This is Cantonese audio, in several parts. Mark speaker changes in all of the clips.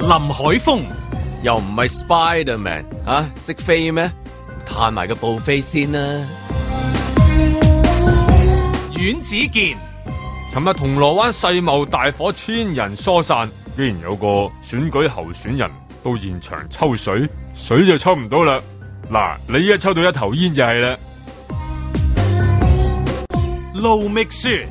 Speaker 1: 林海峰、
Speaker 2: 又唔係 Spider Man 啊，識飛咩？嘆埋個步飛先啦。
Speaker 1: 阮子健、
Speaker 3: 琴日銅鑼灣世貿大火，千人疏散，居然有個選舉候選人到現場抽水，水就抽唔到啦。嗱，你依家抽到一頭煙就係啦。
Speaker 1: 盧覓雪、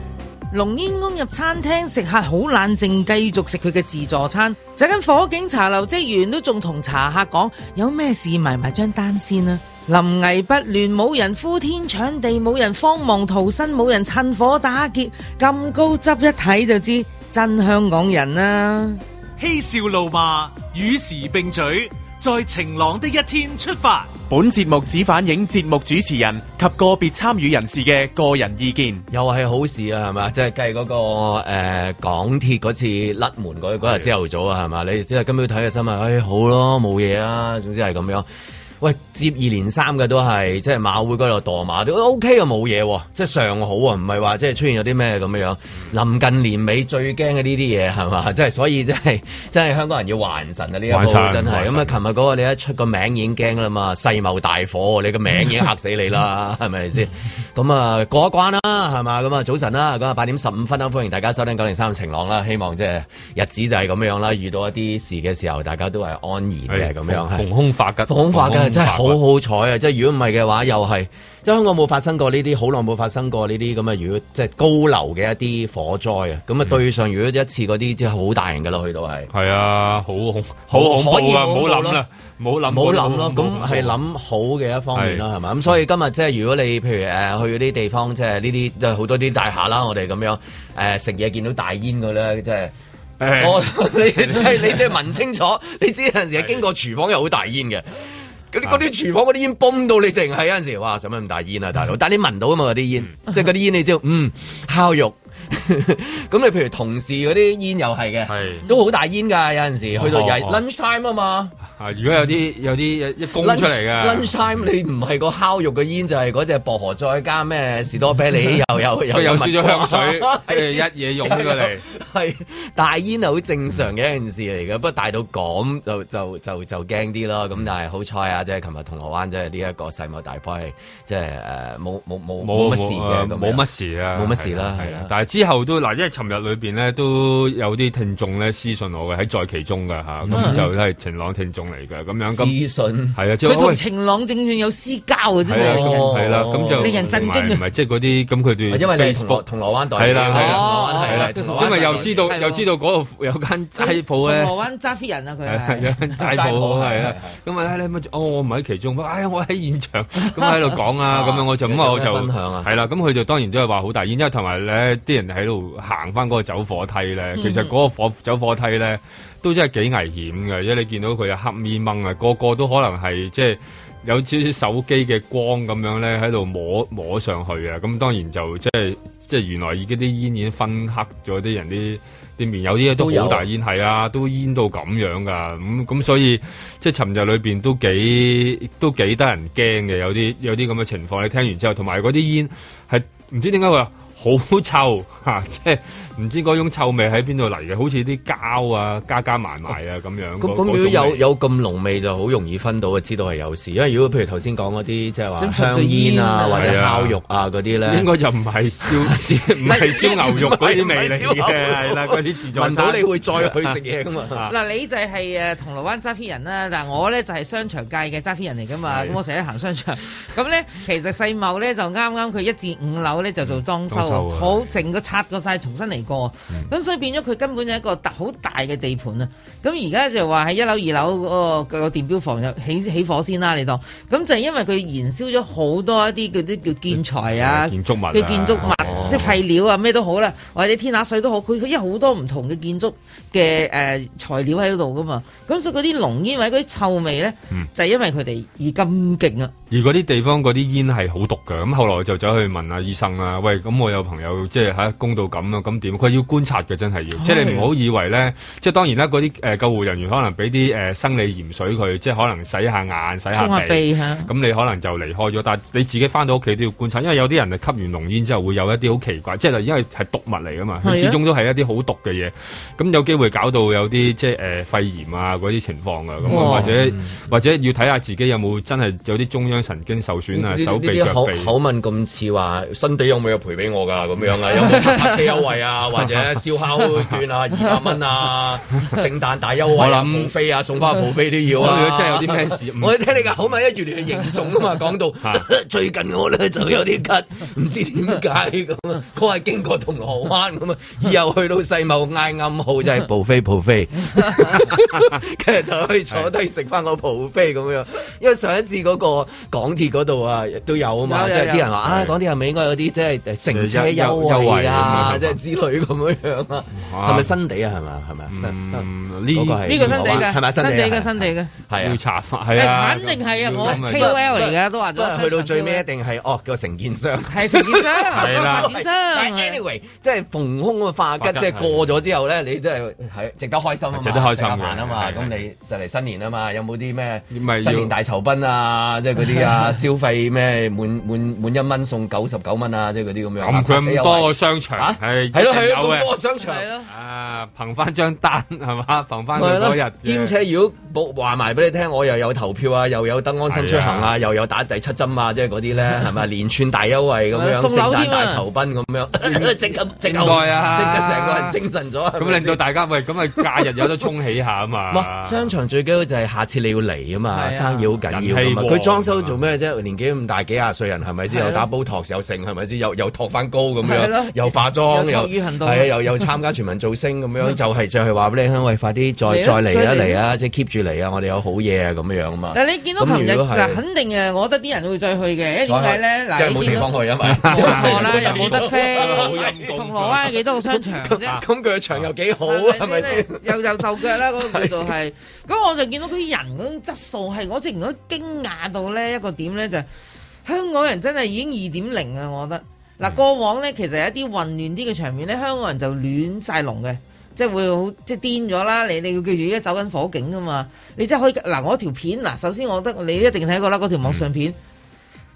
Speaker 4: 龍煙公入餐廳食客好冷靜，繼續食佢嘅自助餐。就間火警茶樓職員都仲同茶客講：有咩事埋埋張單先啦、啊。臨危不亂，冇人呼天搶地，冇人慌忙逃生，冇人趁火打劫。咁高質一睇就知真香港人啊啦、
Speaker 1: 嬉笑怒罵，與時並舉，在晴朗的一天出發。
Speaker 5: 本節目只反映節目主持人及個別參與人士嘅個人意見。
Speaker 2: 又係好事啊，係嘛？即係計嗰個誒、呃港鐵嗰次甩門嗰嗰日朝頭早啊，係嘛？你即係今朝睇嘅新聞，唉，好咯，冇嘢啊，總之係咁樣。喂，接二連三嘅都係即係馬會嗰度墮馬都 OK 啊，冇嘢喎，即係尚好啊，唔係話即係出現有啲咩咁樣。臨近年尾最驚嘅呢啲嘢係嘛？即係所以即係真係香港人要還神啊！呢一
Speaker 3: 還
Speaker 2: 步
Speaker 3: 神
Speaker 2: 真係
Speaker 3: 還
Speaker 2: 咁
Speaker 3: 神
Speaker 2: 啊！琴日嗰個你一出個名已經驚啦嘛，世貿大火，你個名已經嚇死你啦，係咪先？咁啊過一關啦，係嘛？咁啊早晨啦，咁啊八點十五分啦，歡迎大家收聽九零三晴朗啦，希望即係日子就係咁樣啦，遇到一啲事嘅時候，大家都係安
Speaker 3: 哎
Speaker 2: 然嘅咁啊樣，係
Speaker 3: 逢空發吉，
Speaker 2: 防空法嘅真係
Speaker 3: 發
Speaker 2: 好好彩啊！即係如果唔係嘅話，又係即係香港冇發生過呢啲，好耐冇發生過呢啲咁嘅，如果即係高樓嘅一啲火災啊，咁啊對上如果一次嗰啲即係好大型嘅咯，去到係。
Speaker 3: 係啊，好恐好恐怖啊！
Speaker 2: 可以
Speaker 3: 唔好諗啦，唔好諗，
Speaker 2: 唔好諗咯，
Speaker 3: 唔好唔
Speaker 2: 咁
Speaker 3: 好
Speaker 2: 係諗好嘅一方面啦，係嘛？咁所以今日即係如果你譬如誒去嗰啲地方，即係呢啲即係好多啲大廈啦，我哋咁樣誒食嘢見到大煙嘅咧，即係。
Speaker 3: 誒
Speaker 2: 我 你真係你真係聞清楚， 你知有陣時經過廚房又好大煙嘅。嗰啲
Speaker 3: 啊
Speaker 2: 嗰啲廚房嗰啲煙泵到你淨係有陣時，哇！使乜咁大煙啊，
Speaker 3: 嗯
Speaker 2: 大佬？但係你聞到啊嘛，嗰啲煙，即係嗰啲煙你知道，嗯，烤肉。 咁你譬如同事嗰啲煙又係嘅，
Speaker 3: 係
Speaker 2: 都好大煙㗎。有陣時去到又係
Speaker 3: 哦哦
Speaker 2: lunch time 啊嘛
Speaker 3: 啊！如果有啲有啲一供出嚟啊嘅
Speaker 2: ，lunch time 你唔係個烤肉嘅煙，就係嗰隻薄荷再加咩士多啤 梨，又又又，
Speaker 3: 佢有少少香水 跟住一嘢用咗嚟。
Speaker 2: 係大煙係好正常嘅一件事嚟嘅，不過大到咁就就就就驚啲咯。咁但係好彩啊，即係琴日銅鑼灣即係呢一個世貿大波係即係誒冇冇冇冇乜事嘅，咁樣
Speaker 3: 冇乜事啊，
Speaker 2: 冇乜事啦
Speaker 3: 係
Speaker 2: 係啦
Speaker 3: 啦。但係之後都嗱，因為尋日裏邊咧都有啲聽眾咧私信我嘅，喺在其中嘅
Speaker 2: 嗯
Speaker 3: 嚇，咁就係晴朗聽眾嚟嘅，咁樣咁
Speaker 2: 資訊。
Speaker 3: 係啊，即
Speaker 4: 佢
Speaker 3: 係
Speaker 4: 同
Speaker 3: 喂
Speaker 4: 晴朗證券有私交嘅啫嘛，
Speaker 3: 係啊，
Speaker 4: 令人
Speaker 2: 哦
Speaker 3: 係啦，咁就
Speaker 4: 令人震驚啊
Speaker 3: 唔係唔係即係嗰啲咁佢哋
Speaker 2: 啊因為你係銅鑼
Speaker 3: Facebook
Speaker 2: 銅鑼灣代理啊
Speaker 3: 係啦係啦
Speaker 4: 係啦
Speaker 2: 銅鑼灣代理
Speaker 3: 因為又知道
Speaker 4: 係喎
Speaker 3: 又知道嗰度有間齋鋪
Speaker 4: 銅
Speaker 3: 咧。
Speaker 4: 鑼灣揸飛人啊佢
Speaker 3: 係
Speaker 4: 係。
Speaker 3: 有間齋
Speaker 2: 齋
Speaker 3: 鋪
Speaker 2: 鋪
Speaker 3: 係
Speaker 2: 係
Speaker 3: 啦，咁啊咧乜？哦，我唔喺其中，哎呀，我喺現場，咁喺度講啊，咁樣我就咁啊，
Speaker 2: 有
Speaker 3: 我
Speaker 2: 咩
Speaker 3: 就
Speaker 2: 分享啊
Speaker 3: 係啦，咁佢就當然都係話好大煙，因為同埋咧啲人喺度行翻嗰個走火梯咧，其實嗰個火走火梯咧都真係幾危險嘅，因為你見到佢有黑咪掹啊，個個都可能係即係。有少少手機嘅光咁樣咧，喺度摸摸上去啊！咁當然就即係即係原來已經啲煙已經熏黑咗啲人啲啲面，有啲
Speaker 2: 都
Speaker 3: 都
Speaker 2: 有
Speaker 3: 好大煙，係啊，都煙到咁樣噶。咁、咁所以即係尋日裏邊都幾都幾得人驚嘅，有啲有啲咁嘅情況。你聽完之後，同埋嗰啲煙係唔知點解佢話好臭 嚇、啊即係唔知嗰種臭味喺邊度嚟嘅，好似啲膠啊加加埋埋啊咁樣。
Speaker 2: 咁咁
Speaker 3: 嗰
Speaker 2: 如果
Speaker 3: 嗰種
Speaker 2: 有
Speaker 3: 味
Speaker 2: 有咁濃味就好容易分到，知道係有事。因為如果譬如頭先講嗰啲，即係話
Speaker 4: 咁
Speaker 2: 香
Speaker 4: 純粹
Speaker 2: 煙啊，
Speaker 4: 煙啊
Speaker 2: 或者
Speaker 3: 係啊
Speaker 2: 烤肉啊嗰啲咧
Speaker 3: 應，該就唔係燒 唔係燒牛肉嗰
Speaker 2: 唔係
Speaker 3: 啲味嚟
Speaker 2: 唔係燒牛
Speaker 3: 嘅，
Speaker 2: 肉
Speaker 3: 係啦，嗰啲自助
Speaker 2: 聞到
Speaker 3: 餐啊
Speaker 2: 你會再去食嘢噶嘛。
Speaker 4: 嗱，你就係誒銅鑼灣揸飛人啦，但我咧就係商場界嘅揸飛人嚟噶嘛，
Speaker 3: 係
Speaker 4: 咁我成日行商場， 咁咧其實世貿咧就啱啱佢一至五樓咧就做裝修
Speaker 3: 裝修
Speaker 4: 啊，嗯
Speaker 3: 啊
Speaker 4: 好成個拆過晒，重新嚟過，咁所以變咗佢根本就係一個特好大嘅地盤啊！咁而家就話喺一樓、二樓嗰個個電錶房就起起火先啦，你當咁就係因為佢燃燒咗好多一啲嗰啲叫建材啊、
Speaker 3: 建築物啊
Speaker 4: 嘅建築物
Speaker 2: 哦
Speaker 4: 即係廢料啊，咩都好啦，或者天下水都好，佢佢有好多唔同嘅建築嘅誒材料喺度噶嘛，咁所以嗰啲濃煙或者嗰啲臭味咧，就係因為佢哋而咁勁啊！
Speaker 3: 而嗰啲地方嗰啲煙係好毒㗎，咁後來我就走去問下醫生啦。喂，咁我有朋友即係嚇供到咁啊，咁點？佢要觀察嘅，真係要，即係你唔好以為咧，即係當然啦，嗰啲誒救護人員可能俾啲誒生理鹽水佢，即係可能洗下眼、洗下
Speaker 4: 沖下
Speaker 3: 鼻。
Speaker 4: 鼻嚇。
Speaker 3: 咁你可能就離開咗，但係你自己翻到屋企都要觀察，因為有啲人係吸完濃煙之後會有一啲好奇怪，即係因為係毒物嚟噶嘛，
Speaker 4: 係啊
Speaker 3: 佢始終都係一啲好毒嘅嘢，咁有機會搞到有啲即係誒、呃肺炎啊嗰啲情況啊，咁
Speaker 4: 哇
Speaker 3: 或者或者要睇下自己有冇真係有啲中央神經受損啊，
Speaker 2: 呢
Speaker 3: 手
Speaker 2: 呢
Speaker 3: 臂
Speaker 2: 啲
Speaker 3: 腳
Speaker 2: 口
Speaker 3: 臂。
Speaker 2: 口吻咁似話，新地有冇有賠俾我㗎咁樣啊？有 冇泊車優惠啊？或者燒烤券啊，二百蚊啊，聖誕大優惠
Speaker 3: 我
Speaker 2: 啊，
Speaker 3: 諗
Speaker 2: 普飛啊，送花普飛都要啊！
Speaker 3: 我諗如果真係有啲咩事唔
Speaker 2: 我聽你嘅口吻咧越嚟越凝重啊嘛，講 到 最近我咧就有啲咳，唔知點解咁啊。佢係經過銅鑼灣咁啊，以後去到世貿嗌暗號就係蒲飛蒲飛。跟住就去坐低食翻個蒲飛咁樣，因為上一次嗰個港鐵嗰度啊都有啊嘛，即
Speaker 4: 有有
Speaker 2: 係啲人話
Speaker 3: 有
Speaker 2: 啊，
Speaker 3: 係
Speaker 2: 港鐵係咪應該有啲即係乘車
Speaker 3: 優
Speaker 2: 優惠啊，
Speaker 3: 優惠咁樣
Speaker 2: 即係之類咁樣樣啊？
Speaker 3: 哇
Speaker 2: 係咪新地啊？係咪啊？係咪啊新新
Speaker 3: 嗯
Speaker 2: 嗰個係
Speaker 3: 呢
Speaker 4: 呢個新地嘅，
Speaker 2: 係咪新地啊
Speaker 4: 嘅，新地嘅，
Speaker 2: 係
Speaker 3: 要
Speaker 2: 啊？
Speaker 3: 查翻係啊，
Speaker 4: 肯定係啊！我
Speaker 3: 咁咪
Speaker 4: K O L 嚟㗎，都話
Speaker 2: 不過
Speaker 4: 咗
Speaker 2: 去到最尾一定係哦個承建商。
Speaker 4: 係承建商，
Speaker 3: 係
Speaker 4: 發
Speaker 3: 啦
Speaker 4: 展
Speaker 2: 但
Speaker 4: 商。
Speaker 2: 係 anyway，即係逢空嘅化吉，
Speaker 3: 化吉
Speaker 2: 即係過咗之後咧，你真係係值得開心啊嘛，
Speaker 3: 值得開心嘅
Speaker 2: 食下飯啊嘛，
Speaker 3: 係
Speaker 2: 咁你就嚟新年啊嘛，有冇啲咩
Speaker 3: 啊咪要
Speaker 2: 新年大酬賓 啊，即係嗰啲啊，消費咩滿滿滿一蚊送九十九蚊啊，即係嗰啲咁樣啊。
Speaker 3: 咁佢咁多個
Speaker 2: 啊
Speaker 3: 商場
Speaker 2: 嚇
Speaker 3: 係
Speaker 2: 係咯
Speaker 3: 一定
Speaker 2: 係咯，
Speaker 3: 有
Speaker 2: 咁
Speaker 3: 嘅
Speaker 2: 多個商場。
Speaker 4: 係咯，
Speaker 3: 啊，憑翻張單係嘛，憑翻佢
Speaker 2: 咪
Speaker 3: 嗰
Speaker 2: 咯
Speaker 3: 日嘅
Speaker 2: 兼且如果報話埋俾你聽，我又有投票啊，又有登安心出行
Speaker 3: 係
Speaker 2: 啊，又有打第七針啊，即係嗰啲 咧，係咪連串大優惠咁樣，
Speaker 4: 送樓
Speaker 2: 聖誕
Speaker 4: 添啊
Speaker 2: 大酬賓咁 樣，即刻即刻
Speaker 3: 應該啊
Speaker 2: 即刻成個人精神咗，啊係咪
Speaker 3: 咁令
Speaker 2: 先
Speaker 3: 到大家喂咁啊假日有得沖起下啊嘛。
Speaker 2: 哇！商場最緊要就係下次你要嚟啊
Speaker 4: 係啊
Speaker 2: 嘛，生意好緊要啊嘛。
Speaker 3: 人氣旺
Speaker 2: 佢裝修做咩啫？年紀咁大，幾廿歲人係咪先？
Speaker 4: 係啊
Speaker 2: 又打 Botox 又剩係咪先？又又托翻高咁
Speaker 4: 係咯
Speaker 2: 樣，又化妝又
Speaker 4: 又托乳行動
Speaker 2: 係啊！又又參加全民造星咁 樣，就係就係話俾你聽，喂，快啲再
Speaker 4: 嚟啊
Speaker 2: 再嚟啊
Speaker 4: 再嚟啊
Speaker 2: 嚟啊！即係 keep 住嚟啊！我哋有好嘢啊咁樣啊嘛。
Speaker 4: 但係你見到琴日
Speaker 2: 咁如果係
Speaker 4: 嗱，肯定誒，我覺得啲人會再去嘅，因為點解咧？
Speaker 2: 即
Speaker 4: 嗱，
Speaker 2: 係
Speaker 4: 你
Speaker 2: 冇
Speaker 4: 見
Speaker 2: 地
Speaker 4: 到
Speaker 2: 方去啊嘛，
Speaker 4: 冇錯啦，又冇得飛，
Speaker 3: 好陰
Speaker 4: 銅
Speaker 3: 公
Speaker 4: 鑼灣啊
Speaker 2: 啊
Speaker 4: 有幾多個商場啫？
Speaker 2: 咁佢嘅場又幾好啊？係咪先？？
Speaker 4: 又又就腳啦，嗰個叫做係。咁我就見到嗰啲人嗰種質素係，我直情都驚訝到咧一個點咧就係，香港人真係已經二點零啊！我覺得
Speaker 2: 嗯
Speaker 4: 嗱，過往咧其實有一啲混亂啲嘅場面咧，香港人就亂晒龍嘅。即係會好即係癲咗啦！你你要記住，而家走緊火警噶嘛，你真係可以嗱，我條片嗱，首先我覺得你一定睇過啦，嗰條網上
Speaker 2: 嗯
Speaker 4: 片。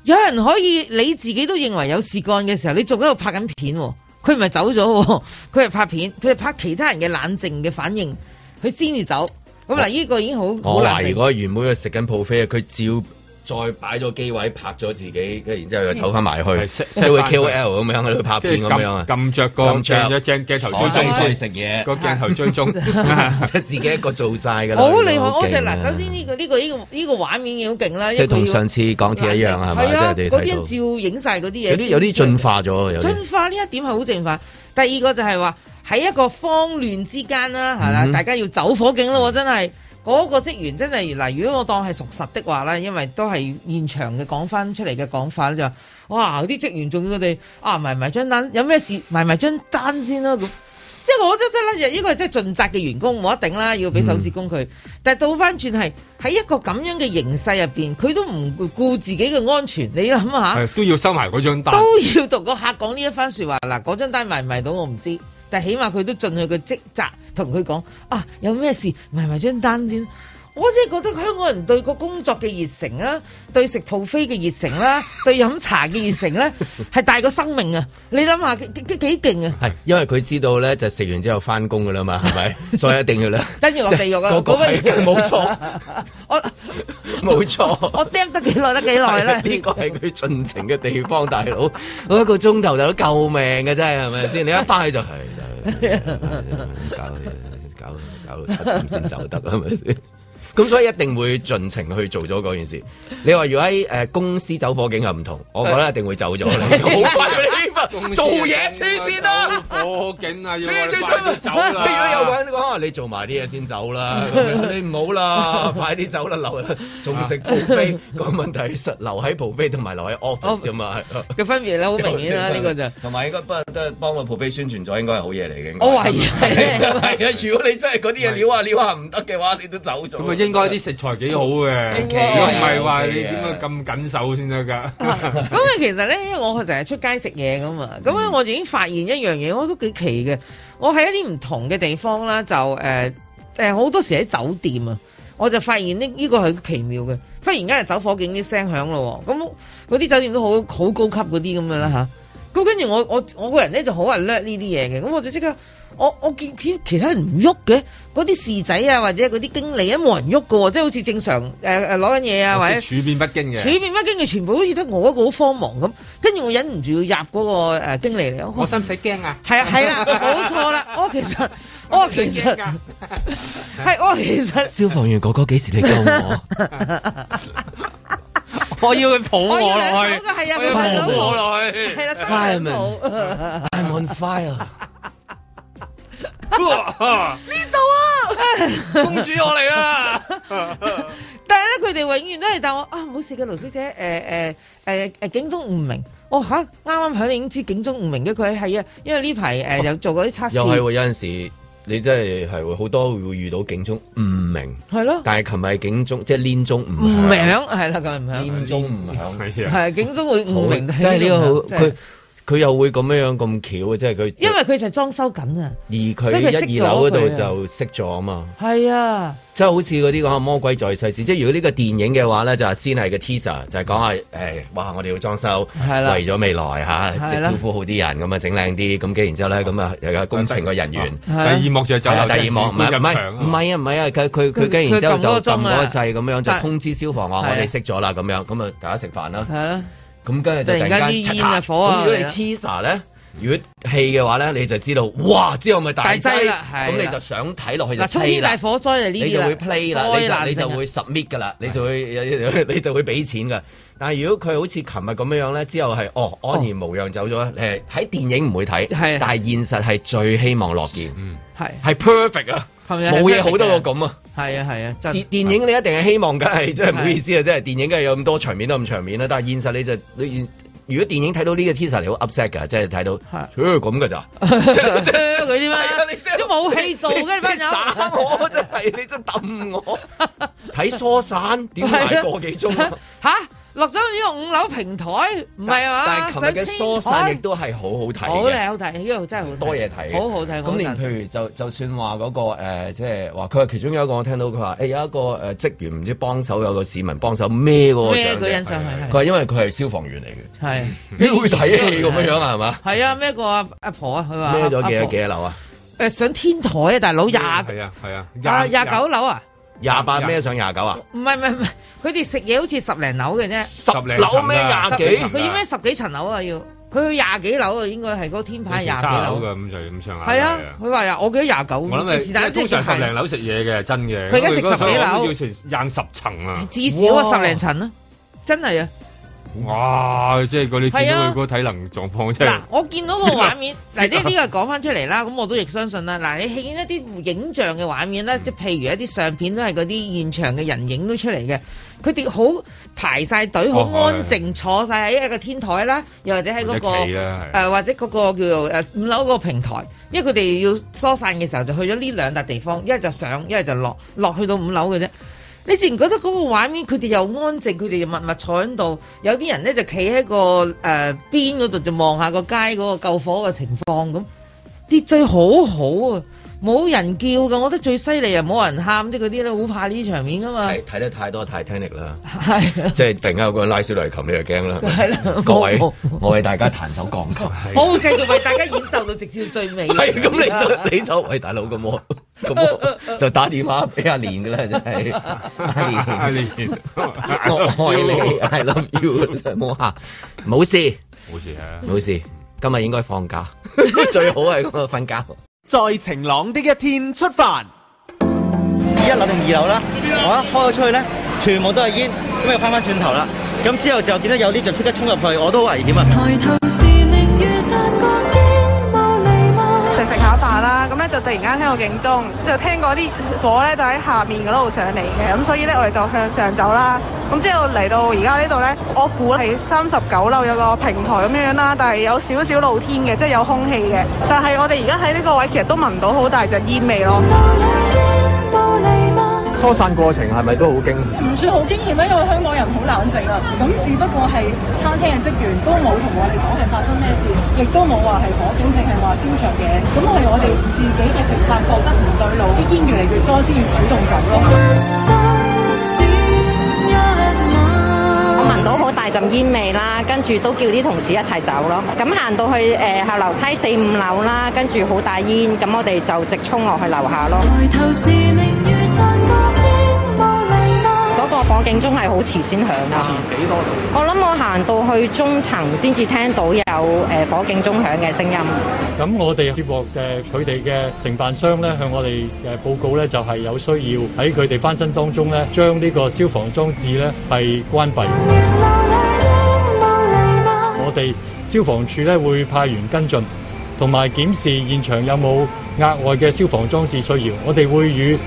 Speaker 4: 有人可以你自己都認為有事幹嘅時候，你仲喺度拍緊片喎，佢唔係走咗喎， 佢係拍片，佢係拍其他人嘅冷靜嘅反應，佢先至走。咁嗱，呢個已經好好
Speaker 2: 我
Speaker 4: 冷
Speaker 2: 懷疑嗰
Speaker 4: 靜。
Speaker 2: 個原本佢食緊 buffet 佢照再擺咗機位拍咗自己，跟住然之後又唞翻埋
Speaker 3: 係
Speaker 2: 去，
Speaker 3: set-
Speaker 2: 即係會
Speaker 3: set 返
Speaker 2: K O L 咁樣喺度拍
Speaker 3: 跟
Speaker 2: 片
Speaker 3: 住
Speaker 2: 咁
Speaker 3: 撳
Speaker 2: 樣啊。
Speaker 3: 撳着個
Speaker 2: 撳着
Speaker 3: 撳咗隻鏡頭
Speaker 2: 我
Speaker 3: 追蹤先，
Speaker 2: 食嘢，
Speaker 3: 個鏡頭追蹤。
Speaker 2: 即係自己一個做晒㗎啦。
Speaker 4: 好厲害！我
Speaker 2: 已經
Speaker 4: 就
Speaker 2: 勁
Speaker 4: 嗱，
Speaker 2: 啊
Speaker 4: 首先呢個呢個呢個呢個畫面已經好勁啦，因
Speaker 2: 即
Speaker 4: 為
Speaker 2: 係同
Speaker 4: 佢要
Speaker 2: 上次港鐵一樣係咪？
Speaker 4: 係
Speaker 2: 即
Speaker 4: 啊，
Speaker 2: 係你
Speaker 4: 嗰啲
Speaker 2: 睇
Speaker 4: 人
Speaker 2: 到
Speaker 4: 照影晒嗰啲嘢。
Speaker 2: 有啲有啲進。化咗，有啲
Speaker 4: 進化呢一點係好正化。第二個就係話喺一個慌亂之間啦，
Speaker 2: 嗯
Speaker 4: 係啦，大家要走火警咯，真係。嗰個職員真係嗱，如果我當係屬實的話啦，因為都係現場嘅講翻出嚟嘅講法咧，就話哇啲職員仲要佢哋啊埋埋張單，有咩事埋埋張單先啦咁。即係我覺得咧，呢個係真係盡責嘅員工，冇一定啦，要俾手指公
Speaker 2: 嗯
Speaker 4: 佢。但係倒翻轉係喺一個咁樣嘅形勢入邊，佢都唔顧自己嘅安全，你諗下。
Speaker 3: 係都要收埋嗰張單，
Speaker 4: 都要同個客講呢一番説話。嗱，嗰張單賣唔賣到我唔知，但係起碼佢都盡佢嘅職責，同佢講啊，有咩事賣埋張單先。我真係覺得香港人對個工作嘅熱誠啦， 對食 buffet 嘅熱誠啦， 對飲茶嘅熱 誠咧，啊係大過生命啊！你諗下幾幾幾勁啊！
Speaker 2: 係因為佢知道咧，就食完之後翻工㗎啦嘛，係 咪？所以一定要啦。
Speaker 4: 跟住落地獄啊！
Speaker 2: 個個
Speaker 4: 嗰
Speaker 2: 係
Speaker 4: 位
Speaker 2: 冇錯，
Speaker 4: 我
Speaker 2: 冇錯。
Speaker 4: 我釘得幾耐得幾耐 咧？
Speaker 2: 呢個係佢盡情嘅地方，大佬， 我一個鐘頭大佬救命啊嘅真係，係咪先？你一翻去就係搞搞搞到七點先走得，係咪先？咁所以一定會盡情去做咗嗰件事。你話如果喺誒公司走火警又唔同，我覺得一定會 走咗你，好快你做嘢黐線啦！
Speaker 3: 火警啊，要
Speaker 2: 即係
Speaker 3: 我
Speaker 2: 即
Speaker 3: 哋
Speaker 2: 係
Speaker 3: 快啲
Speaker 2: 即
Speaker 3: 走
Speaker 2: 係即係如果
Speaker 3: 啦！
Speaker 2: 有個人講啊話你做埋啲嘢先走 啦，咁樣你唔好啦， 快啲走啦，留仲 食 buffet 個問題係實留喺 buffet 同埋留喺 office 啫嘛，
Speaker 4: 嘅分別咧好明
Speaker 3: 啊
Speaker 4: 顯啦，呢個就
Speaker 2: 同埋應該不過都係幫個 buffet 宣傳咗，應該係好
Speaker 3: 哦
Speaker 2: 嘢嚟嘅。應該啊
Speaker 4: 我懷疑係
Speaker 3: 啊
Speaker 2: 係啊，如果你真係嗰啲嘢撩下撩下唔得嘅話，你都走咗。
Speaker 3: 咁啊，一應該啲食材幾好嘅，如
Speaker 2: OK
Speaker 3: 果唔係話
Speaker 2: OK
Speaker 3: 你點解咁緊手先得㗎？
Speaker 4: 咁啊，其實咧，因為我成日出街食嘢噶嘛，咁咧我就已經發現一樣嘢，我都幾奇嘅。我喺一啲唔同嘅地方啦，就誒誒好多時喺酒店啊，我就發現呢呢個係奇妙嘅。忽然間就走火警啲聲響咯喎，咁嗰啲酒店都好好高級嗰啲咁樣啦吓，咁跟住我我我個人咧就好 alert 呢啲嘢嘅，咁我就即刻。我我見見其他人唔喐嘅，嗰啲侍仔啊或者嗰啲經理啊冇人喐嘅喎，即係好似正常誒誒攞緊嘢
Speaker 3: 哦
Speaker 4: 啊或者。
Speaker 3: 即係處變不驚
Speaker 4: 處
Speaker 3: 嘅。
Speaker 4: 變不驚嘅，全部好似得我一個好慌忙咁，跟住我忍唔住要入嗰個誒經理嚟，
Speaker 3: 我
Speaker 4: 我
Speaker 3: 使唔使驚啊？
Speaker 4: 係啊係啦，冇錯啦，我其實我其實
Speaker 3: 驚㗎
Speaker 4: 係我其 實
Speaker 2: 消防員哥哥幾時嚟救我？
Speaker 3: 我要佢抱我
Speaker 4: 我要兩
Speaker 3: 落去
Speaker 4: 手，嘅係啊，
Speaker 3: 我要
Speaker 4: 佢兩
Speaker 3: 佢
Speaker 4: 手
Speaker 3: 抱我
Speaker 4: 抱
Speaker 3: 落去。
Speaker 4: 係啦，伸兩手
Speaker 2: I'm on fire！
Speaker 3: 哇
Speaker 4: 邊度啊？
Speaker 3: 公主我嚟啦！
Speaker 4: 但係咧，佢哋永遠都係答我啊，冇事嘅，盧小姐，誒誒誒誒，警鐘唔明。哦吓，啱啱響你已經知警鐘唔明嘅，佢係啊，因為呢排誒有做過啲測
Speaker 2: 又係
Speaker 4: 試，
Speaker 2: 喎，有陣時你真係係會好多會遇到警鐘唔明，
Speaker 4: 係咯，
Speaker 2: 但係啊琴日警鐘即係連鐘唔
Speaker 4: 唔明
Speaker 2: 響，
Speaker 4: 係啦，咁唔明，
Speaker 2: 連鐘唔響。
Speaker 3: 係啊，
Speaker 4: 係警鐘會唔明，
Speaker 2: 即係呢個好
Speaker 4: 真係
Speaker 2: 佢佢又會咁樣樣咁巧啊！即係佢
Speaker 4: 因為佢就係裝修緊啊，
Speaker 2: 而
Speaker 4: 所以佢
Speaker 2: 佢
Speaker 4: 熄
Speaker 2: 一
Speaker 4: 咗
Speaker 2: 二樓嗰度
Speaker 4: 佢啊
Speaker 2: 就熄咗啊嘛。
Speaker 4: 係啊，
Speaker 2: 即係好似嗰啲講下魔鬼在世事，即係如果呢個電影嘅話咧，就係先係個 teaser，就係講下誒，欸哇！我哋要裝修，
Speaker 4: 係啦
Speaker 2: 為咗未來嚇，
Speaker 4: 係
Speaker 2: 即係
Speaker 4: 啦
Speaker 2: 招呼好啲人咁啊，整靚啲，咁跟然之後咧，咁啊又有工程嘅 人員。
Speaker 3: 第二幕就係走
Speaker 2: 係啊
Speaker 3: 樓
Speaker 2: 第二幕唔係唔係唔係啊唔係啊，佢佢佢跟然之後就
Speaker 4: 佢撳嗰個
Speaker 2: 撳
Speaker 4: 鐘
Speaker 2: 嗰
Speaker 4: 啊
Speaker 2: 個掣咁樣，就
Speaker 4: 但
Speaker 2: 通知消防話
Speaker 4: 係啊
Speaker 2: 我哋熄咗啦咁樣，咁啊大家食飯啦。
Speaker 4: 係啦，
Speaker 2: 咁跟住就突
Speaker 4: 突然
Speaker 2: 然
Speaker 4: 間啲
Speaker 2: 間
Speaker 4: 煙啊火啊
Speaker 2: 咁如果你
Speaker 4: 係啊
Speaker 2: teaser 咧，如果戲嘅話咧，你就知道哇之後咪大
Speaker 4: 大劑
Speaker 2: 劑
Speaker 4: 啦係
Speaker 2: 咁
Speaker 4: 啦
Speaker 2: 你就想睇落去就
Speaker 4: 嗱，沖
Speaker 2: play
Speaker 4: 天大
Speaker 2: 啦。
Speaker 4: 火災就呢
Speaker 2: 你
Speaker 4: 啲
Speaker 2: 就
Speaker 4: 啦，
Speaker 2: 會 play 啦，你
Speaker 4: 災難
Speaker 2: 就你就
Speaker 4: 性啊
Speaker 2: 會 submit 噶啦，你就會 你就會俾錢噶。但係如果佢好似琴日咁樣樣咧，之後係哦安然無恙走咗咧，你係喺電影唔會睇，
Speaker 4: 係
Speaker 2: 但係現實係最希望樂見，
Speaker 4: 係
Speaker 2: 係 perfect 啊，
Speaker 4: 琴日係
Speaker 2: 冇嘢好得
Speaker 4: perfect
Speaker 2: 過咁啊！
Speaker 4: 嘅，係啊係啊，真
Speaker 2: 電電影你一定係希望梗係，真係唔好意思啊，真係電影梗係有咁多場面都咁場面啦，但係現實你就你如果電影睇到呢個 teaser 你好 upset 㗎，即係睇到，咦咁㗎咋？
Speaker 4: 嗰 啲咩，啊都冇戲做嘅你班友，
Speaker 2: 耍我真係，你真揼 我！睇疏散點捱個幾鐘啊？
Speaker 4: 吓落咗呢個五樓平台， 唔係啊嘛，
Speaker 2: 但係琴日嘅疏散亦
Speaker 4: 上天台
Speaker 2: 都係好好
Speaker 4: 好
Speaker 2: 睇嘅。
Speaker 4: 靚啊好睇，呢度真係好
Speaker 2: 多嘢睇嘅
Speaker 4: 好好睇。
Speaker 2: 咁連譬如就就算話嗰個誒，即係話佢話其中有一個我聽到佢話，誒有一個誒職員唔知幫手有個市民幫手孭嗰個
Speaker 4: 咩
Speaker 2: 獎
Speaker 4: 個人
Speaker 2: 嘅，
Speaker 4: 上去
Speaker 2: 佢
Speaker 4: 係
Speaker 2: 話因為佢係消防員嚟嘅，
Speaker 4: 係
Speaker 2: 你會睇戲咁樣樣啊係嘛？
Speaker 4: 係啊咩個阿阿婆啊，佢話
Speaker 2: 孭咗幾多
Speaker 4: 阿婆
Speaker 2: 幾多樓啊？
Speaker 4: 誒上天台啊，大佬廿
Speaker 3: 係啊係啊，
Speaker 4: 啊廿九樓啊，
Speaker 2: 廿八孭上廿九啊？
Speaker 4: 唔係唔係唔係，佢哋食嘢好似十零樓嘅啫。
Speaker 2: 十
Speaker 3: 零
Speaker 2: 樓
Speaker 3: 層啊
Speaker 2: 孭廿
Speaker 4: 十
Speaker 2: 幾？
Speaker 4: 佢要咩十幾層樓啊？要佢去廿幾樓啊？應該係嗰個天牌廿幾
Speaker 3: 三樓
Speaker 4: 樓。
Speaker 3: 嘅咁就咁上下。
Speaker 4: 係啊，佢話呀，我記得廿九。
Speaker 3: 我諗
Speaker 4: 是但
Speaker 3: 係
Speaker 4: 即
Speaker 3: 通常十零
Speaker 4: 係
Speaker 3: 樓食嘢嘅，真嘅。
Speaker 4: 佢而家食十幾樓
Speaker 3: 要成硬十層啊！
Speaker 4: 至少啊
Speaker 2: 哇
Speaker 4: 十零層啦，真係啊！
Speaker 3: 哇！即係嗰啲見
Speaker 4: 係
Speaker 3: 到
Speaker 4: 啊
Speaker 3: 佢嗰個體能狀況，真係
Speaker 4: 嗱，我見到個畫 面，嗱呢呢個講翻出嚟啦，咁我都亦相信啦。嗱，你見一啲影像嘅畫面咧，
Speaker 3: 嗯
Speaker 4: 即係譬如一啲相片都係嗰啲現場嘅人影到出嚟嘅，佢哋好排晒隊，好
Speaker 3: 哦係
Speaker 4: 安靜坐晒喺一個天台啦，又或者喺嗰個
Speaker 3: 一企
Speaker 4: 誒、
Speaker 3: 啦係
Speaker 4: 呃或者嗰個叫做誒五樓嗰個平台，因為佢哋要疏散嘅時候就去咗呢兩笪地方，一係就上，一係就落，落去到五樓嘅啫。你自然覺得嗰個畫面，佢哋又安靜，佢哋又默默坐喺度，有啲人咧就企喺個誒、呃、邊嗰度就望下個街嗰個救火嘅情況咁，秩序好好啊，冇人叫㗎，我覺得最犀利啊，冇人喊即係嗰啲咧，好怕呢啲場面噶嘛，
Speaker 2: 睇睇得太多 Titanic 啦，
Speaker 4: 係啊
Speaker 2: 即係突然間有個人拉小提琴，你就驚 啦。
Speaker 4: 係啦，
Speaker 2: 各位
Speaker 4: 我，
Speaker 2: 我為大家彈首鋼琴。
Speaker 4: 我會繼續為大家演奏到直至最 尾。
Speaker 2: 係咁，你 就你就喂大佬咁我咁我就打電話俾阿蓮噶啦，真係阿
Speaker 3: 阿
Speaker 2: 蓮，
Speaker 3: 連
Speaker 2: 我愛 你
Speaker 3: 冇
Speaker 2: ，I love you，真係冇下冇事
Speaker 3: 事啊！
Speaker 2: 冇事，今日應該放 假，最好係咁啊瞓覺。
Speaker 5: 在晴朗的一天出發。
Speaker 6: 一樓定二樓啦，我一開咗出去咧，全部都係煙，咁又翻翻轉頭啦。咁之後就見到有 lift 就即刻衝入去，我都好危險啊！
Speaker 1: 抬頭是明月，但覺竟無離望。
Speaker 7: 食食下飯啦，咁咧就突然間聽到警鐘，就聽過啲火咧就喺下面嗰度上嚟嘅，咁所以咧我哋就向上走啦。咁之後嚟到而家呢度咧，我估係三十九樓有個平台咁樣樣啦，但係有少少露天嘅，即係有空氣嘅。但係我哋而家喺呢個位其實都聞到好大陣煙味咯。
Speaker 1: 無離應無離望。
Speaker 8: 疏散過程係咪都好驚險？
Speaker 9: 唔算好驚險啦，因為香港人好冷靜啊。咁只不過係餐廳嘅職員都冇同我哋講係發生咩事，亦都冇話係火警，淨係話燒着嘅。咁係我哋自己嘅食客覺得唔對路，啲煙越嚟越多先至主動走咯。
Speaker 10: 我聞到好大陣煙味啦，跟住都叫啲同事一齊走咯。咁行到去誒、呃、後樓梯四五樓啦，跟住好大煙，咁我哋就直衝落去樓下咯。嗰個火警鐘係好遲先響啦。遲幾多度？我諗我行到去中層先至聽到有誒、呃火警鐘響嘅聲音。
Speaker 11: 咁我哋接獲誒佢哋嘅承辦商咧，向我哋誒報告咧，就係有需要喺佢哋翻新當中咧，將呢個消防裝置咧係關閉。我哋消防處咧會派員跟進，同埋檢視現場有冇額外嘅消防裝置需要。我哋會與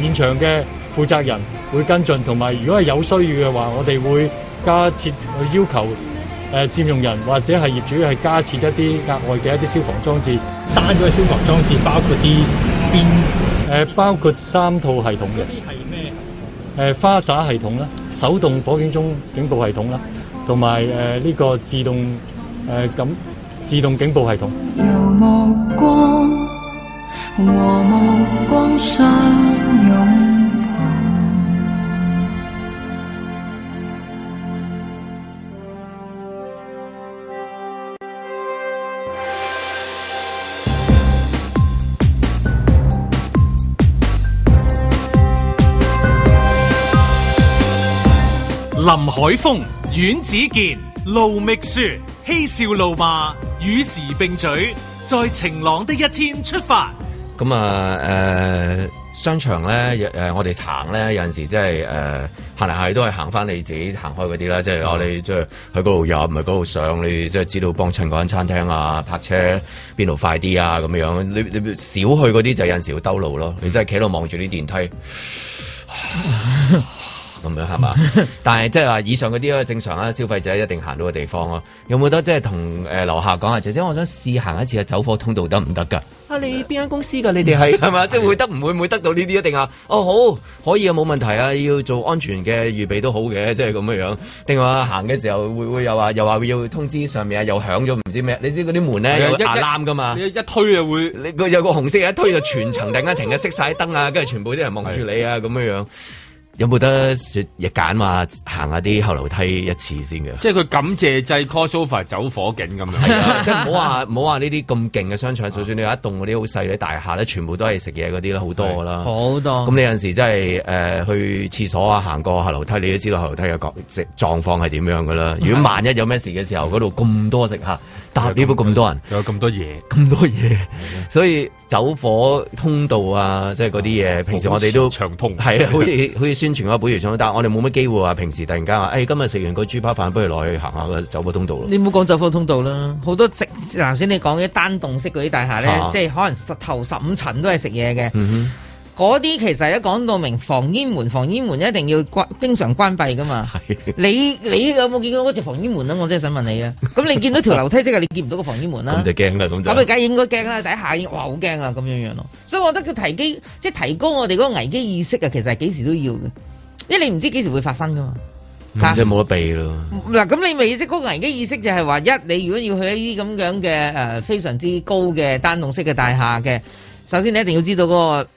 Speaker 11: 現場嘅負責人會跟進，同埋如果係有需要呃嘅話，我哋會加設去要求誒、呃、佔用人或者係業主係加設一啲額外嘅一啲消防裝置，刪咗嘅消防裝置包括啲邊誒包括三套系統嘅，係咩？誒花灑系統啦、手動火警鐘警報系統啦，同埋誒呃呢個自動誒呃咁、自動警報系統。
Speaker 1: 林海峰、阮子健、路觅雪，嬉笑怒罵，與時並舉，在晴朗的一天出發。
Speaker 2: 咁啊誒商場咧，有誒我哋行咧有陣時即係誒呃行嚟行去都係行翻你自己行開嗰啲啦，即係我哋即係去嗰度入，唔係嗰度上，你即係知道幫襯嗰間餐廳啊，泊車邊度快啲啊咁樣。你你少去嗰啲就有陣時要兜路咯，你真係企喺度望住啲電梯。咁樣係嘛？但係即係話以上嗰啲咧正常啊啦，消費者一定行到嘅地方咯。有冇得即係同誒樓下講下，姐姐，我想試行一次嘅走火通道得唔得㗎？啊，你邊間公司㗎？你哋係係
Speaker 3: 啊
Speaker 2: 嘛？即係會得唔會唔會得到呢啲一定啊？哦，好可以啊，冇問題啊，要做安全嘅預備都好嘅，即係咁樣樣。定話行嘅時候會會又話又話要通知上面啊，又響咗唔知咩？你知嗰啲門咧有
Speaker 3: 係啊一一
Speaker 2: alarm 㗎嘛？
Speaker 3: 一一推就會
Speaker 2: 你個有個紅色嘅一推就全層突然間停嘅熄晒燈啊，跟住全部啲人望住你啊咁樣樣。有冇得説日揀話行下啲後樓梯一次先 嘅？
Speaker 3: 即係佢感謝祭 crossover 走火警咁
Speaker 2: 係啊
Speaker 3: 樣，
Speaker 2: 即係唔好話唔好話呢啲咁勁嘅商場，就算你有一棟嗰啲好細嘅大廈咧，全部都係食嘢嗰啲啦，好多噶啦，
Speaker 4: 好多。
Speaker 2: 啊
Speaker 3: 哦
Speaker 2: 咁你有陣時真係誒、呃去廁所啊，行過下樓梯，你都知道後樓梯嘅角即狀況係點樣噶
Speaker 3: 嗯
Speaker 2: 啦。如果萬一有咩事嘅時候，嗰度咁多食客，搭呢波咁多人，
Speaker 3: 有咁多嘢，
Speaker 2: 咁多嘢，
Speaker 3: 嗯
Speaker 2: 所以走火通道啊，即係嗰啲
Speaker 3: 哦
Speaker 2: 嘢，平時我哋都
Speaker 3: 長通
Speaker 2: 係啊，好似好似宣傳嗰個本如上，但係我哋冇乜機會話平時突然間話，誒、今日食完個豬扒飯，不如落去行下個走火通道
Speaker 3: 嗯
Speaker 2: 咯。
Speaker 4: 你唔好講走火通道啦，好多直頭先你講嘅單棟式嗰啲大廈咧，
Speaker 2: 啊
Speaker 4: 即係可能十頭十五層都係食嘢嘅。
Speaker 2: 嗯
Speaker 4: 嗰啲其實一講到明防煙門，防煙門一定要關經常關閉噶嘛。你你有冇見到嗰隻防煙門啊？我真係想問你啊！咁你見到條樓梯即係你見唔到個防煙門
Speaker 2: 哼，咁
Speaker 4: 啦
Speaker 2: 就。驚啦，咁就
Speaker 4: 咁你梗係應該驚啦，底下已經哇好驚啊咁樣樣咯。所以我覺得佢提機即係提高我哋嗰個危機意識啊，其實係幾時都要嘅，因為你唔知幾時會發生噶嘛。
Speaker 2: 咁即係冇得避咯。
Speaker 4: 嗯嗱，咁你咪即係嗰個危機意識就係話，一你如果要去一啲咁樣嘅誒、呃非常之高嘅單棟式嘅大廈嘅，首先你一定要知道嗰、個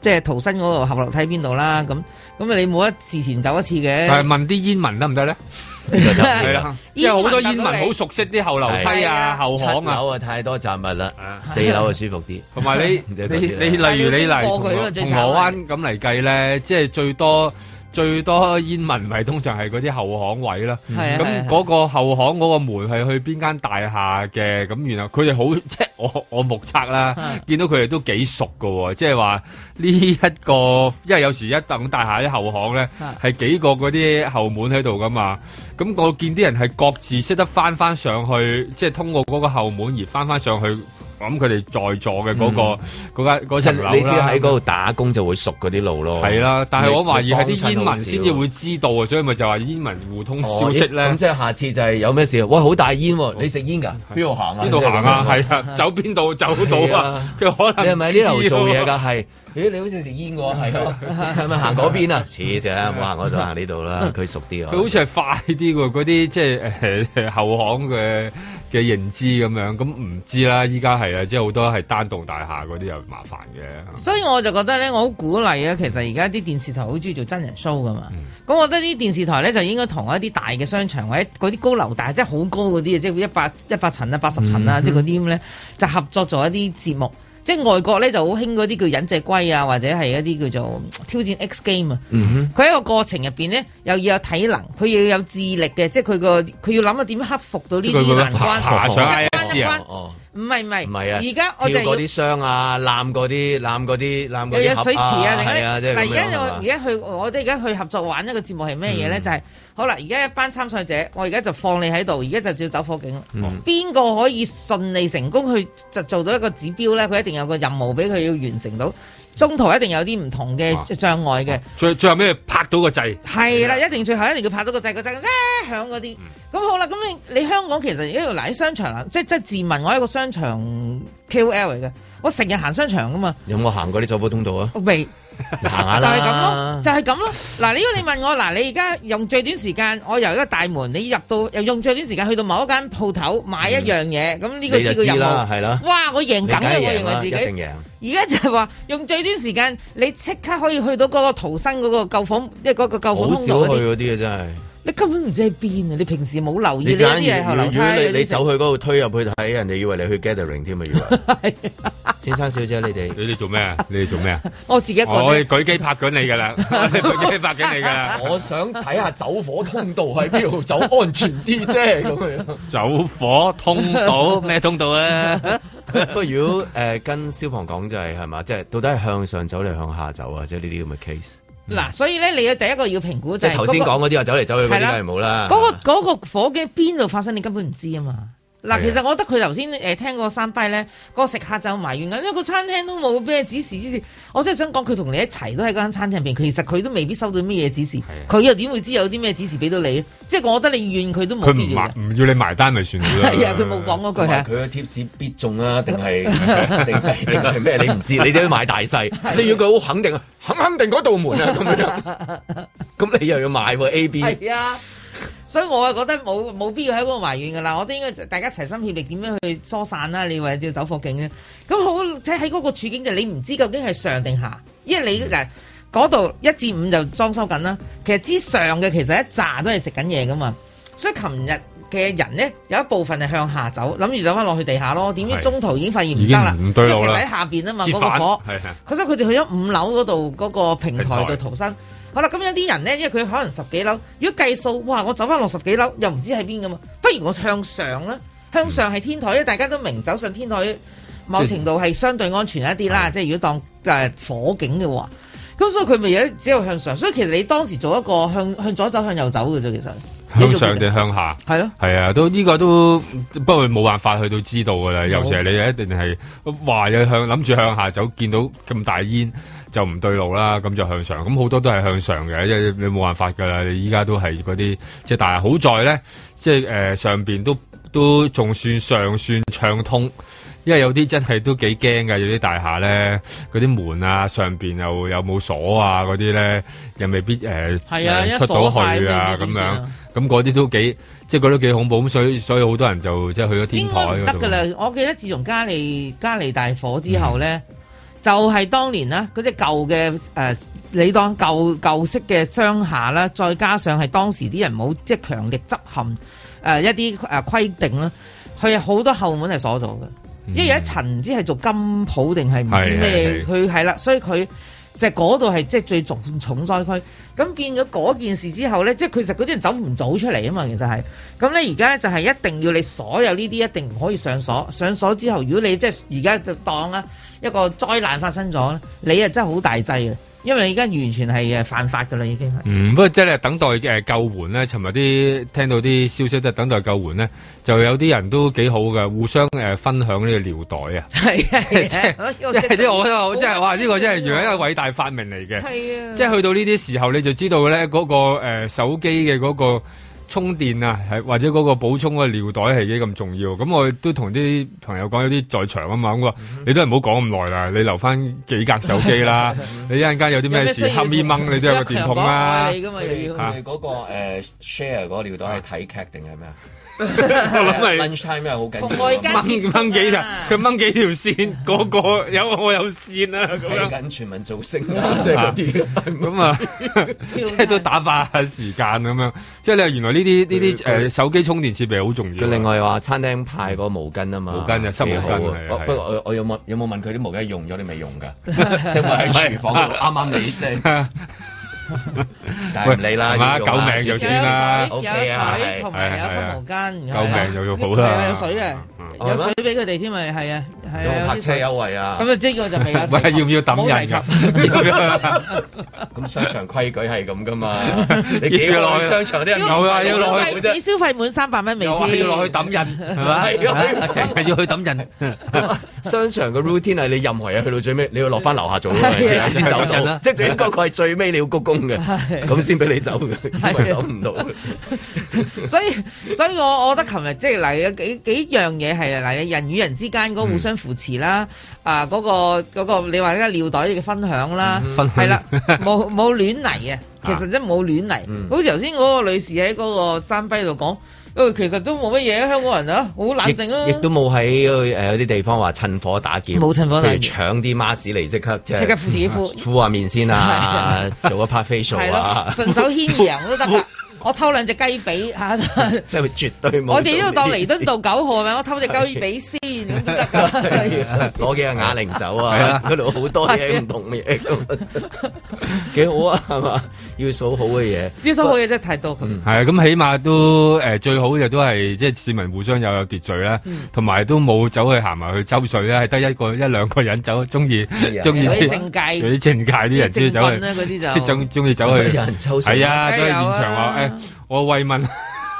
Speaker 4: 即係逃生嗰個後樓梯邊度啦。咁咁啊，你冇得事前走一次嘅。
Speaker 3: 但係問啲煙民得唔得咧？ 係啦，因為好多煙民好熟悉啲後樓梯啊、後巷
Speaker 2: 七
Speaker 3: 啊
Speaker 2: 樓。啊太多雜物啦，四樓啊舒服 啲。
Speaker 3: 同埋你
Speaker 2: 唔
Speaker 3: 你
Speaker 2: 知嗰
Speaker 3: 你
Speaker 2: 啲咧
Speaker 3: 例如你嚟
Speaker 2: 但係你要經過佢啊嘛最
Speaker 3: 銅鑼
Speaker 2: 慘
Speaker 3: 銅鑼
Speaker 2: 係
Speaker 3: 灣咁嚟計咧，即係最多。最多煙民咪通常係嗰啲後巷位啦，
Speaker 4: 係啊係啊
Speaker 3: 咁嗰個後巷嗰個門係去邊間大廈嘅，咁然後佢哋好 即係我我目測啦，見到佢哋都幾熟㗎喎，即係話呢一個，因為有時一棟大廈啲後巷咧
Speaker 4: 啊
Speaker 3: 係幾個嗰啲後門喺度㗎嘛，咁我見啲人係各自識得翻翻上去，即係通過嗰個後門而翻翻上去，咁佢哋在座嘅嗰、個嗰間嗰
Speaker 2: 即
Speaker 3: 層樓
Speaker 2: 嗯係你先喺嗰
Speaker 3: 個
Speaker 2: 度打工就會熟嗰啲路咯。
Speaker 3: 係啦，但係我懷疑係啲
Speaker 2: 煙
Speaker 3: 煙
Speaker 2: 民
Speaker 3: 民先至會知道啊，所以咪就話煙民互 通消息咧。
Speaker 2: 哦咁即係下次就係有咩事，喂，好大煙喎！你食煙㗎？邊度行啊？
Speaker 3: 邊度行啊？係啊，走邊度 走到啊？佢可 能啊
Speaker 2: 你係咪呢度做嘢 㗎？係。
Speaker 4: 咦，你好似食煙喎，係
Speaker 2: 啊係咪行嗰邊啊？ 黐線啦，唔好行嗰度，行呢度 啦。佢熟啲啊。
Speaker 3: 佢好似係快啲喎，嗰啲即係 誒後巷嘅嘅認知咁樣，咁唔知啦。依家係啊，即係好多係單棟大廈嗰啲又麻煩嘅。啊
Speaker 4: 所以我就覺得咧，我好鼓勵啊！其實而家啲電視台好中意做真人 show 噶嘛。
Speaker 2: 嗯
Speaker 4: 咁、我覺得啲電視台咧就應該同一啲大嘅商場或者嗰啲高樓大，即係好高嗰啲啊，即係一百一百層啊、八十層啊，
Speaker 10: 嗯
Speaker 4: 即係嗰啲咁咧，就合作做一啲節目。即係外國咧就好興嗰啲叫忍者龜啊，或者係一啲叫做挑戰 X Game 啊。
Speaker 2: 嗯
Speaker 4: 佢喺個過程入邊咧，又要有體能，佢要有智力嘅，即係佢個佢要諗下點樣克服到呢啲難關，
Speaker 2: 爬上
Speaker 4: 一
Speaker 2: IFC
Speaker 4: 關一
Speaker 2: 啊
Speaker 4: 關。
Speaker 2: 哦
Speaker 4: 唔係唔係，
Speaker 2: 唔係啊！
Speaker 4: 而家我就
Speaker 2: 跳
Speaker 4: 係要
Speaker 2: 嗰啲箱啊，攬嗰啲攬嗰啲攬嗰
Speaker 4: 又
Speaker 2: 啲
Speaker 4: 有水池啊，另
Speaker 2: 係
Speaker 4: 外
Speaker 2: 啊，即係
Speaker 4: 咧嗱，
Speaker 2: 咁
Speaker 4: 而家
Speaker 2: 樣
Speaker 4: 就
Speaker 2: 係嘛
Speaker 4: 而家去，我哋而家去合作玩一個節目係咩嘢咧？
Speaker 2: 嗯
Speaker 4: 就係好啦，而家一班參賽者，我而家就放你喺度，而家就照走火警啦
Speaker 2: 嗯。
Speaker 4: 邊個可以順利成功去就做到一個指標咧？佢一定有個任務俾佢要完成到，中途一定有啲唔同嘅障礙嘅。
Speaker 3: 最最後尾拍到個掣，
Speaker 4: 係啦，一嗯定最後一定要拍到個掣個掣咧響嗰啲。咁好啦，咁你你香港其實因為嗱喺商場啦，即即自問我係一個商場 KOL 嚟嘅，我成日行商場噶嘛。
Speaker 2: 有冇行過啲走火通道啊？
Speaker 4: 未，
Speaker 2: 行下啦。
Speaker 4: 就係咁咯，就係咁咯。嗱，呢個你問我，嗱，你而家用最短時間，我由一個大門，你入到又用最短時間去到某一間鋪頭買一樣嘢，咁呢個
Speaker 2: 嗯你就
Speaker 4: 先叫
Speaker 2: 知
Speaker 4: 任
Speaker 2: 啦，
Speaker 4: 務。
Speaker 2: 係啦。
Speaker 4: 哇！我贏緊
Speaker 2: 你梗係
Speaker 4: 嘅，我
Speaker 2: 贏
Speaker 4: 認
Speaker 2: 啦
Speaker 4: 為自
Speaker 2: 一定
Speaker 4: 己
Speaker 2: 贏。
Speaker 4: 而家就係話用最短時間，你即刻可以去到嗰個逃生嗰個救火，即係嗰個救火
Speaker 2: 好
Speaker 4: 通道
Speaker 2: 少
Speaker 4: 嗰
Speaker 2: 去
Speaker 4: 啲。
Speaker 2: 嗰啲啊，真係。
Speaker 4: 你根本唔知喺邊啊！你平時冇留意
Speaker 2: 你
Speaker 4: 呢啲嘢
Speaker 2: 陣
Speaker 4: 後
Speaker 2: 如
Speaker 4: 樓
Speaker 2: 如果
Speaker 4: 梯
Speaker 2: 你你走
Speaker 4: 去
Speaker 2: 去嗰度推入去睇，人哋以為你去 gathering 添啊，以 為。先生小姐，你哋
Speaker 3: 你哋做咩啊？你哋做咩啊？
Speaker 4: 我自己一個
Speaker 3: 我
Speaker 4: 啫。
Speaker 3: 舉機拍緊你 㗎啦，我哋舉機拍緊你㗎啦。
Speaker 2: 我想睇下走火通道喺邊度走安全啲啫，咁樣。
Speaker 3: 走火通道咩通道啊？
Speaker 2: 不過如果誒、呃跟消防講就係係嘛，即係到底係向上走定向下走啊？即係呢啲咁嘅 case。
Speaker 4: 嗱，所以咧，你要第一個要評估
Speaker 2: 即係
Speaker 4: 就係
Speaker 2: 頭先
Speaker 4: 嗰個
Speaker 2: 講嗰啲話走嚟走去嗰
Speaker 4: 係
Speaker 2: 啲
Speaker 4: 啦
Speaker 2: 梗係冇啦。
Speaker 4: 嗰、個嗰、個火警邊度發生，你根本唔知啊嘛。
Speaker 2: 係啊
Speaker 4: 嗱，其實我覺得佢頭先誒聽個山拜咧，嗰、個食客就埋怨緊，因為個餐廳都冇咩指示指示。我真係想講，佢同你一齊都喺嗰間餐廳入邊，其實佢都未必收到咩嘢指示，佢又點會知有啲咩指示俾到你？即係我覺得你怨佢都
Speaker 3: 佢
Speaker 4: 冇必
Speaker 3: 唔
Speaker 4: 要
Speaker 3: 埋
Speaker 4: 嘅。
Speaker 3: 唔要你埋單咪算啦。
Speaker 4: 啊係啊，佢冇講嗰句
Speaker 2: 同埋
Speaker 4: 係
Speaker 2: 佢。嘅 tips 必中啊，定係定係定係咩？你唔知，你都要買大細。即係如果佢好肯定，肯肯定嗰道門啊咁樣，咁你又要買喎 A B。
Speaker 4: 係啊，所以我啊覺得冇冇必要喺嗰度埋怨噶啦，我都應該大家齊心協力點樣去疏散啦。你話要走火警咧，啊咁好睇喺嗰個處境就你唔知究竟係上定下，因為
Speaker 3: 嗯
Speaker 4: 你嗱嗰度一至五就裝修緊啦，其實之上嘅其實一紮都係食緊嘢噶嘛，所以琴日。嘅人咧有一部分係向下走，諗住走翻落去地下咯。點知
Speaker 3: 係
Speaker 4: 中途已經發現唔得啦，
Speaker 3: 已經
Speaker 4: 因
Speaker 3: 唔對
Speaker 4: 為
Speaker 3: 路啦
Speaker 4: 其實喺下邊啊嘛，嗰
Speaker 3: 折
Speaker 4: 個
Speaker 3: 返
Speaker 4: 火。
Speaker 3: 係啊。
Speaker 4: 佢所以佢哋去咗五樓嗰度嗰個平台度
Speaker 3: 平台
Speaker 4: 逃生。好啦，咁有啲人咧，因為佢可能十幾樓，如果計數，哇！我走翻落十幾樓，又唔知喺邊噶嘛，不如我向上啦，向上係天台，因為大家都明走上天台，某程度係相對安全一啲
Speaker 3: 嗯
Speaker 4: 啦。即係如果當誒、呃火警嘅話，咁所以佢咪有只有向上。所以其實你當時做一個向向左走向右走嘅啫，其實
Speaker 3: 向上定向下？
Speaker 4: 係咯，
Speaker 3: 係啊，都呢、個都不過冇辦法去到知道噶啦。尤其係你一定係話又向諗住向下走，見到咁大煙就唔對路啦，咁就向上。咁好多都係向上嘅，因為你冇辦法噶啦。你依家都係嗰啲即係，但係好在咧，即係誒、呃上邊都都仲算尚算暢通。因為有啲真係都幾驚㗎，有啲大廈咧，嗰啲門啊上邊又有冇鎖啊嗰啲咧，又未必誒、呃
Speaker 4: 係啊
Speaker 3: 呃
Speaker 4: 一
Speaker 3: 出
Speaker 4: 鎖
Speaker 3: 到
Speaker 4: 晒
Speaker 3: 去啊
Speaker 4: 咁
Speaker 3: 咁
Speaker 4: 你點算
Speaker 3: 樣
Speaker 4: 啊。
Speaker 3: 咁嗰啲都幾，即係嗰啲幾恐怖，咁所以所以好多人就即係去咗天
Speaker 4: 應
Speaker 3: 台
Speaker 4: 該唔
Speaker 3: 嗰
Speaker 4: 得
Speaker 3: 度。
Speaker 4: 噶啦。我記得自從加利加利大火之後咧，就係當年啦，嗰只舊嘅誒、呃你當舊舊式嘅商廈啦，再加上係當時啲人冇即係強力執行誒、呃一啲誒、呃、規定啦，佢係好多後門係鎖咗嘅，
Speaker 3: 嗯
Speaker 4: 因為有一層唔知係做金鋪定係唔知咩，
Speaker 3: 係係
Speaker 4: 佢係啦，所以佢就係嗰度係即係最重重災區。咁變咗嗰件事之後咧，即係其實嗰啲人走唔到出嚟啊嘛，其實係。咁咧而家咧就係一定要你所有呢啲一定唔可以上
Speaker 3: 嗯
Speaker 4: 鎖，上鎖之後，如果你即係而家就當啦一個災難發生咗咧，你啊真係好大劑啊！因為你而家完全係誒犯法㗎啦，已 經係。
Speaker 3: 嗯，不過即係等待誒、呃救援咧，尋日啲聽到啲消息都係等待救援咧，就有啲人都幾好嘅，互相誒、呃分享呢個尿袋啊。即係呢個我覺得好，即啊係哇！呢個真係原來一個偉大發明嚟嘅。
Speaker 4: 啊係啊
Speaker 3: 即係去到呢啲時候，你就知道咧嗰個誒手機嘅嗰個充電啊，係或者嗰個補充個尿袋係幾咁重要。咁我都同啲朋友講，有啲在場啊嘛，咁我話你都唔好講咁耐啦，你留翻幾格手機 啦。你一陣間有啲咩事，黑咪掹你都有個電筒啊
Speaker 4: 啊
Speaker 3: 啦。
Speaker 2: 佢哋嗰個誒 share 嗰個尿袋係睇劇定係咩啊？
Speaker 3: 我諗係
Speaker 2: lunch time 又好緊要。
Speaker 3: 掹掹幾條，佢掹幾條 線，個個有我有線啊，咁
Speaker 2: 睇
Speaker 3: 樣。
Speaker 2: 緊全民造星啊，即係嗰啲
Speaker 3: 咁 啊，即係都打發下時間咁樣。即係你原來呢啲呢啲誒手機充電設備好重要。啊
Speaker 2: 佢另外話餐廳派個毛巾啊嘛，
Speaker 3: 毛巾啊濕毛巾
Speaker 2: 幾好
Speaker 3: 係
Speaker 2: 不
Speaker 3: 係
Speaker 2: 不過我我有冇有冇問佢啲毛巾用咗定未用㗎？ 即係我喺廚房嗰度啱啱你即係。但係唔理啦，
Speaker 3: 係嘛
Speaker 2: 要用啦
Speaker 3: 救命就算啦
Speaker 4: 有
Speaker 2: OK 啊
Speaker 4: 水同埋有濕毛巾，
Speaker 3: 救命就要好啦
Speaker 4: 係啊有水啊，
Speaker 2: 嗯
Speaker 4: 有水俾佢哋添咪係啊，係啊，
Speaker 2: 用泊
Speaker 4: 有啲
Speaker 2: 車
Speaker 4: 水
Speaker 2: 優惠啊！
Speaker 4: 咁啊，即係我就未有提及。
Speaker 2: 喂要唔要抌人 㗎
Speaker 4: 冇提及
Speaker 2: 咁商場規矩係咁㗎 嘛？你幾個落去商場啲人
Speaker 4: 消
Speaker 2: 啊，
Speaker 4: 你消
Speaker 2: 落
Speaker 4: 費你消費滿三百蚊未
Speaker 2: 啊
Speaker 4: 先？
Speaker 2: 抌 人係
Speaker 4: 係啊
Speaker 2: 咪？成日要去抌人。哎 商場嘅 routine 係你任何嘢去到最尾，你要落翻樓下做㗎嘛
Speaker 4: 係啊
Speaker 2: 先先走
Speaker 4: 抌人
Speaker 2: 到
Speaker 4: 啦，
Speaker 2: 即係應該佢係最尾你要鞠躬嘅，
Speaker 4: 係
Speaker 2: 咁先俾你走嘅，因為走唔到。
Speaker 4: 所以所以我我覺得琴日即係嗱有幾幾樣嘢係嗱人與人之間
Speaker 2: 嗯
Speaker 4: 嗰個互相扶持啦，啊嗰個嗰個你話呢個尿袋嘅分享啦，
Speaker 2: 嗯
Speaker 3: 分享
Speaker 4: 係啦，冇冇亂嚟 啊，其實真係冇亂
Speaker 3: 嗯
Speaker 4: 嚟。好似頭先嗰個女士喺嗰個山碑度講，呃其實都冇乜嘢啊，香港人啊，好冷靜啊
Speaker 2: 亦。都冇喺誒有啲地方話趁火打劫，
Speaker 4: 冇趁火打劫
Speaker 2: 譬如搶啲 mask 嚟即刻即
Speaker 4: 即刻敷自己敷
Speaker 2: 敷下面先啊，做一 part facial
Speaker 4: 係咯
Speaker 2: 啊，，
Speaker 4: 順手牽羊都得㗎。我偷兩隻雞髀嚇，
Speaker 2: 即係絕對冇。
Speaker 4: 我哋呢度當彌敦道九號係咪？我偷隻雞髀先 咁都得㗎。
Speaker 2: 攞幾個啞鈴走
Speaker 3: 啊係
Speaker 2: 啊
Speaker 3: 啊！
Speaker 2: 嗰度好多嘢唔同嘅嘢， 幾好啊，係嘛？要數好嘅嘢，
Speaker 4: 啲數好嘢真係太多。
Speaker 3: 係啊，咁起碼都誒、呃最好就都係即係市民互相又有秩序啦，同埋、都冇走去行埋去抽水啦，係得一個一兩個人走，中意
Speaker 2: 啊
Speaker 3: 中意
Speaker 4: 有啲 政界
Speaker 3: 有啲政界啲人中意走
Speaker 4: 啲政 棍啊嗰啲就
Speaker 3: 去，中中意走去，
Speaker 2: 有人抽水
Speaker 3: 係啊，
Speaker 4: 梗係
Speaker 3: 走去現
Speaker 4: 有啊
Speaker 3: 場話誒、我慰問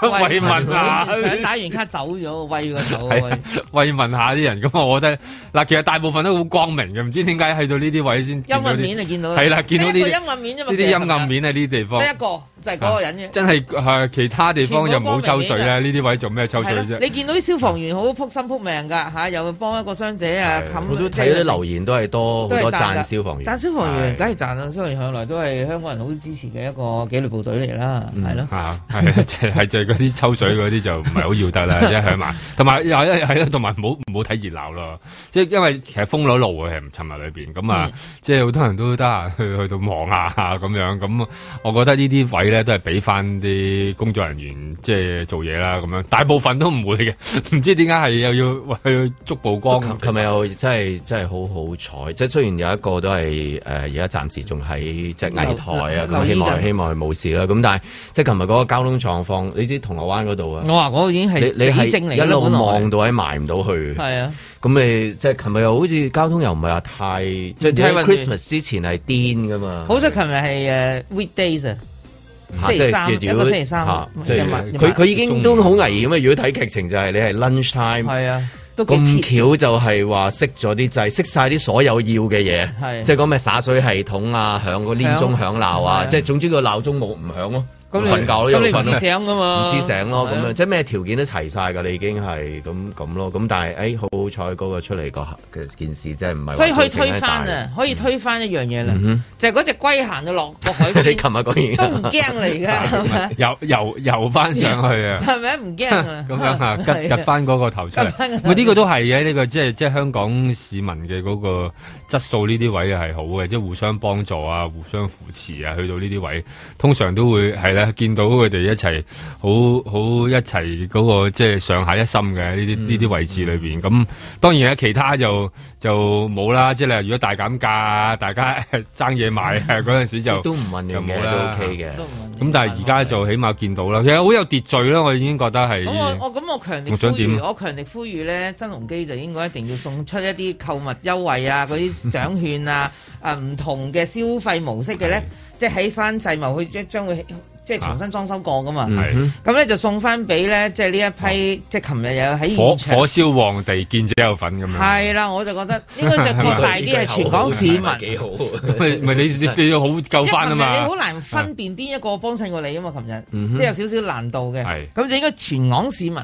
Speaker 3: 慰問啊，
Speaker 4: 想打完卡走咗，喂個手。
Speaker 3: 係啊慰問下啲人，咁我覺得嗱，其實大部分都好光明嘅，唔知點解去到呢啲位先
Speaker 4: 陰暗面就見到啦
Speaker 3: 係啦，見到呢
Speaker 4: 得一個
Speaker 3: 啲
Speaker 4: 陰暗面啫嘛其實啊
Speaker 3: 呢啲陰暗面喺呢啲地方
Speaker 4: 得一個就係嗰個人嘅。
Speaker 3: 真係係其他地方就唔好抽水
Speaker 4: 全部光
Speaker 3: 啦，
Speaker 4: 明
Speaker 3: 呢啲位做咩抽水
Speaker 4: 係啦，你
Speaker 3: 啫？
Speaker 4: 見到啲消防員好撲心撲命㗎嚇，又幫一個傷者啊冚。
Speaker 2: 我都睇嗰啲留言都係多好
Speaker 4: 都係
Speaker 2: 多
Speaker 4: 㗎
Speaker 2: 讚消防員，
Speaker 4: 讚消防員
Speaker 2: 係
Speaker 4: 梗係讚啦！消防員向來都係香港人好支持嘅一個紀律部隊嚟啦，
Speaker 2: 嗯
Speaker 4: 係咯。
Speaker 3: 啊，係 啊就係係就係嗰啲抽水嗰啲就唔係好要得 啦，一響埋，同埋又係係啊，同埋唔好唔好睇熱鬧咯，即係因為其實封咗路嘅，係尋日裏邊咁
Speaker 4: 嗯
Speaker 3: 啊，即係好多人都得閒去去到望下咁樣，咁我覺得呢啲位咧都係俾翻啲工作人員即係做嘢啦，咁樣大部分都唔會嘅，唔 知點解係又要喂去捉曝光，
Speaker 2: 琴琴日又真係真係好好彩，即係雖然有一個都係誒呃而家暫時仲喺即係危殆啊，
Speaker 4: 留
Speaker 2: 咁
Speaker 4: 意
Speaker 2: 希
Speaker 4: 緊
Speaker 2: 望希望佢冇事啦。咁但係即係琴日嗰個交通狀況，你知銅鑼灣嗰度啊，
Speaker 4: 我話嗰個已經嗯係
Speaker 2: 你你
Speaker 4: 死症嚟
Speaker 2: 係一
Speaker 4: 㗎啦，
Speaker 2: 路
Speaker 4: 本來
Speaker 2: 望到喺埋唔到去，
Speaker 4: 係啊。
Speaker 2: 咁你即係琴日又好似交通又唔係話太，即係
Speaker 4: 太
Speaker 2: 點解
Speaker 4: 混亂
Speaker 2: Christmas 之前係癲噶嘛？
Speaker 4: 好彩琴日係誒 weekdays 啊，
Speaker 2: 嚇嗯
Speaker 4: 星期三
Speaker 2: 啊即係
Speaker 4: 一個星期三啊
Speaker 2: 嚇即
Speaker 4: 日
Speaker 2: 係
Speaker 4: 晚日晚
Speaker 2: 佢佢已經都好危險啊！如果睇劇情就係你係 lunch time，
Speaker 4: 係啊，都幾
Speaker 2: 咁
Speaker 4: 貼
Speaker 2: 巧就係話熄咗啲掣，熄晒啲所有要嘅嘢，
Speaker 4: 係
Speaker 2: 即係講咩灑水系統啊、響個連鐘響鬧
Speaker 4: 係啊
Speaker 2: 啊，即係總之個鬧鐘冇唔響咯。
Speaker 4: 咁你
Speaker 2: 瞓覺咯，
Speaker 4: 咁你
Speaker 2: 一路
Speaker 4: 唔
Speaker 2: 瞓咯
Speaker 4: 知醒㗎
Speaker 2: 唔
Speaker 4: 嘛
Speaker 2: 知醒咯，
Speaker 4: 係啊
Speaker 2: 咁樣即係咩條件都齊晒㗎，你已經係咁咁咯。咁但係誒，好好彩嗰個出嚟個嘅件事真係唔係話
Speaker 4: 所以可
Speaker 2: 造
Speaker 4: 以
Speaker 2: 成
Speaker 4: 推
Speaker 2: 咩大
Speaker 4: 翻啊，可以推翻一樣嘢啦
Speaker 2: 嗯哼，
Speaker 4: 就係嗰只龜行到落個海
Speaker 2: 你琴日
Speaker 4: 邊，
Speaker 2: 講
Speaker 4: 都
Speaker 2: 完
Speaker 4: 唔驚嚟㗎， 係咪？
Speaker 3: 游游游翻上去啊！
Speaker 4: 係咪唔驚啊？
Speaker 3: 咁樣 啊，
Speaker 4: 係
Speaker 3: 吉吉翻嗰個頭出
Speaker 4: 趌返個
Speaker 3: 嚟，啊
Speaker 4: 頭
Speaker 3: 咪呢個都係嘅，呢個即係即係香港市民嘅嗰個質素呢啲位係好嘅，即係互相幫助啊，互相扶持啊，去到呢啲位，通常都會係咧咧，見到佢哋一齊好好一齊嗰、個即係上下一心嘅呢
Speaker 4: 嗯
Speaker 3: 啲呢啲位置裏邊。咁當然啦，啊其他就就冇啦。即係你話如果大減價啊，大家 爭嘢買啊
Speaker 4: 嗯
Speaker 3: 嗰陣時就
Speaker 2: 都唔混亂嘅
Speaker 3: 就冇啦
Speaker 2: 都 OK 嘅都唔
Speaker 3: 咁但係而家就起碼見到啦，其實好有秩序啦，我已經覺得係。
Speaker 4: 咁我我咁我強力
Speaker 3: 我
Speaker 4: 呼
Speaker 3: 想點啊
Speaker 4: 籲，我強力呼籲咧，新鴻基就應該一定要送出一啲購物優惠啊，嗰啲獎券 啊，啊唔同嘅消費模式嘅咧，即係喺翻世貿去將將會即係重新裝修過噶嘛。
Speaker 3: 係嗯
Speaker 4: 咁咧就送翻俾咧，即係呢一批，即係琴日又
Speaker 3: 火
Speaker 4: 喺現
Speaker 3: 火
Speaker 4: 場。
Speaker 3: 燒旺地，見者有份咁樣。
Speaker 4: 係啦，我就覺得應 該着擴大啲係全港市民。
Speaker 2: 幾好。
Speaker 3: 咪咪你你你要好夠翻啊
Speaker 4: 因為琴日你好
Speaker 3: 嘛！
Speaker 4: 難分辨邊一個幫襯過你啊嘛，琴日、
Speaker 3: 嗯哼
Speaker 4: 即係有少少難度嘅
Speaker 3: 係。
Speaker 4: 咁就應該全港市民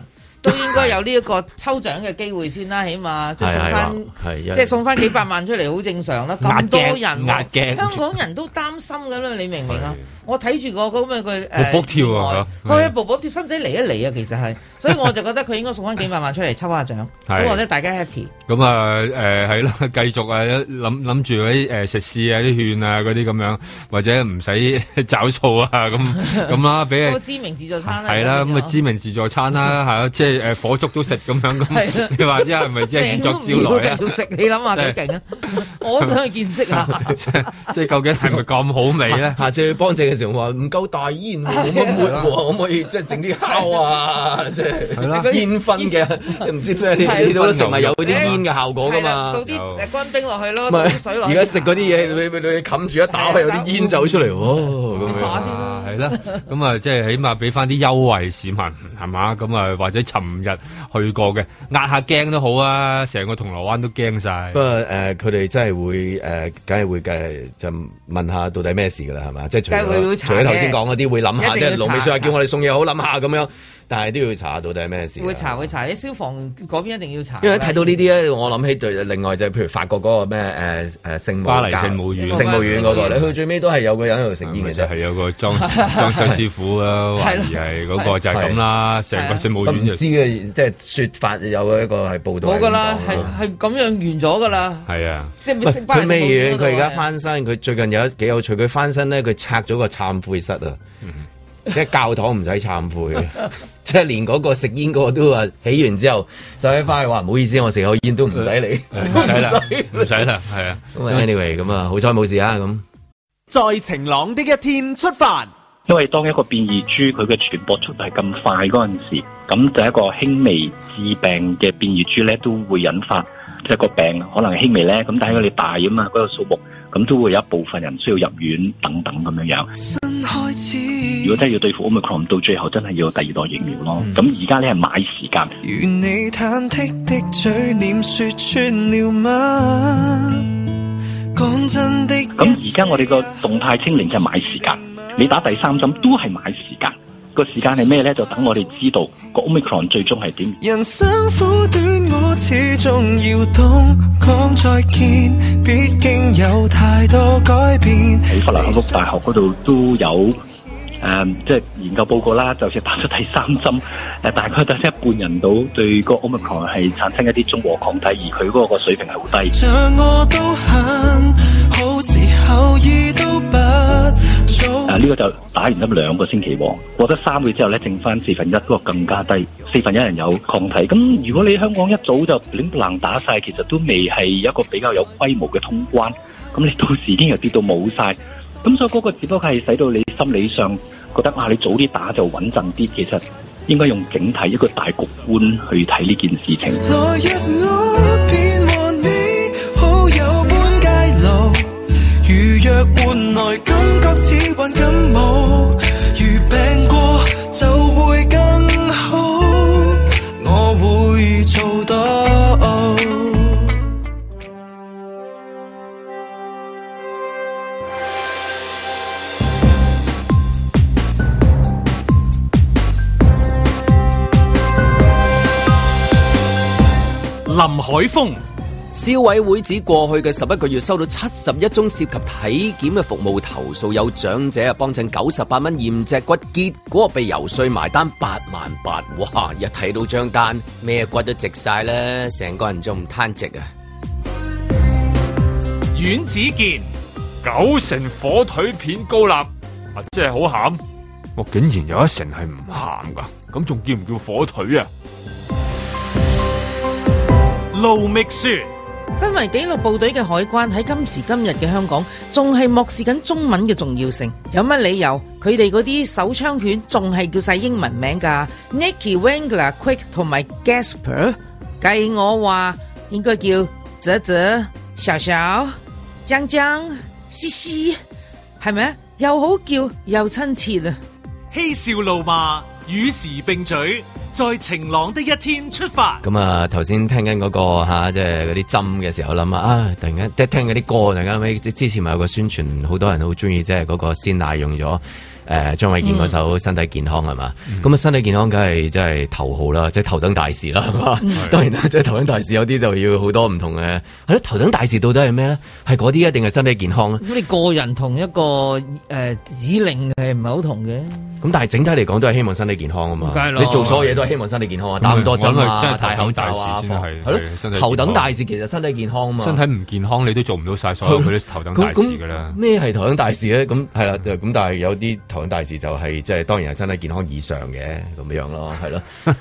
Speaker 4: 都應該有呢一個抽獎嘅機會先啦，起碼
Speaker 3: 啊
Speaker 4: 即係送翻。
Speaker 2: 係
Speaker 4: 即係送翻幾百萬出嚟，好正常啦。咁多人喎，
Speaker 2: 壓驚
Speaker 4: 香港人都擔心㗎啦，你明唔明啊？我睇住個咁嘅個誒，
Speaker 3: 卜卜跳
Speaker 4: 意
Speaker 3: 啊
Speaker 4: 外我係步步跳，心仔嚟一嚟啊，其實係，所以我就覺得佢應該送翻幾百萬出嚟抽下獎，
Speaker 3: 係
Speaker 4: 咁我覺得大家 happy。
Speaker 3: 咁啊誒係啦，繼續啊諗諗住嗰啲誒食肆啊啲券啊嗰啲咁樣，或者唔使 找數啊咁 咁啦，俾
Speaker 4: 嗰個
Speaker 3: 人
Speaker 4: 知名自助餐啦，
Speaker 3: 係啦，咁啊知名自助餐啦，係啊，即係誒火燭都食咁
Speaker 4: 係
Speaker 3: 樣咁
Speaker 4: 啦，
Speaker 3: 你話即係咪即係
Speaker 4: 命
Speaker 3: 遠
Speaker 4: 哎都
Speaker 3: 作
Speaker 4: 唔要
Speaker 3: 招來啊
Speaker 4: 繼？續食，你諗下幾勁啊！我想去見識下。
Speaker 3: 即係究竟係咪啊咁好味咧？
Speaker 2: 下次去幫正嘅時候話唔夠大煙喎，冇乜抹喎，可唔可以即係整啲烤啊？即
Speaker 3: 係啦
Speaker 2: 係煙燻嘅，唔知咩你你都食埋有啲煙嘅效果㗎
Speaker 4: 係啦
Speaker 2: 嘛？
Speaker 4: 倒啲誒乾冰落去咯，
Speaker 2: 唔
Speaker 4: 倒
Speaker 2: 係
Speaker 4: 啲水落
Speaker 2: 而
Speaker 4: 啊去。
Speaker 2: 家食嗰啲嘢，你你你冚住一打開，有啲煙走出嚟哦喎，咁樣
Speaker 4: 傻
Speaker 3: 啊係啦，咁啊，即係起碼俾翻啲優惠市民係嘛，咁啊或者尋日去過嘅壓下驚都好啊，成個銅鑼灣都驚晒
Speaker 2: 不。過誒，呃佢哋真係會誒，梗係會誒，就問下到底咩事㗎啦，係嘛？即係除
Speaker 4: 梗係會
Speaker 2: 咗
Speaker 4: 會
Speaker 2: 除
Speaker 4: 查
Speaker 2: 咗頭先講嗰啲，會諗下，
Speaker 4: 一
Speaker 2: 即
Speaker 4: 定要
Speaker 2: 係盧美雪
Speaker 4: 查
Speaker 2: 話叫我哋送嘢好諗下咁樣，但係都要查下到底係咩事啊。
Speaker 4: 會查會查，啲消防嗰邊一定要查。
Speaker 2: 因為睇到呢啲咧，我諗起對另外就係譬如法國嗰個咩誒誒聖母
Speaker 3: 巴黎
Speaker 2: 教
Speaker 3: 聖母院
Speaker 2: 聖母院嗰個咧，
Speaker 3: 聖母
Speaker 2: 佢最尾都係有個人喺度食煙嘅啫，
Speaker 3: 係有個 裝裝修師傅啊，懷疑係嗰個就係咁啦，成個聖母
Speaker 2: 咁唔
Speaker 3: 院就
Speaker 2: 知嘅，即係説法有一個係報道係
Speaker 4: 冇㗎啦
Speaker 2: 咁，講啊
Speaker 4: 係係咁樣完咗㗎啦，
Speaker 3: 係啊。
Speaker 4: 即係食
Speaker 2: 佢
Speaker 4: 翻
Speaker 2: 未完，佢而家翻身，佢最近有一幾有趣，佢翻身咧，佢拆咗個懺悔室啊，
Speaker 4: 嗯
Speaker 2: 即係教堂唔使懺悔，啊 即係連嗰個食煙嗰個都話起完之後，就喺翻去話唔好意思，我食口煙都唔使你，
Speaker 4: 嗯
Speaker 3: 唔使啦，唔使啦，係啊。
Speaker 2: 咁啊，anyway 咁啊，好彩冇事啊咁。
Speaker 5: 在晴朗的一天出發。
Speaker 12: 因為當一個變異株佢嘅傳播速度係咁快嗰陣時，咁就一個輕微致病嘅變異株咧，都會引發即係個病可能係輕微咧，咁但係因為你大啊嘛，嗰、個數目咁都會有一部分人需要入院等等咁樣樣。
Speaker 6: 開始，
Speaker 12: 如果真係要對付 Omicron，到最後真係要有第二代疫苗咯。咁而家咧係買時間。
Speaker 6: 如你忐忑的嘴臉說穿了嗎？講真的，
Speaker 12: 咁而家我哋個動態清零就係買時間，你打第三針都係買時間。個時間係咩咧？就等我哋知道個 Omicron 最終係點。
Speaker 6: 人生苦短，我始終要懂講再見，畢竟有太多改變。
Speaker 12: 喺法蘭克福大學嗰度都有誒、嗯即係研究報告啦，就算打咗第三針，誒、大概得一半人到對個 Omicron 係產生一啲中和抗體，而佢嗰個水平係好低。
Speaker 6: 像我都很好時候，已都不早。
Speaker 12: 啊！呢、個就打完針兩個星期喎，過得三個月之後咧，剩翻四分一嗰個更加低，四分一人有抗體。咁如果你香港一早就亂唪唥打晒，其實都未係一個比較有規模嘅通關，咁你到時已經又跌到冇晒。咁所以嗰個只不過係使到你心理上覺得啊，你早啲打就穩陣啲。其實應該用整體一個大局觀去睇呢件事情。
Speaker 6: 來日我便和你好友般街路，如若換來感覺似患感冒，如病過就會更好，我會做到。
Speaker 1: 林海峰、
Speaker 13: 消委會指過去嘅十一個月收到七十一宗涉及體檢嘅服務投訴，有長者啊幫襯九十八蚊驗脊骨，結果被游說埋單八萬八，哇！一睇到張單，咩骨都直晒啦，成個人仲唔攤直啊！
Speaker 1: 阮子健，
Speaker 3: 九成火腿片高立，啊，即係好鹹。我竟然有一成係唔鹹噶，咁仲叫唔叫火腿啊？
Speaker 1: 路觅雪，
Speaker 14: 身為紀律部隊嘅海關喺今時今日嘅香港，仲係漠視緊中文嘅重要性。有乜理由佢哋嗰啲手槍犬仲係叫晒英文名㗎？Nicky Wangler、Quick 同埋 Gasper，計我話應該叫嘖嘖、小小、張張、嘻嘻，係咪啊？又好叫又親切啊！
Speaker 1: 嬉笑怒罵，與時並舉，在晴朗的一天出發。
Speaker 2: 咁啊，頭先聽緊嗰、個嚇、即係嗰啲針嘅時候諗下啊，突然間即係聽嗰啲歌，突然間諗起之前咪有個宣傳，好多人好中意，即係嗰個鮮奶用咗。誒、張衛健嗰首《身體健康》係嘛？咁啊、身體健康梗係即係頭號啦，即係頭等大事啦，係嘛？ 當然啦，即係頭等大事有啲就要好多唔同嘅。係咯，頭等大事到底係咩咧？係嗰啲一定係身體健康啊咧？
Speaker 4: 咁你個人同一個誒、呃指令係唔係好同嘅？
Speaker 2: 咁但係整體嚟講都係希望身體健康啊嘛
Speaker 4: 梗係，啦
Speaker 2: 你做所有嘢都係希望身體健康啊，打咁多針
Speaker 3: 咁
Speaker 2: 啊，
Speaker 3: 咪
Speaker 2: 戴口罩啊，
Speaker 3: 真係頭等大事先
Speaker 2: 防係
Speaker 3: 係係身體健
Speaker 2: 咯，
Speaker 3: 康
Speaker 2: 頭等大事其實身體健康啊嘛，
Speaker 3: 身體唔健康，你都做唔到晒所 有佢啲頭等大事噶啦。
Speaker 2: 咩係頭等大事咧？咁係啦，就咁但係有啲頭等大事就係即係當然係身體健康以上嘅咁樣咯，係咯，
Speaker 3: 係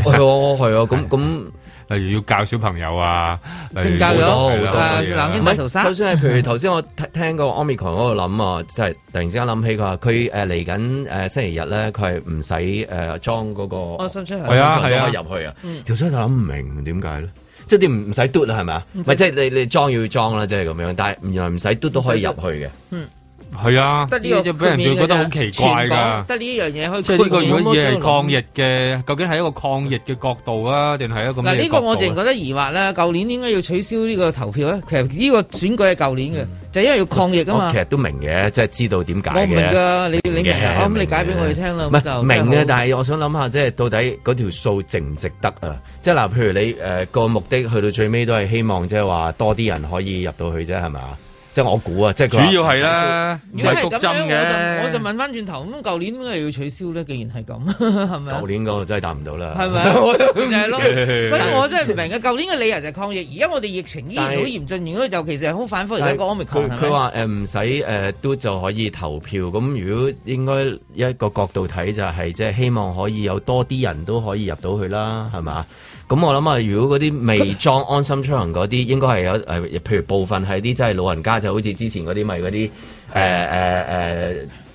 Speaker 2: 係喎係喎，咁咁。
Speaker 3: 例如要教小朋友啊，例如
Speaker 2: 性教育
Speaker 3: 好多
Speaker 2: 好多
Speaker 3: 好多嘢啊
Speaker 2: 唔係就算係譬如頭先我聽聽個 Omicron 嗰度諗啊，即係突然之間諗起佢話佢誒嚟緊誒星期日咧，佢係唔使誒裝嗰個
Speaker 4: 安心出行
Speaker 2: 安心
Speaker 4: 係啊係啊
Speaker 2: 都可以入去啊
Speaker 4: 嗯。
Speaker 2: 條真係諗唔明點解咧？即係你唔唔使嘟啦，係咪啊？
Speaker 4: 唔
Speaker 2: 唔
Speaker 4: 使
Speaker 2: 係即係你你裝要裝啦，即係咁樣。但係原來唔使嘟都可以入去嘅。
Speaker 4: 嗯，
Speaker 3: 係啊，
Speaker 4: 得呢個
Speaker 3: 就俾人哋覺得好奇怪
Speaker 4: 全港
Speaker 3: 㗎。
Speaker 4: 得呢樣嘢可以
Speaker 3: 即係呢個如果以係抗
Speaker 4: 疫。
Speaker 3: 疫嘅，究竟係一個抗疫嘅角度啊，定係一個咩啊
Speaker 4: 嗱，呢個我淨係
Speaker 3: 覺
Speaker 4: 覺得疑惑啦。舊年點解要取消呢個投票咧？其實呢個選舉係舊年
Speaker 3: 嗯
Speaker 4: 嘅，就因為要抗疫啊
Speaker 3: 哦
Speaker 2: 我
Speaker 4: 嘛
Speaker 2: 哦其。實都明嘅，即係知道點解嘅。
Speaker 4: 我唔明㗎，你你明
Speaker 2: 嘅
Speaker 4: 啊？我咁你解俾我哋聽啦，咁就
Speaker 2: 唔係明
Speaker 4: 嘅
Speaker 2: 嘅，，但係我想諗下，即係到底嗰條數值唔值得啊？即係嗱，譬如你誒個目的去到最尾都係希望即係話多啲人可以入到去啫，係咪啊？即係我估啊，即係
Speaker 3: 主
Speaker 2: 佢話
Speaker 3: 要係啦，唔
Speaker 4: 如果
Speaker 3: 係
Speaker 4: 係
Speaker 3: 谷
Speaker 4: 咁
Speaker 3: 針
Speaker 4: 樣，我就我
Speaker 3: 嘅
Speaker 4: 就。問翻轉頭，咁舊年點解要取消咧？既然係咁，係咪啊
Speaker 2: 舊？年嗰個真係答唔到啦，
Speaker 4: 係 咪啊？就係咯，所以我
Speaker 2: 真
Speaker 4: 真係唔明嘅。舊年嘅理由就係抗疫，而家我哋疫情依然好
Speaker 2: 但係
Speaker 4: 嚴峻，而家尤其是係好反覆，而家
Speaker 2: 係
Speaker 4: 個 omicron 係
Speaker 2: 佢
Speaker 4: 咪啊
Speaker 2: 佢話誒唔使誒都就可以投票，咁如果應該一個角度睇就係即係希望可以有多啲人都可以入到去啦，係嘛？咁我諗啊，如果嗰啲未裝安心出行嗰啲，應該係有誒、呃譬如部分係啲真係老人家，就好似之前嗰啲咪嗰啲誒誒誒，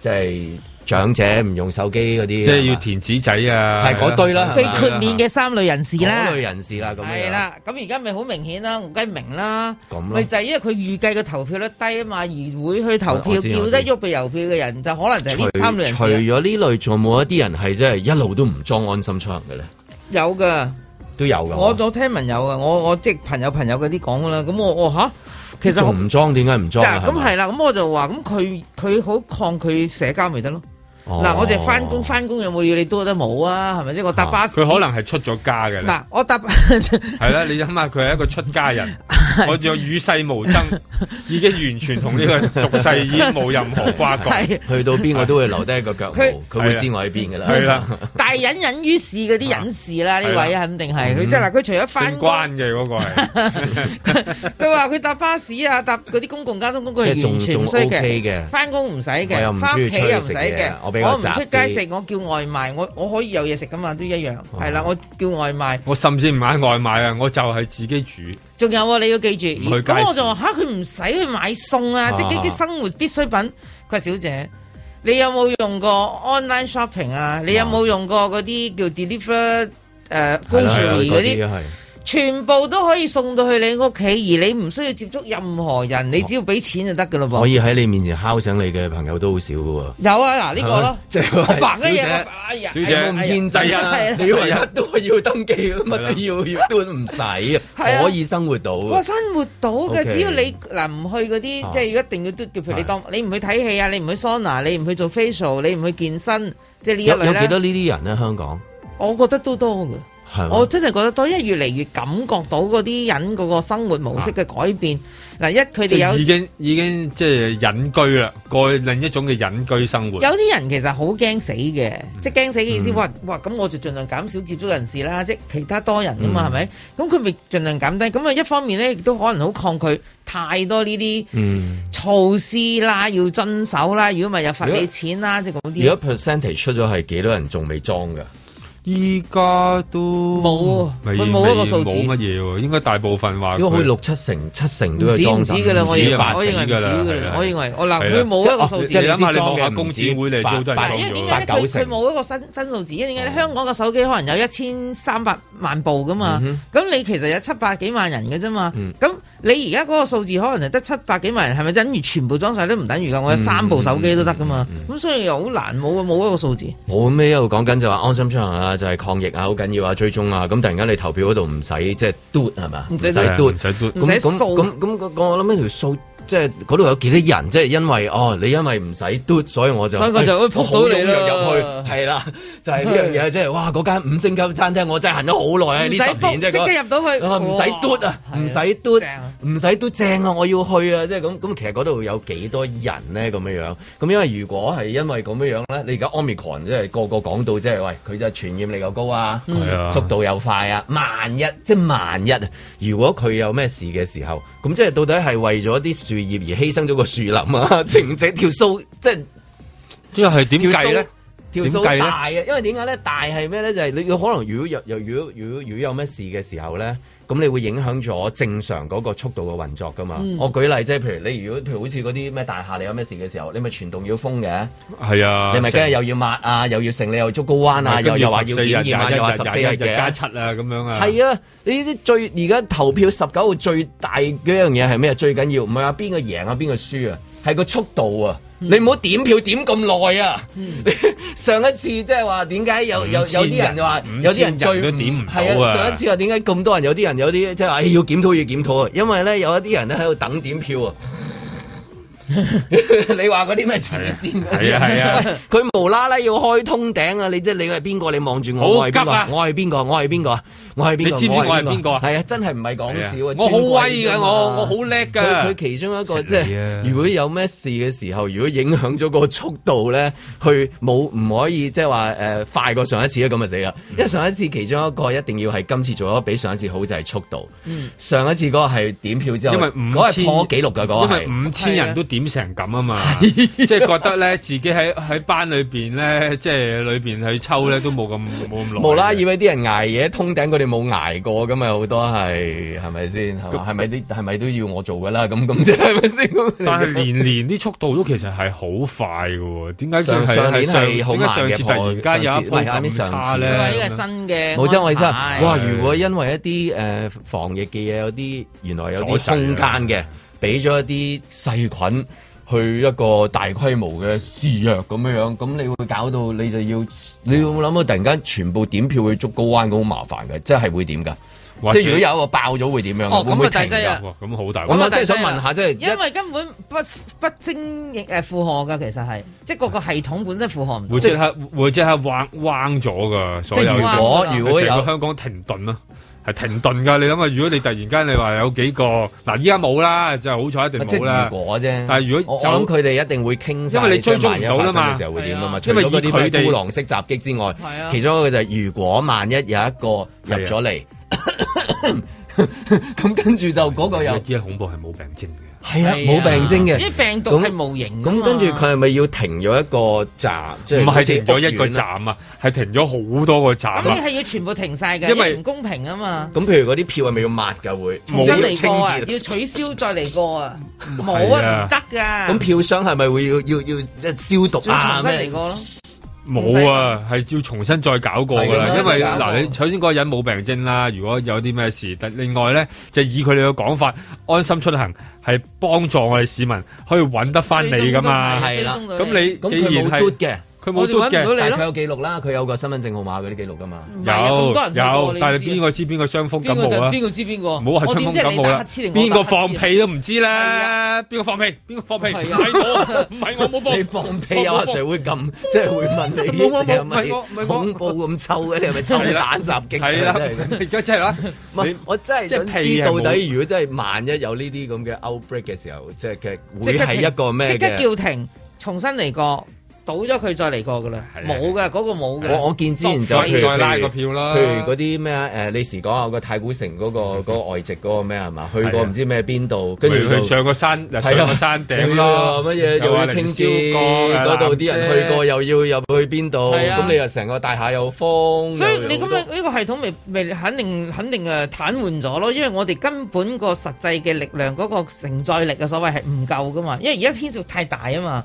Speaker 2: 即係長者唔用手機嗰啲，
Speaker 3: 即係要
Speaker 2: 係嘛
Speaker 3: 填紙仔啊，
Speaker 2: 係嗰堆啦
Speaker 4: 被豁免嘅三類人士啦
Speaker 2: 嗰類。人士啦，咁樣
Speaker 4: 係啦，咁而家咪好明顯啦，我梗係明啦，
Speaker 2: 咁咯
Speaker 4: 咪就係因為佢預計個投票率低啊嘛，而會去投票
Speaker 2: 我知我
Speaker 4: 叫
Speaker 2: 知
Speaker 4: 得喐嘅郵票嘅人就可能就係呢三類人
Speaker 2: 除
Speaker 4: 士啊啦
Speaker 2: 咗呢類，仲有冇一啲人係真係一路都唔裝安心出行嘅咧？
Speaker 4: 有噶。
Speaker 2: 都有㗎。
Speaker 4: 我我聽聞有啊，我我即係朋友朋友嗰啲講啦，咁我我吓，其實我
Speaker 2: 仲唔裝點解唔裝
Speaker 4: 嗱
Speaker 2: 啊？
Speaker 4: 咁
Speaker 2: 係咪
Speaker 4: 係啦，咁我就話咁佢佢好抗拒社交咪得咯。
Speaker 2: 哦
Speaker 4: 嗱，我就翻工翻工有冇要你多得冇啊？係咪先？我搭巴士，
Speaker 3: 佢可能係出咗家嘅
Speaker 4: 嗱
Speaker 3: 啦，
Speaker 4: 我搭
Speaker 3: 係啦，你諗下佢係一個出家人，我就與世無爭，已經完全同呢 個俗世已經冇任何瓜葛。
Speaker 4: 係
Speaker 2: 去到邊我都會留低一個腳毛，
Speaker 4: 佢
Speaker 2: 佢會知我喺邊㗎啦。
Speaker 3: 係 啦，
Speaker 4: 大隱隱於市嗰啲隱士啦，呢
Speaker 2: 係啦
Speaker 4: 位肯定係佢
Speaker 2: 嗯
Speaker 4: 即係嗱，佢除咗翻
Speaker 3: 姓
Speaker 4: 工，
Speaker 3: 關嘅 嗰個係，
Speaker 4: 佢話佢搭巴士啊，搭嗰啲公共交通工
Speaker 2: 即
Speaker 4: 具
Speaker 2: 係
Speaker 4: 係
Speaker 2: 仲
Speaker 4: 完全唔需
Speaker 2: 仲 OK 嘅
Speaker 4: 翻工唔使
Speaker 2: 我又
Speaker 4: 嘅，
Speaker 2: 唔
Speaker 4: 翻
Speaker 2: 中
Speaker 4: 屋
Speaker 2: 意
Speaker 4: 企
Speaker 2: 出去
Speaker 4: 又唔
Speaker 2: 食
Speaker 4: 使
Speaker 2: 嘢
Speaker 4: 嘅，
Speaker 2: 我比較
Speaker 4: 唔出
Speaker 2: 雜
Speaker 4: 街
Speaker 2: 啲哦
Speaker 4: 食，我叫外賣，我我可以有嘢食噶嘛，都一樣，係啦，我叫外賣。
Speaker 3: 我甚至唔買外賣啊，我就係自己煮。
Speaker 4: 仲有啊，你要記住，
Speaker 3: 唔去
Speaker 4: 咦
Speaker 3: 街
Speaker 4: 咁我就
Speaker 3: 市
Speaker 4: 話吓，佢唔使去買餸啊，
Speaker 3: 啊
Speaker 4: 即係呢啲生活必需品。佢話小姐，你有冇用過 online shopping 啊？你有冇用過嗰啲叫
Speaker 2: 係啦
Speaker 4: deliver 誒
Speaker 2: 啊
Speaker 4: grocery 嗰啲？
Speaker 2: 係
Speaker 4: 全部都可以送到去你屋企，而你唔需要接觸任何人，你只要俾錢就得噶咯噃。
Speaker 2: 可以喺你面前敲醒你嘅朋友都好少㗎喎。
Speaker 4: 有啊，嗱呢個
Speaker 2: 係
Speaker 4: 咯
Speaker 2: 咪， 即係
Speaker 4: 我
Speaker 2: 話
Speaker 4: 白嘅
Speaker 2: 小姐
Speaker 4: 嘢，我哎呀，
Speaker 2: 小姐
Speaker 4: 哎呀
Speaker 2: 唔限制啊
Speaker 4: 哎呀
Speaker 2: 你以為乜都要登記，乜都要要都唔使，
Speaker 4: 係啊
Speaker 2: 可以生活到。
Speaker 4: 哇！生活到嘅，
Speaker 2: OK
Speaker 4: 只要你嗱唔去嗰啲，即
Speaker 2: 啊
Speaker 4: 係一定要都叫，譬如你當你唔去睇戲啊，你唔去桑拿，你唔去做 facial，你唔去健身，即係呢一
Speaker 2: 有有幾
Speaker 4: 類
Speaker 2: 多
Speaker 4: 咧。
Speaker 2: 呢啲人咧？香港
Speaker 4: 我覺得都多嘅，
Speaker 2: 係嘛
Speaker 4: 我真係覺得多，因為越嚟越感覺到嗰啲人嗰個生活模式嘅改變。嗱，一佢哋
Speaker 3: 即係
Speaker 4: 有
Speaker 3: 已經已經即係隱居啦，過另一種嘅隱居生活。
Speaker 4: 有啲人其實好驚死嘅，
Speaker 2: 嗯
Speaker 4: 即係驚死嘅意思，哇哇咁我就盡量減少接觸人士啦，即係其他多人啊
Speaker 2: 嗯
Speaker 4: 嘛，係咪？咁佢咪盡量減低。咁啊，一方面咧亦都可能好抗拒太多呢啲。
Speaker 2: 嗯
Speaker 4: 嘈措施啦，要遵守啦，如果唔係又罰你錢啦，即係嗰
Speaker 2: 如
Speaker 4: 啲。
Speaker 2: 果 percentage 出咗係幾多人仲未裝㗎？
Speaker 3: 依家都
Speaker 4: 冇
Speaker 2: 嗯
Speaker 3: 未
Speaker 4: 佢冇一個
Speaker 3: 未
Speaker 4: 數字
Speaker 3: 冇乜嘢喎，應該大部分話
Speaker 2: 因為
Speaker 3: 佢
Speaker 2: 可以六七成、七成都
Speaker 4: 唔
Speaker 2: 有
Speaker 4: 止唔
Speaker 2: 裝
Speaker 4: 止
Speaker 2: 晒
Speaker 4: 㗎啦，我認為
Speaker 2: 八
Speaker 4: 我認為唔
Speaker 2: 成㗎
Speaker 4: 止
Speaker 2: 啦
Speaker 4: 㗎
Speaker 2: 係
Speaker 4: 啦
Speaker 2: 啊，
Speaker 4: 我認為哦我
Speaker 2: 係
Speaker 4: 嗱
Speaker 2: 啦哦
Speaker 4: 佢冇一個數字
Speaker 2: 即係你
Speaker 4: 啦
Speaker 2: 諗下，你望下
Speaker 3: 裝嘅
Speaker 2: 公
Speaker 3: 唔止
Speaker 2: 子會你
Speaker 3: 八
Speaker 2: 都
Speaker 3: 八
Speaker 2: 係
Speaker 4: 因為點
Speaker 2: 八
Speaker 4: 解咧？佢
Speaker 2: 九
Speaker 4: 佢
Speaker 2: 成。哦
Speaker 4: 冇一個新新數字，因為點解咧？香港嘅手機可能有一千三百萬部噶嘛，咁、你其實有七百幾萬人嘅啫嘛，
Speaker 2: 嗯
Speaker 4: 咁、你而家嗰個數字可能係得七百幾萬人，係咪等於全部裝晒都唔等於㗎？我
Speaker 2: 嗯
Speaker 4: 有三部手機都得噶嘛，咁、所以又好難冇冇一個數字。
Speaker 2: 我咩一路講緊就話安心出行啊，就係抗疫啊，好緊要啊，追蹤啊。咁突然間你投票嗰度唔使即係嘟係嘛？
Speaker 4: 唔使嘟
Speaker 2: 嘟，
Speaker 3: 唔使嘟
Speaker 4: 唔使
Speaker 2: 咁咁
Speaker 4: 掃
Speaker 2: 咁咁咁我諗呢條數。即係嗰度有幾多人？即係因為哦，你因為唔使嘟，所以我就
Speaker 4: 所以我就
Speaker 2: 哎
Speaker 4: 會撲到你啦
Speaker 2: 我好踴躍入去係啦，就係呢樣嘢，即係哇！嗰間五星級餐廳，我真係行咗好耐啊！
Speaker 4: 唔
Speaker 2: 呢
Speaker 4: 使
Speaker 2: 十
Speaker 4: book，
Speaker 2: 年即係
Speaker 4: 即刻
Speaker 2: 嗰
Speaker 4: 入到去哦
Speaker 2: 啊唔使嘟啊，唔使嘟，唔使嘟正啊！我要去啊！即係咁咁，其實嗰度有幾多人咧？咁樣樣咁，因為如果係因為咁樣樣咧，你而家 omicron 即係個個講到即係喂，佢就係傳染力又高啊
Speaker 3: 嗯係，啊
Speaker 2: 速度又快啊，萬一即係萬一啊，如果佢有咩事嘅時候，咁即係到底係為咗啲樹葉而犧牲咗個樹林啊？ 值唔值條數？即係
Speaker 3: 即係點
Speaker 2: 條
Speaker 3: 計
Speaker 2: 數
Speaker 3: 咧？
Speaker 2: 條
Speaker 3: 點
Speaker 2: 數
Speaker 3: 計
Speaker 2: 大啊，
Speaker 3: 咧？
Speaker 2: 因為點解咧？大係咩咧？就係、你有可能如果有又如果如果如果有咩事嘅時候咧，咁你會影響咗正常嗰個速度嘅運作噶嘛？
Speaker 3: 嗯
Speaker 2: 我舉例即係譬如你如果譬如好似嗰啲咩大廈你有咩事嘅時候，你咪全棟要封嘅，
Speaker 3: 係啊，
Speaker 2: 你咪梗係又要抹啊，又要成你又竹篙灣啊，
Speaker 3: 跟住
Speaker 2: 又又話要
Speaker 3: 14日
Speaker 2: 檢驗啊，又話十
Speaker 3: 21
Speaker 2: 四日
Speaker 3: 日
Speaker 2: 嘅。
Speaker 3: 加七啊咁樣啊，
Speaker 2: 係啊，你啲最而家投票十九號最大嗰樣嘢係咩？啊最緊要唔係話邊個贏啊，邊個輸啊，係個速度啊！
Speaker 3: 嗯
Speaker 2: 你唔好點票點咁耐啊！ 上一次即係話點解有有有啲人話
Speaker 3: 五千人
Speaker 2: 有啲人最
Speaker 3: 五千人都點唔到啊
Speaker 2: 係上一次話點解咁多人有啲人有啲即係話哎要檢討要檢討啊，因為咧有一啲人咧喺度等點票 啊。 你話嗰啲咩前列腺嗰啲
Speaker 3: 係啊係啊，
Speaker 2: 佢無啦啦要開通頂啊！你即係你係邊個？你望住我，我
Speaker 3: 好
Speaker 2: 係
Speaker 3: 急
Speaker 2: 邊個
Speaker 3: 啊？
Speaker 2: 我係邊個？我係邊個？我係邊個？
Speaker 3: 你知唔知我係邊個啊
Speaker 2: 係啊，真係唔係講笑啊！
Speaker 3: 我好
Speaker 2: 尊
Speaker 3: 威
Speaker 2: 貴㗎
Speaker 3: 㗎，
Speaker 2: 嘛
Speaker 3: 我我好啊叻㗎。
Speaker 2: 佢佢其中一個即
Speaker 3: 食你
Speaker 2: 係
Speaker 3: 啊，
Speaker 2: 如果有咩事嘅時候，如果影響咗個速度咧，佢冇唔可以即係話誒快過上一次咧，啊咁就死啦！
Speaker 3: 嗯
Speaker 2: 因為上一次其中一個一定要係今次做得比上一次好就係速度。上一次嗰個係點票之後，
Speaker 3: 嗯因為
Speaker 2: 嗰
Speaker 3: 五
Speaker 2: 係
Speaker 3: 千
Speaker 2: 破紀錄㗎，嗰個
Speaker 3: 因
Speaker 2: 係
Speaker 3: 為五千人都點成咁啊嘛，即係覺得咧自己喺喺班裏邊咧，即係裏邊去抽咧都 冇咁冇咁耐。
Speaker 2: 無啦，以為啲人捱夜通頂，佢哋冇捱過咁咪好多係係咪先？係嘛係咪啲係咪都要我做㗎啦？咁咁 即係咪先？咁
Speaker 3: 但係年年啲速度都其實係好快嘅喎，點解佢
Speaker 2: 上
Speaker 3: 係
Speaker 2: 上年係
Speaker 3: 係
Speaker 2: 好
Speaker 3: 上點解
Speaker 2: 慢
Speaker 3: 上
Speaker 2: 嘅
Speaker 3: 次突然間有
Speaker 2: 喂，啱
Speaker 3: 一波
Speaker 2: 啱
Speaker 3: 咁
Speaker 2: 上
Speaker 3: 差
Speaker 2: 次
Speaker 3: 咧？
Speaker 4: 因為呢個係新嘅
Speaker 2: 冇真
Speaker 4: 安
Speaker 2: 偉真，
Speaker 4: 排
Speaker 2: 哇！如果因為一啲誒、呃防疫嘅嘢，有啲原來有
Speaker 3: 阻
Speaker 2: 啲
Speaker 3: 滯啊
Speaker 2: 空間嘅，俾咗一啲細菌去一個大規模嘅肆虐咁樣樣，咁你會搞到你就要，你有冇諗到突然間全部點票去竹篙灣咁好麻煩嘅？即係會點㗎？
Speaker 3: 或者
Speaker 2: 即係如果有一個爆咗會點樣㗎？
Speaker 4: 哦
Speaker 2: 會唔會
Speaker 4: 咁啊大
Speaker 2: 停
Speaker 4: 劑
Speaker 2: 㗎
Speaker 4: 啊？
Speaker 3: 哇咁好大鑊，
Speaker 2: 咁我真係想問下，即係一
Speaker 4: 因為根本不不精誒負荷㗎，其實係即係個個系統本身負荷唔到
Speaker 3: 會。即刻會即刻彎彎咗噶，所
Speaker 2: 即
Speaker 3: 有
Speaker 2: 係如果
Speaker 3: 嘢
Speaker 2: 如果有
Speaker 3: 成個香港停頓啦。係停頓㗎，你諗下，如果你突然間你話有幾個嗱，依家冇啦，就好彩一定
Speaker 2: 啊即
Speaker 3: 冇
Speaker 2: 係
Speaker 3: 啦
Speaker 2: 如。果啫，
Speaker 3: 但係如果
Speaker 2: 我我諗佢哋一定會傾晒，
Speaker 3: 因為你追蹤唔到啦
Speaker 2: 即係萬一發
Speaker 3: 嘛
Speaker 2: 生嘅時候會點啊嘛？除
Speaker 3: 因為
Speaker 2: 咗嗰
Speaker 3: 以
Speaker 2: 啲
Speaker 3: 佢
Speaker 2: 咩
Speaker 3: 哋
Speaker 2: 孤狼式襲擊之外
Speaker 3: 係，啊
Speaker 2: 其中一個就係如果萬一有一個入咗嚟， 咁跟住就嗰個又
Speaker 3: 依家恐怖係冇病徵嘅，
Speaker 2: 係啊冇病徵嘅，
Speaker 4: 因為病毒係無形㗎嘛
Speaker 2: 咁跟住佢係咪要停咗一個站？即係
Speaker 3: 唔
Speaker 2: 好
Speaker 3: 係
Speaker 2: 似
Speaker 3: 停咗一個
Speaker 2: 屋苑啊。
Speaker 3: 站啊，係停咗好多個站
Speaker 4: 咁
Speaker 3: 啊
Speaker 4: 你。係要全部停晒
Speaker 2: 因
Speaker 4: 嘅，
Speaker 2: 為
Speaker 4: 因為唔公平啊嘛。
Speaker 2: 咁譬如嗰啲票係咪要抹㗎會？
Speaker 4: 重新嚟過
Speaker 2: 清
Speaker 4: 啊，要
Speaker 2: 潔
Speaker 4: 取消再嚟過啊，冇
Speaker 2: 係
Speaker 4: 啊，
Speaker 2: 啊
Speaker 4: 唔得㗎。
Speaker 2: 咁票箱係咪會要要要要即係消毒啊？
Speaker 4: 要重新
Speaker 2: 咩
Speaker 4: 嚟過咯。
Speaker 3: 冇啊，係要重新再搞過㗎
Speaker 2: 係
Speaker 3: 啦
Speaker 2: 啊，
Speaker 3: 因
Speaker 2: 重新再
Speaker 3: 為
Speaker 2: 搞過
Speaker 3: 嗱，你首先嗰個人冇病徵啦，如果有啲咩事，但另外咧就以佢哋嘅講法，安心出行係幫助我哋市民可以揾得翻你噶嘛，
Speaker 2: 係啦，
Speaker 3: 咁你
Speaker 2: 咁
Speaker 3: 既
Speaker 2: 佢
Speaker 3: 然
Speaker 2: 冇
Speaker 3: 係
Speaker 2: 嘟嘅，
Speaker 3: 佢冇嘟嘅，
Speaker 2: 但係佢有記錄啦，佢有個身份證號碼嗰啲記錄噶嘛。
Speaker 3: 有有，但係
Speaker 4: 邊
Speaker 3: 邊個知邊個傷
Speaker 4: 邊
Speaker 3: 風感
Speaker 4: 個就
Speaker 3: 冒啊？
Speaker 4: 邊個知邊個？
Speaker 3: 唔好話
Speaker 4: 我點
Speaker 3: 傷風
Speaker 4: 知係
Speaker 3: 感
Speaker 4: 你
Speaker 3: 冒
Speaker 4: 打
Speaker 3: 啦，
Speaker 4: 乞嗤定
Speaker 3: 邊
Speaker 4: 我
Speaker 3: 個
Speaker 4: 打
Speaker 3: 放
Speaker 4: 乞嗤啊
Speaker 3: 屁都唔知啦，邊個放屁？邊個放屁？唔係我，啊唔係我冇 放。
Speaker 2: 你放屁啊有阿 Sir 會咁， 即係會問你，
Speaker 3: 冇冇冇
Speaker 2: 你係咪
Speaker 3: 唔係我唔係我
Speaker 2: 恐怖咁抽嘅？你係咪抽
Speaker 3: 係啦
Speaker 2: 蛋襲擊？
Speaker 3: 係啦
Speaker 2: 啊真係咁
Speaker 3: 而家真係啦，
Speaker 2: 唔係
Speaker 3: 你
Speaker 2: 我真係
Speaker 3: 即係
Speaker 2: 想
Speaker 3: 屁
Speaker 2: 知
Speaker 3: 係
Speaker 2: 到底，
Speaker 3: 冇
Speaker 2: 如果真係萬一有呢啲咁嘅 outbreak 嘅時候，即係嘅
Speaker 4: 即
Speaker 2: 會
Speaker 4: 刻
Speaker 2: 係
Speaker 4: 停
Speaker 2: 一個咩
Speaker 4: 即刻
Speaker 2: 嘅？
Speaker 4: 叫停，重新嚟過。倒咗佢再嚟過噶啦，冇噶，嗰個冇噶。
Speaker 2: 我我見之前就譬如
Speaker 3: 再拉個票
Speaker 2: 譬
Speaker 3: 啦
Speaker 2: 如嗰啲咩啊誒，你時講下個太古城嗰個嗰個外籍嗰個咩係嘛？去過唔知咩邊度，跟住
Speaker 3: 佢啊上個山，
Speaker 2: 係啊
Speaker 3: 上個山頂咯，
Speaker 2: 乜嘢
Speaker 3: 又
Speaker 2: 又
Speaker 3: 話
Speaker 2: 去清
Speaker 3: 凌
Speaker 2: 潔
Speaker 3: 霄閣
Speaker 2: 嗰度啲人去過，。又要入去邊度，
Speaker 4: 啊係啊
Speaker 2: 咁你又成個大廈有風，
Speaker 4: 所以
Speaker 2: 又
Speaker 4: 你咁樣呢個系統咪咪肯定肯定誒癱瘓咗咯，因為我哋根本個實際嘅力量嗰個承載力嘅所謂係唔夠噶嘛，因為而家牽涉太大啊嘛，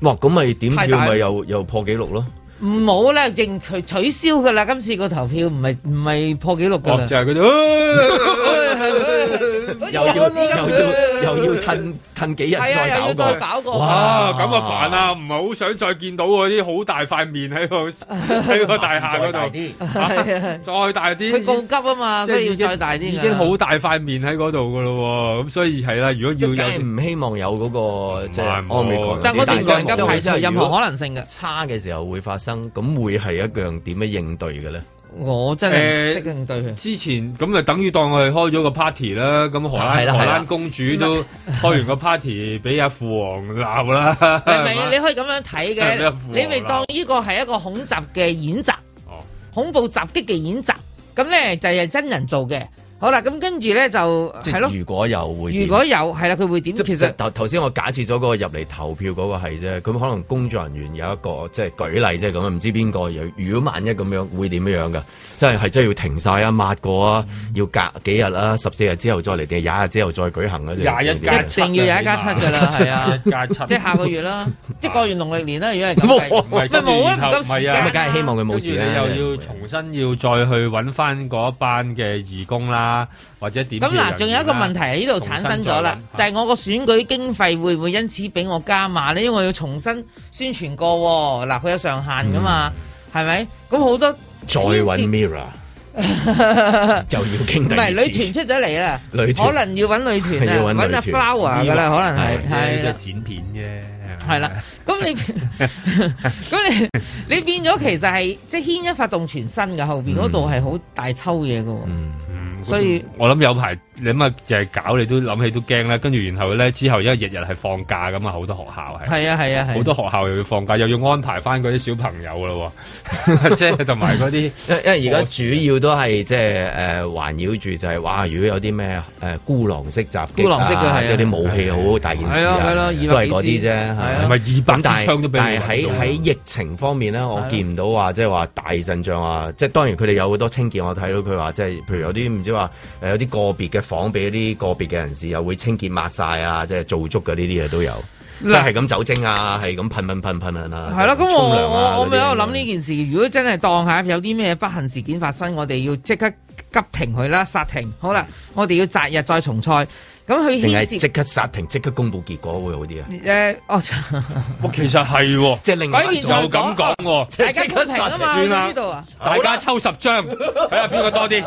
Speaker 2: 哇咁咪點
Speaker 4: 太
Speaker 2: 票
Speaker 4: 大
Speaker 2: 咪又又破紀錄咯？
Speaker 4: 唔好啦，認佢取消噶啦，今次個投票唔係唔係破紀錄噶啦，
Speaker 3: 就係嗰
Speaker 2: 又要
Speaker 4: 啲
Speaker 2: 又要又要褪褪幾日
Speaker 4: 係啊
Speaker 2: 再搞過
Speaker 4: 又要再，搞過
Speaker 3: 哇，咁啊煩啊，唔係好想再見到嗰啲好大塊面喺個喺個大廈嗰度，
Speaker 4: 係啊
Speaker 3: 再大 啲，
Speaker 4: 佢告急啊嘛，所以要再大啲㗎
Speaker 3: 已經好大塊面喺嗰度噶咯喎，咁所以係啦，如果要有
Speaker 2: 唔希望有嗰個即係
Speaker 3: 係冇
Speaker 2: Omicron
Speaker 4: 但我哋唔能夠排除
Speaker 2: 真係
Speaker 4: 任
Speaker 2: 如
Speaker 4: 何
Speaker 2: 果
Speaker 4: 可能性嘅。
Speaker 2: 差嘅時候會發生，咁會係一樣點樣應對嘅咧？
Speaker 4: 我真係唔識應對佢。
Speaker 3: 之前咁就等於當我哋開咗個 party 啦，咁荷
Speaker 2: 係
Speaker 3: 蘭
Speaker 2: 啦
Speaker 3: 荷
Speaker 2: 係啦
Speaker 3: 蘭公主都開完個 party 俾阿父王鬧啦，
Speaker 4: 係咪？你可以咁樣睇
Speaker 3: 係咩
Speaker 4: 嘅
Speaker 3: 符號，
Speaker 4: 你咪
Speaker 3: 啦哦
Speaker 4: 當呢個係一個恐襲嘅演習，恐怖襲擊嘅演習。咁咧就係真人做嘅。好啦，咁跟住咧就
Speaker 2: 即
Speaker 4: 係咯
Speaker 2: 係。如果有會點，
Speaker 4: 如果有係啦，佢會點？其
Speaker 2: 即係
Speaker 4: 實
Speaker 2: 頭頭先我假設咗嗰個入嚟投票嗰個係啫，咁可能工作人員有一個即係舉例即係咁啊，唔知邊個有如果萬一咁樣會點樣㗎？即係係真係要停晒啊、抹過啊、要隔幾日啊、十四日之後再嚟定係廿日之後再舉行啊？
Speaker 3: 廿一加七
Speaker 4: 一定要有一加七㗎 啦，係 啊，
Speaker 3: 一加七，
Speaker 4: 即係下個月啦，即係過完農曆年啦。如果係咁計，
Speaker 3: 唔係
Speaker 4: 咪冇啊，唔
Speaker 3: 然後
Speaker 4: 夠時
Speaker 3: 唔係
Speaker 4: 間
Speaker 3: 啊
Speaker 2: 咁梗係希望佢冇事啦。
Speaker 3: 跟住你又要重新要再去揾翻嗰一班嘅義工啦，或者點？
Speaker 4: 咁
Speaker 2: 啊
Speaker 4: 嗱，仲有一個問題喺呢度產生咗啦，就係我個選舉經費會唔會因此俾我加碼呢？因為我要重新宣傳過喎，嗱，佢有上限噶嘛，係咪？咁好多
Speaker 2: 嗯再揾 Mira 就要傾
Speaker 4: 唔
Speaker 2: 第
Speaker 4: 係
Speaker 2: 二次
Speaker 4: 女團出咗嚟啦，
Speaker 2: 女團
Speaker 4: 可能要揾女團
Speaker 2: 係要揾，
Speaker 4: 啊揾阿
Speaker 2: 女團
Speaker 4: Flower 噶啦，可能係係
Speaker 3: 係
Speaker 4: 啦
Speaker 3: 係。剪片啫，
Speaker 4: 係啦，咁你 咁你你變咗其實係即係牽一發動全身嘅，後邊嗰度係好大抽嘢嘅喎，
Speaker 2: 嗯
Speaker 4: 所以
Speaker 3: 我諗有排你咁啊，就係搞你都諗起都驚啦。跟住然後咧之後，因為日日係放假咁啊，好多學校係
Speaker 4: 係啊係啊係啊
Speaker 3: 好多學校又要放假，又要安排翻嗰啲小朋友咯喎，即係同埋嗰啲。
Speaker 2: 因因為而家主要都係即係誒環繞住就係哇，如果有啲咩誒孤狼式襲擊
Speaker 4: 孤狼式嘅係
Speaker 2: 啊
Speaker 4: 啊
Speaker 2: 即係啲武器好大件事
Speaker 4: 係啊
Speaker 2: 啊，
Speaker 4: 係咯
Speaker 2: 都係嗰啲啫，
Speaker 4: 200
Speaker 2: 係
Speaker 3: 咪二百
Speaker 2: 咁但
Speaker 3: 支槍都
Speaker 2: 係
Speaker 3: 俾你
Speaker 2: 但係喺
Speaker 3: 揾到啊
Speaker 2: 喺疫情方面咧，我
Speaker 4: 啊
Speaker 3: 係咯
Speaker 2: 見唔到話即係話大陣仗啊，即係當然佢哋有好多清潔，我睇到佢話即係譬如有啲唔知話誒有啲個別嘅房俾一啲個別嘅人士又會清潔抹晒啊，即係做足嘅呢啲嘢都有。即
Speaker 4: 嗱
Speaker 2: 係咁酒精啊，係咁噴噴噴噴啊，
Speaker 4: 係咯，咁
Speaker 2: 沖涼
Speaker 4: 我
Speaker 2: 啊
Speaker 4: 我我
Speaker 2: 嗰啲
Speaker 4: 咪喺度諗呢件事，如果真係當下有啲咩不幸事件發生，我哋要即刻急停佢啦，煞停。好啦，我哋要擇日再重賽。咁佢
Speaker 2: 定係
Speaker 4: 牽
Speaker 2: 即
Speaker 4: 涉
Speaker 2: 刻煞停，即刻公佈結果會好啲啊？
Speaker 4: 誒，哦，
Speaker 3: 其實係喎，
Speaker 2: 即係另外
Speaker 4: 改
Speaker 2: 一
Speaker 4: 變
Speaker 2: 種
Speaker 4: 賽
Speaker 3: 就
Speaker 4: 果
Speaker 3: 咁講喎，
Speaker 4: 大家公平啊嘛，
Speaker 3: 算
Speaker 4: 去
Speaker 3: 啦
Speaker 4: 到呢度啊，
Speaker 3: 大家抽十張，睇下邊個多啲。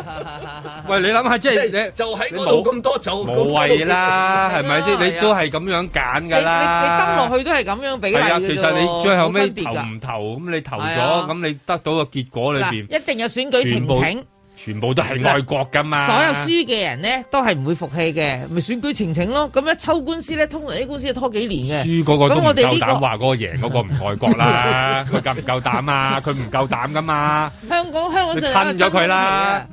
Speaker 3: 喂，你諗下，即 係你
Speaker 2: 就喺
Speaker 3: 嗰度
Speaker 2: 咁多就
Speaker 3: 無 謂啦，係咪先？
Speaker 4: 係啊
Speaker 3: 你都係咁樣揀㗎啦。
Speaker 4: 登落去都係咁樣比例
Speaker 3: 係啊，
Speaker 4: 嘅
Speaker 3: 其
Speaker 4: 啫
Speaker 3: 實
Speaker 4: 喎
Speaker 3: 你最後
Speaker 4: 冇
Speaker 3: 尾
Speaker 4: 分別
Speaker 3: 投
Speaker 4: 㗎
Speaker 3: 唔投，咁你投
Speaker 4: 係啊
Speaker 3: 咗，咁你得到個結果裏
Speaker 4: 嗱，
Speaker 3: 邊，
Speaker 4: 一定有選舉
Speaker 3: 全
Speaker 4: 呈
Speaker 3: 部
Speaker 4: 請。
Speaker 3: 全部都係愛國㗎嘛。
Speaker 4: 所有輸嘅人咧都係唔會服氣嘅，咪選舉呈請咯。咁一抽官司咧，通常啲官司係拖幾年嘅。
Speaker 3: 輸嗰個都
Speaker 4: 咁
Speaker 3: 唔
Speaker 4: 我哋
Speaker 3: 夠
Speaker 4: 呢
Speaker 3: 膽
Speaker 4: 個
Speaker 3: 話嗰個贏嗰個唔愛國啦，佢夠唔夠膽啊？佢唔夠膽㗎嘛，
Speaker 4: 香港香港
Speaker 3: 你
Speaker 4: 仲有
Speaker 3: 吞咗佢
Speaker 4: à.
Speaker 3: 啦，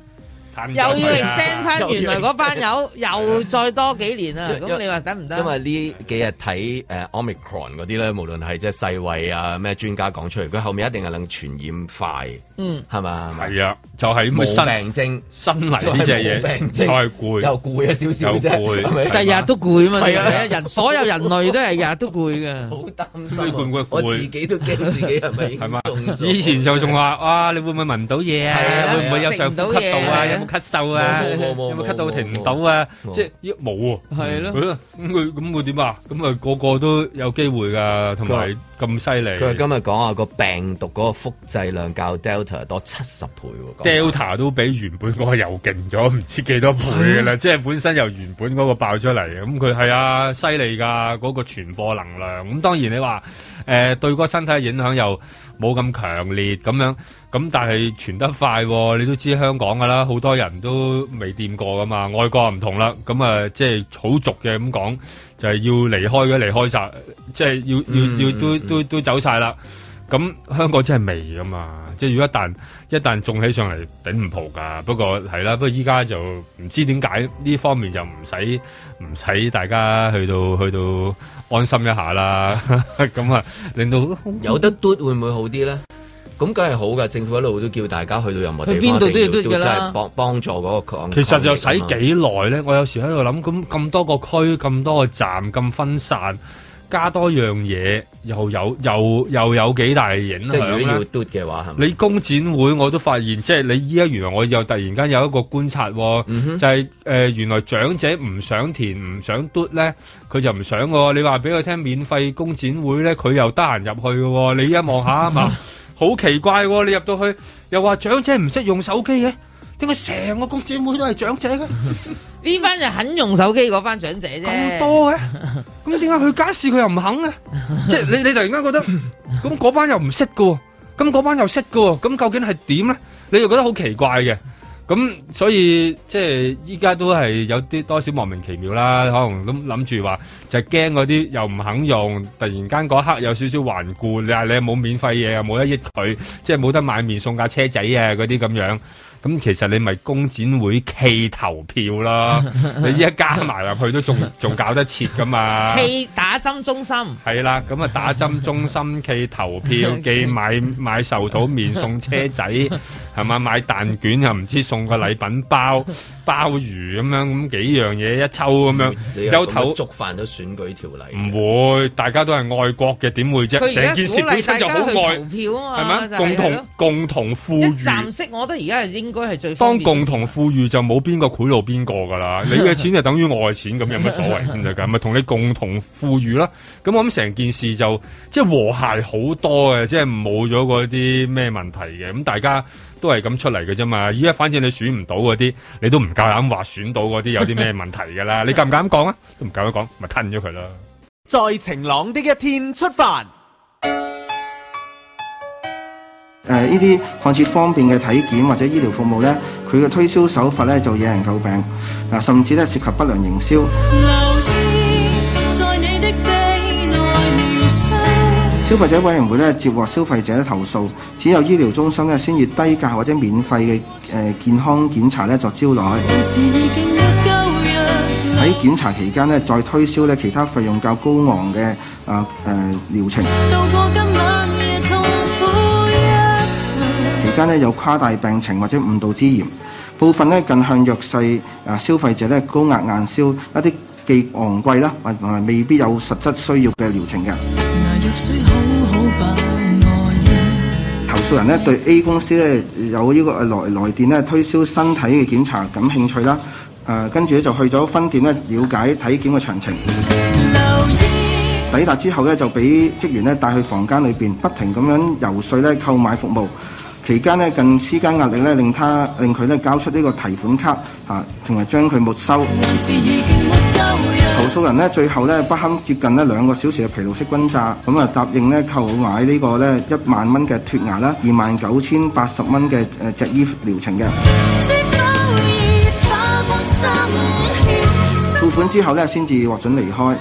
Speaker 3: 吞
Speaker 4: 又
Speaker 3: 咗
Speaker 4: 要
Speaker 3: 佢啦
Speaker 4: extend 翻原來嗰班友，又再多幾年啊！
Speaker 2: 因為
Speaker 4: 咁你話得唔得？
Speaker 2: 因為呢幾日睇誒 Omicron 嗰啲咧，無論係即係世衛啊咩專家講出嚟，佢後面一定係能傳染快，
Speaker 4: 嗯
Speaker 2: 係嘛？
Speaker 3: 係啊，就係咁
Speaker 2: 冇
Speaker 3: 嘅新
Speaker 2: 病徵，
Speaker 3: 新嚟呢隻嘢
Speaker 2: 就係冇病徵
Speaker 3: 就係攰
Speaker 2: 又攰啊咗少少啫，
Speaker 3: 又攰
Speaker 2: 係咪
Speaker 4: 第日都攰啊嘛，
Speaker 2: 係啊
Speaker 4: 第日人所有人類都係日日都攰嘅。好
Speaker 2: 擔啊
Speaker 3: 所以會唔會攰
Speaker 2: 我自己都驚自己係咪已
Speaker 3: 係嘛
Speaker 2: 經中咗？
Speaker 3: 以前就仲話哇，你會唔會聞到嘢
Speaker 2: 係
Speaker 3: 啊？
Speaker 2: 啊
Speaker 3: 會唔會有上呼吸道啊？
Speaker 2: 食唔到嘢
Speaker 3: 有冇咳嗽啊？
Speaker 2: 冇冇冇
Speaker 3: 有冇
Speaker 2: 冇
Speaker 3: 咳到
Speaker 2: 冇
Speaker 3: 停唔到啊
Speaker 2: 冇？
Speaker 3: 即係一冇喎。
Speaker 2: 係咯
Speaker 3: 咯，咁佢咁佢點啊？咁啊個個都有機會㗎，同埋咁犀
Speaker 2: 佢話
Speaker 3: 利。
Speaker 2: 今日講下個病毒嗰個複製量較 Delta 多七十倍喎。
Speaker 3: Delta 都比原本嗰個又勁咗唔知幾多倍 㗎啦，即係本身由原本嗰個爆出嚟，咁佢係啊犀利㗎嗰個傳播能量。咁當然你話誒、呃、對個身體嘅影響又冇咁強烈咁樣，咁但係傳得快喎，你都知香港噶啦，好多人都未掂過噶嘛，外國唔同啦，咁啊即係草俗嘅咁講，就係、要離開嘅離開晒，即係要
Speaker 2: 嗯
Speaker 3: 要要都都都走晒啦。咁香港真係未噶嘛，即係如果一旦一旦種起上嚟頂唔蒲噶。不過係啦，不過依家就唔知點解呢方面就唔使唔使大家去到去到安心一下啦。 咁啊，令到
Speaker 2: 有得嘟會唔會好啲咧？咁梗係好噶，政府一路都叫大家去到任何地
Speaker 3: 去邊
Speaker 2: 方，
Speaker 3: 度都要
Speaker 2: 一定
Speaker 3: 嘟㗎啦
Speaker 2: 真係幫幫助嗰個抗
Speaker 3: 其實就使
Speaker 2: 抗疫啊
Speaker 3: 幾耐咧？我有時喺度諗，咁咁多個區、咁多個站、咁分散，加多樣嘢，又有又又有幾大影響
Speaker 2: 即係如果
Speaker 3: 呢
Speaker 2: 要嘟嘅話，係咪？
Speaker 3: 你工展會我都發現，即係你依家原來我又突然間有一個觀察喎，就係、呃原來長者唔想填唔想嘟咧，佢就唔想喎。你話俾佢聽免費工展會咧，佢又得閒入去嘅喎。你一望下啊嘛，好奇怪喎！你入到去又話長者唔識用手機嘅，點解成個工展會都係長者嘅？
Speaker 4: 呢班就肯用手機嗰班長者啫，
Speaker 3: 咁多嘅，咁點解佢家事佢又唔肯咧？即係你你突然間覺得，咁嗰班又唔識嘅喎，咁嗰班又識嘅喎，咁究竟係點咧？你又覺得好奇怪嘅。咁所以即係依家都係有啲多少莫名其妙啦，可能諗諗住話就係驚嗰啲又唔肯用，突然間嗰刻有少少頑固，你話你冇免費嘢啊，冇得益佢，即係冇得買麵送架車仔啊嗰啲咁樣。咁其實你咪工展會棄投票啦，你依家加埋入去都仲仲搞得切噶嘛？
Speaker 4: 企打針中心。
Speaker 3: 係啦，咁啊打針中心寄投 票，寄買買壽桃面送車仔，係嘛？買蛋卷又唔知送個禮品 包鮑魚咁樣，咁幾樣嘢一抽咁
Speaker 2: 你
Speaker 4: 嗯
Speaker 2: 有
Speaker 3: 樣，嗯有
Speaker 2: 頭
Speaker 3: 頭
Speaker 2: 觸犯咗選舉條例。
Speaker 3: 唔會，大家都係愛國嘅，點會啫？
Speaker 4: 佢而家
Speaker 3: 成件事
Speaker 4: 鼓
Speaker 3: 本
Speaker 4: 勵
Speaker 3: 身
Speaker 4: 大
Speaker 3: 就好
Speaker 4: 家去
Speaker 3: 愛
Speaker 4: 投，票啊嘛，
Speaker 3: 係
Speaker 4: 就
Speaker 3: 咪？
Speaker 4: 係
Speaker 3: 共
Speaker 4: 係咯
Speaker 3: 同共同富裕。
Speaker 4: 一站式，我覺得而家係應該係最方
Speaker 3: 當
Speaker 4: 便嘅
Speaker 3: 共同富裕就冇邊個賄賂邊個噶啦，你嘅錢就等於我嘅錢，咁有乜所謂先得㗎？咪同你共同富裕啦。咁我諗成件事就即係和諧好多嘅，即係冇咗嗰啲咩問題嘅。咁大家都係咁出嚟嘅啫嘛。依家反正你選唔到嗰啲，你都唔夠膽話選到嗰啲有啲咩問題㗎 啦。你夠唔夠膽講啊？都唔夠膽講，咪吞咗佢啦。
Speaker 5: 在晴朗的一天出發。
Speaker 15: 誒呃呢啲看似方便嘅體檢或者醫療服務呢，佢嘅推銷手法呢就惹人詬病，嗱甚至呢涉及不良營銷。
Speaker 16: 在你的臂內療傷，
Speaker 15: 消費者委員會呢接獲消費者投訴，只有醫療中心呢先以低價或者免費嘅誒、呃健康檢查呢作招徠。
Speaker 16: 是已經沒夠藥。
Speaker 15: 喺檢查期間呢，再推銷呢其他費用較高昂嘅啊誒療程。
Speaker 16: 渡過今晚夜痛苦一場。
Speaker 15: 期間呢，有誇大病情或者誤導之嫌，部分呢更向弱勢啊消費者呢高額硬銷一啲既昂貴啦，或或未必有實質需要嘅療程嘅。
Speaker 16: 拿藥水好好把愛人，
Speaker 15: 投訴人呢對 A 公司呢有呢個呃來來電呢推銷身體嘅檢查感興趣啦，誒跟住呢就去咗分店呢了解體檢嘅詳情。抵達之後呢，就俾職員呢帶去房間裏邊，不停咁樣游說呢購買服務。期間呢，更施加壓力呢，令他令佢呢交出呢個提款卡啊，同埋將佢沒收。
Speaker 16: 是已經沒夠藥。
Speaker 15: 投訴人呢，最後呢不堪接近呢兩個小時嘅疲勞式轟炸，咁啊答應呢購買呢個呢一萬蚊嘅脱牙啦，二萬九千八十蚊嘅誒脊醫療程嘅。
Speaker 16: 知否已化為心血。
Speaker 15: 付款之後咧，先至獲准離開。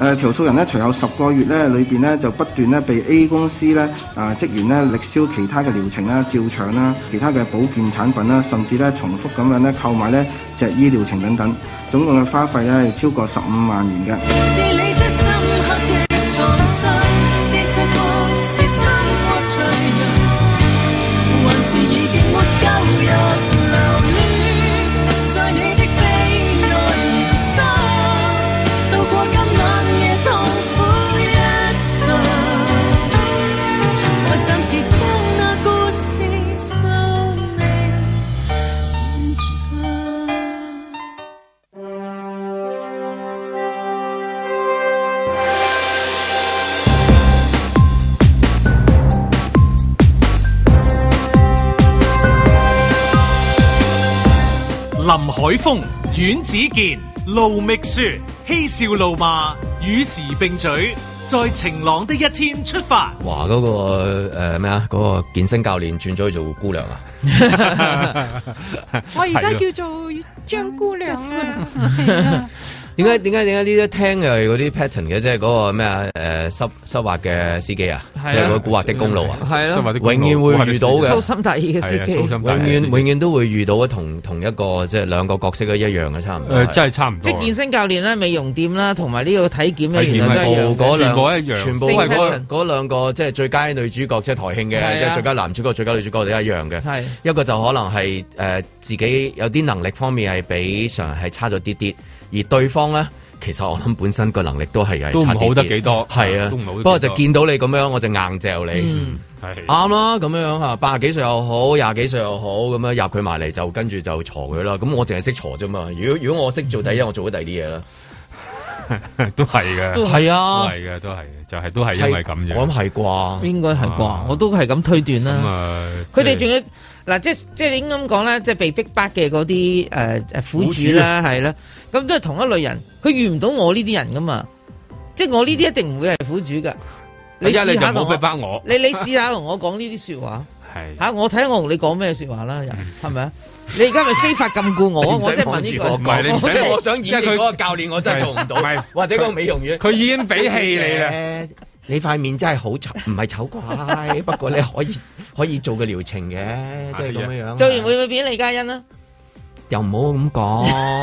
Speaker 15: 誒、投訴人咧，隨後十個月咧，裏邊咧就不斷咧被 A 公司咧啊、職員咧力銷其他嘅療程啦、照腸啦、其他嘅保健產品啦，甚至咧重複咁樣咧購買咧隻醫療程等等，總共嘅花費咧超過十五萬元嘅。
Speaker 16: 治理得深刻的創傷，是實覺是生活脆弱，還是已經沒夠藥留戀，在你的臂內療傷，渡過今晚夜痛苦一場，我暫時將那故事收尾完場。
Speaker 1: 林海峰、阮子健、路觅雪，嬉笑怒罵，與時並舉，在晴朗的一天出發。
Speaker 2: 哇！嗰、個誒咩啊？嗰、個健身教練轉咗去做姑娘啊！
Speaker 17: 我而
Speaker 3: 啊
Speaker 17: 家
Speaker 2: 係咯
Speaker 17: 叫做張姑娘啊，
Speaker 2: 點
Speaker 3: 哦
Speaker 2: 解點解點解呢啲聽又係嗰啲 pattern 嘅？即係嗰個咩啊？誒濕濕滑嘅司機啊，
Speaker 4: 係
Speaker 2: 即
Speaker 4: 啊
Speaker 2: 係嗰個古惑的公路啊，
Speaker 4: 係啊濕滑的公
Speaker 2: 永
Speaker 4: 路
Speaker 2: 遠會遇到嘅
Speaker 4: 粗心大意嘅司機係啊粗心
Speaker 2: 永
Speaker 4: 大意嘅司機
Speaker 2: 遠永遠都會遇到啊同同一個即係兩個角色都一樣嘅，差唔多
Speaker 4: 誒
Speaker 2: 係。
Speaker 4: 真
Speaker 2: 係差唔
Speaker 3: 啊
Speaker 4: 即係健身教練啦、美容店啦，同埋呢個體檢咧，
Speaker 2: 體
Speaker 4: 原來都係一樣
Speaker 2: 嗰兩全
Speaker 4: 全
Speaker 2: 部
Speaker 4: 部
Speaker 2: 係
Speaker 4: 係
Speaker 2: 嗰嗰兩個即係最佳女主角，即係台慶
Speaker 4: 係啊
Speaker 2: 嘅，即係最佳男主角、最佳女主角都一樣嘅。一個就可能係誒、呃自己有啲能力方面係比常係差咗啲啲，而對方咧。其實我諗本身個能力都係係
Speaker 3: 都唔
Speaker 2: 差啲啲
Speaker 3: 好得幾多
Speaker 2: 係啊。
Speaker 3: 都唔好得
Speaker 2: 不
Speaker 3: 幾多
Speaker 2: 過就見到你咁樣，我就硬嚼你，
Speaker 3: 嗯
Speaker 4: 啊
Speaker 2: 啱啦咁樣樣嚇，八十幾歲又好，廿幾歲又好，咁樣入佢埋嚟就跟住就挫佢啦。咁我淨係識挫啫嘛。如果如果我識做第一，我做咗第二啲嘢啦。
Speaker 3: 都係嘅，
Speaker 2: 都係啊
Speaker 3: 都係嘅，都係嘅，就係都係因為咁樣，
Speaker 2: 我諗係啩，
Speaker 4: 應該係啩，我都係咁推斷啦。
Speaker 3: 哦啊咁啊，
Speaker 4: 佢哋仲要嗱，即係即係應該咁講啦，即係被逼迫嘅嗰啲誒誒苦主啦，
Speaker 3: 啊
Speaker 2: 苦主
Speaker 4: 係啦，咁都係同一類人，佢遇唔到我呢啲人噶嘛，即係我呢啲一定唔會係苦主噶。
Speaker 3: 一係你
Speaker 4: 試
Speaker 3: 就
Speaker 4: 下
Speaker 3: 冇
Speaker 4: 同
Speaker 3: 逼
Speaker 4: 我，
Speaker 3: 翻我，
Speaker 4: 你你試下同我講呢啲説話
Speaker 3: 係
Speaker 4: 嚇，我睇下我同你講咩説 話啦，又係咪啊？你而家咪非法禁錮我，我即係問呢個，
Speaker 2: 唔係你唔
Speaker 4: 我
Speaker 2: 使
Speaker 4: 真係
Speaker 2: 我想演繹嗰個教練，我真係做唔
Speaker 3: 唔係
Speaker 2: 到，或者個美容院，
Speaker 3: 佢已經俾氣 你啦
Speaker 2: 小姐。你塊面真係好醜，唔係醜怪，不過你可以 可以做個療程嘅，即係咁樣樣。
Speaker 4: 做完會唔會變李嘉欣啊？
Speaker 2: 又唔好咁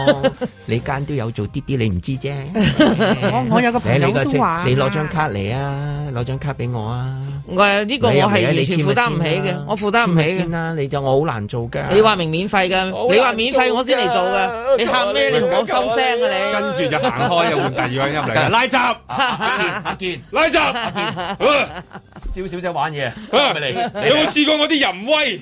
Speaker 2: 講，你間都有做啲啲，你唔知啫。
Speaker 4: 我我有個朋友
Speaker 2: 你個
Speaker 4: 都
Speaker 2: 識
Speaker 4: 話
Speaker 2: 你攞張卡嚟啊，攞張卡俾我啊。
Speaker 4: 我係呢個我
Speaker 2: 你入嚟啊
Speaker 4: 係完
Speaker 2: 你
Speaker 4: 全
Speaker 2: 簽
Speaker 4: 負
Speaker 2: 咪
Speaker 4: 擔唔起
Speaker 2: 先
Speaker 4: 嘅
Speaker 2: 啦，
Speaker 4: 我負擔唔
Speaker 2: 簽咪
Speaker 4: 起
Speaker 2: 先
Speaker 4: 嘅。
Speaker 2: 啦，啊你就我好難做㗎。
Speaker 4: 你話明免費㗎，你話免費我先嚟做㗎，你喊咩？你同我收聲啊你！
Speaker 3: 跟住就行開又換第二位入 嚟，拉閘，阿健，拉閘，阿健，
Speaker 2: 蕭小姐玩嘢，
Speaker 3: 你有冇試過我啲淫威？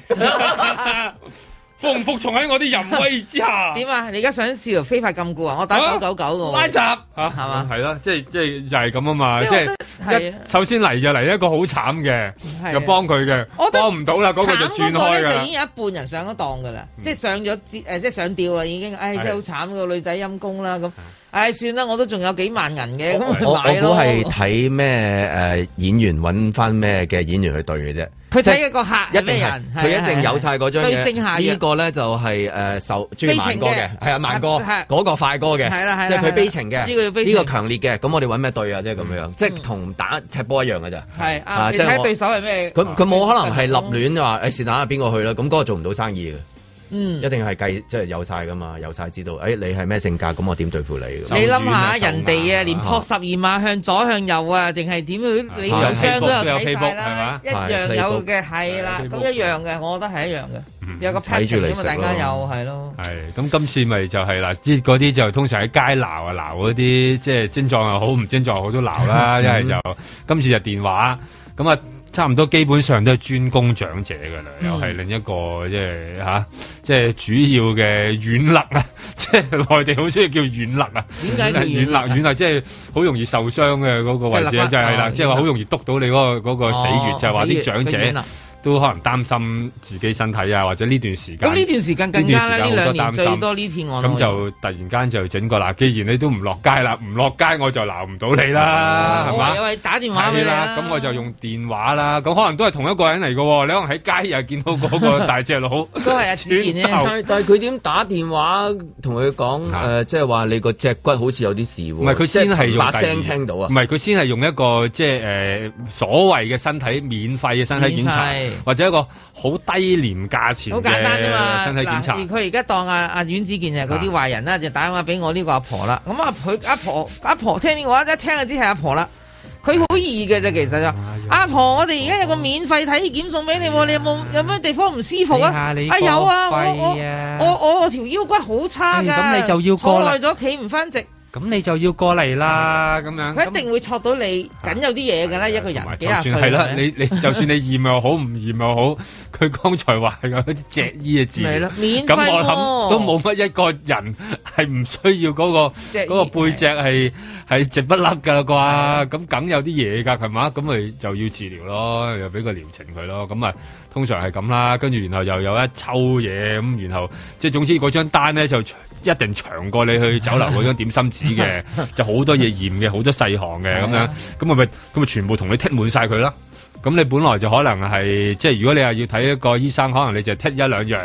Speaker 3: 服唔服從喺我啲淫威之下？
Speaker 4: 點啊？你而家想試條非法禁錮啊？我打九九九㗎喎。
Speaker 3: 拉閘啊，系嘛？系啦，即係即係就係咁啊嘛，即係
Speaker 4: 係啊
Speaker 3: 一首先嚟就嚟一個好慘
Speaker 4: 係啊
Speaker 3: 嘅，又幫佢嘅，幫唔到啦，嗰個就轉
Speaker 4: 慘嗰個
Speaker 3: 開
Speaker 4: 咧
Speaker 3: 噶
Speaker 4: 就
Speaker 3: 啦
Speaker 4: 已。經有一半人上咗當㗎啦，即係上咗節誒，即係上吊啦已經。唉，真係好慘個女仔陰公啦咁。唉，算啦，我都仲有幾萬銀嘅，咁
Speaker 2: 我我
Speaker 4: 咪買
Speaker 2: 估
Speaker 4: 咯。
Speaker 2: 係睇咩誒演員揾翻咩嘅演員去對嘅啫。
Speaker 4: 佢
Speaker 2: 即係
Speaker 4: 睇一個
Speaker 2: 一
Speaker 4: 客係
Speaker 2: 定
Speaker 4: 咩
Speaker 2: 係
Speaker 4: 人，
Speaker 2: 佢一定有晒嗰張
Speaker 4: 對症下
Speaker 2: 嘢。
Speaker 4: 藥
Speaker 2: 呢個咧就係誒受中意慢歌
Speaker 4: 悲
Speaker 2: 嘅
Speaker 4: 情，嘅
Speaker 2: 係啊慢歌
Speaker 4: 係
Speaker 2: 嗰個快歌嘅，
Speaker 4: 係啦係啦
Speaker 2: 即係
Speaker 4: 係啦
Speaker 2: 佢悲情嘅，
Speaker 4: 呢個要悲情嗯
Speaker 2: 呢個強烈嘅。咁我哋揾咩對啊？即係咁樣，即係同打踢波一樣嘅咋。
Speaker 4: 係啊，
Speaker 2: 啊
Speaker 4: 你
Speaker 2: 即係
Speaker 4: 睇
Speaker 2: 我
Speaker 4: 對手係咩？
Speaker 2: 佢佢冇可能係立亂話誒是但啊邊個去啦？咁嗰個做唔到生意嘅。
Speaker 4: 嗯
Speaker 2: 一定係計即係有晒噶嘛，有晒知道，誒、哎你係咩性格，咁我點對付你？你
Speaker 4: 你諗下人哋啊，連撲十二碼向左向右啊，定係點？你
Speaker 2: 有
Speaker 4: 兩雙都有
Speaker 2: playbook，有
Speaker 4: 睇晒
Speaker 2: playbook，
Speaker 4: 啦，一
Speaker 2: 係嘛
Speaker 4: 樣
Speaker 2: 係
Speaker 4: 有
Speaker 2: playbook
Speaker 4: 嘅係啦，
Speaker 2: 係
Speaker 4: 咁一樣嘅，我覺得係一樣嘅，有個
Speaker 3: 睇住
Speaker 4: pattern
Speaker 3: 嚟
Speaker 4: 咁啊，
Speaker 3: 食
Speaker 4: 大家
Speaker 3: 咯
Speaker 4: 有係咯。
Speaker 3: 係咁今次咪就係啦，啲嗰啲就通常喺街鬧啊鬧嗰啲，即係精壯又好，唔精壯又好都鬧啦。
Speaker 2: 嗯
Speaker 3: 一係就今次就電話，咁啊差唔多基本上都係專攻長者噶啦，
Speaker 2: 嗯
Speaker 3: 又係另一個即係吓，即係主要嘅軟肋啊， 即係內地好中意叫軟肋啊。
Speaker 4: 點 解叫軟
Speaker 3: 軟
Speaker 4: 肋啊
Speaker 3: 肋？軟肋即係好容易受傷嘅嗰個位置啊
Speaker 4: 即係肋骨
Speaker 3: 就係啦，
Speaker 4: 哦
Speaker 3: 即係話好容易督到你嗰個嗰個死穴
Speaker 4: 哦，
Speaker 3: 就係話
Speaker 4: 死穴
Speaker 3: 啲長
Speaker 4: 佢軟肋
Speaker 3: 者。都可能擔心自己身體啊，或者呢段時間。
Speaker 4: 咁呢段時間更加啦，呢
Speaker 3: 段時間好
Speaker 4: 兩年
Speaker 3: 擔心
Speaker 4: 最多呢片案咯。
Speaker 3: 咁就突然間就整個啦，既然你都唔落街啦，唔落街我就鬧唔到你啦，係
Speaker 4: 哦我話
Speaker 3: 嘛
Speaker 4: 有？位打電話俾
Speaker 3: 係
Speaker 4: 你
Speaker 3: 啊啦，
Speaker 4: 啦。
Speaker 3: 咁我就用電話啦。咁可能都係同一個人嚟嘅喎，你可能喺街又見到 嗰個大隻佬，
Speaker 4: 都係阿子健啫
Speaker 3: 轉頭
Speaker 2: 但係但係佢點打電話同佢講誒，即係話你個脊骨好似有啲事喎。
Speaker 3: 唔係佢先係
Speaker 2: 即
Speaker 3: 用
Speaker 2: 把
Speaker 3: 第二
Speaker 2: 聲聽到啊
Speaker 3: 唔。係佢先係用一個即係誒、呃所謂嘅身體免費嘅身體檢查
Speaker 4: 免費，
Speaker 3: 或者一個好低廉價錢
Speaker 4: 好簡單啫
Speaker 3: 嘅
Speaker 4: 嘛。
Speaker 3: 身體檢查。
Speaker 4: 嗱佢而家當阿阿阮子健就係嗰啲壞人啦，就打電話俾我呢個阿婆啦。咁啊，佢阿婆阿婆聽呢個話一聽就知係阿婆啦。佢好易嘅啫，其實就話阿婆，我哋而家有個免費體檢送俾你喎，你有冇有咩地方唔舒服啊？啊
Speaker 18: 你
Speaker 4: 有啊，
Speaker 18: 個肺
Speaker 4: 我
Speaker 18: 啊
Speaker 4: 我我我條腰骨好差㗎，
Speaker 18: 哎咁你就要過
Speaker 4: 坐
Speaker 18: 啦
Speaker 4: 耐咗企唔翻直。
Speaker 3: 咁你就要過嚟啦，咁樣。
Speaker 4: 哦佢一定會戳到你，梗有啲嘢㗎啦，一個人幾
Speaker 3: 就
Speaker 4: 廿
Speaker 3: 算
Speaker 4: 歲
Speaker 3: 係啦，
Speaker 4: 咪
Speaker 3: 你你就算你驗又好，唔驗又好，佢剛才話係嗰啲脊醫嘅治
Speaker 4: 咪係
Speaker 3: 療
Speaker 4: 咯，免費
Speaker 3: 咁我
Speaker 4: 喎
Speaker 3: 諗都冇乜一個人係唔需要嗰、個
Speaker 4: 脊醫
Speaker 3: 嗰個背脊係係直不甩㗎啦啩，咁梗有啲嘢㗎係嘛，咁咪就要治療咯，又俾個療程佢咯，咁啊通常係咁啦，跟住然後又有一抽嘢咁，然後即係總之嗰張單咧就。一定長過你去酒樓嗰張點心紙 嘅，就好多嘢驗嘅，好多細項嘅咁
Speaker 18: 係
Speaker 3: 樣
Speaker 18: 啊，
Speaker 3: 咁我咪咁咪全部同你剔滿晒佢啦。咁你本來就可能係即係如果你係要睇一個醫生，可能你就剔一兩樣，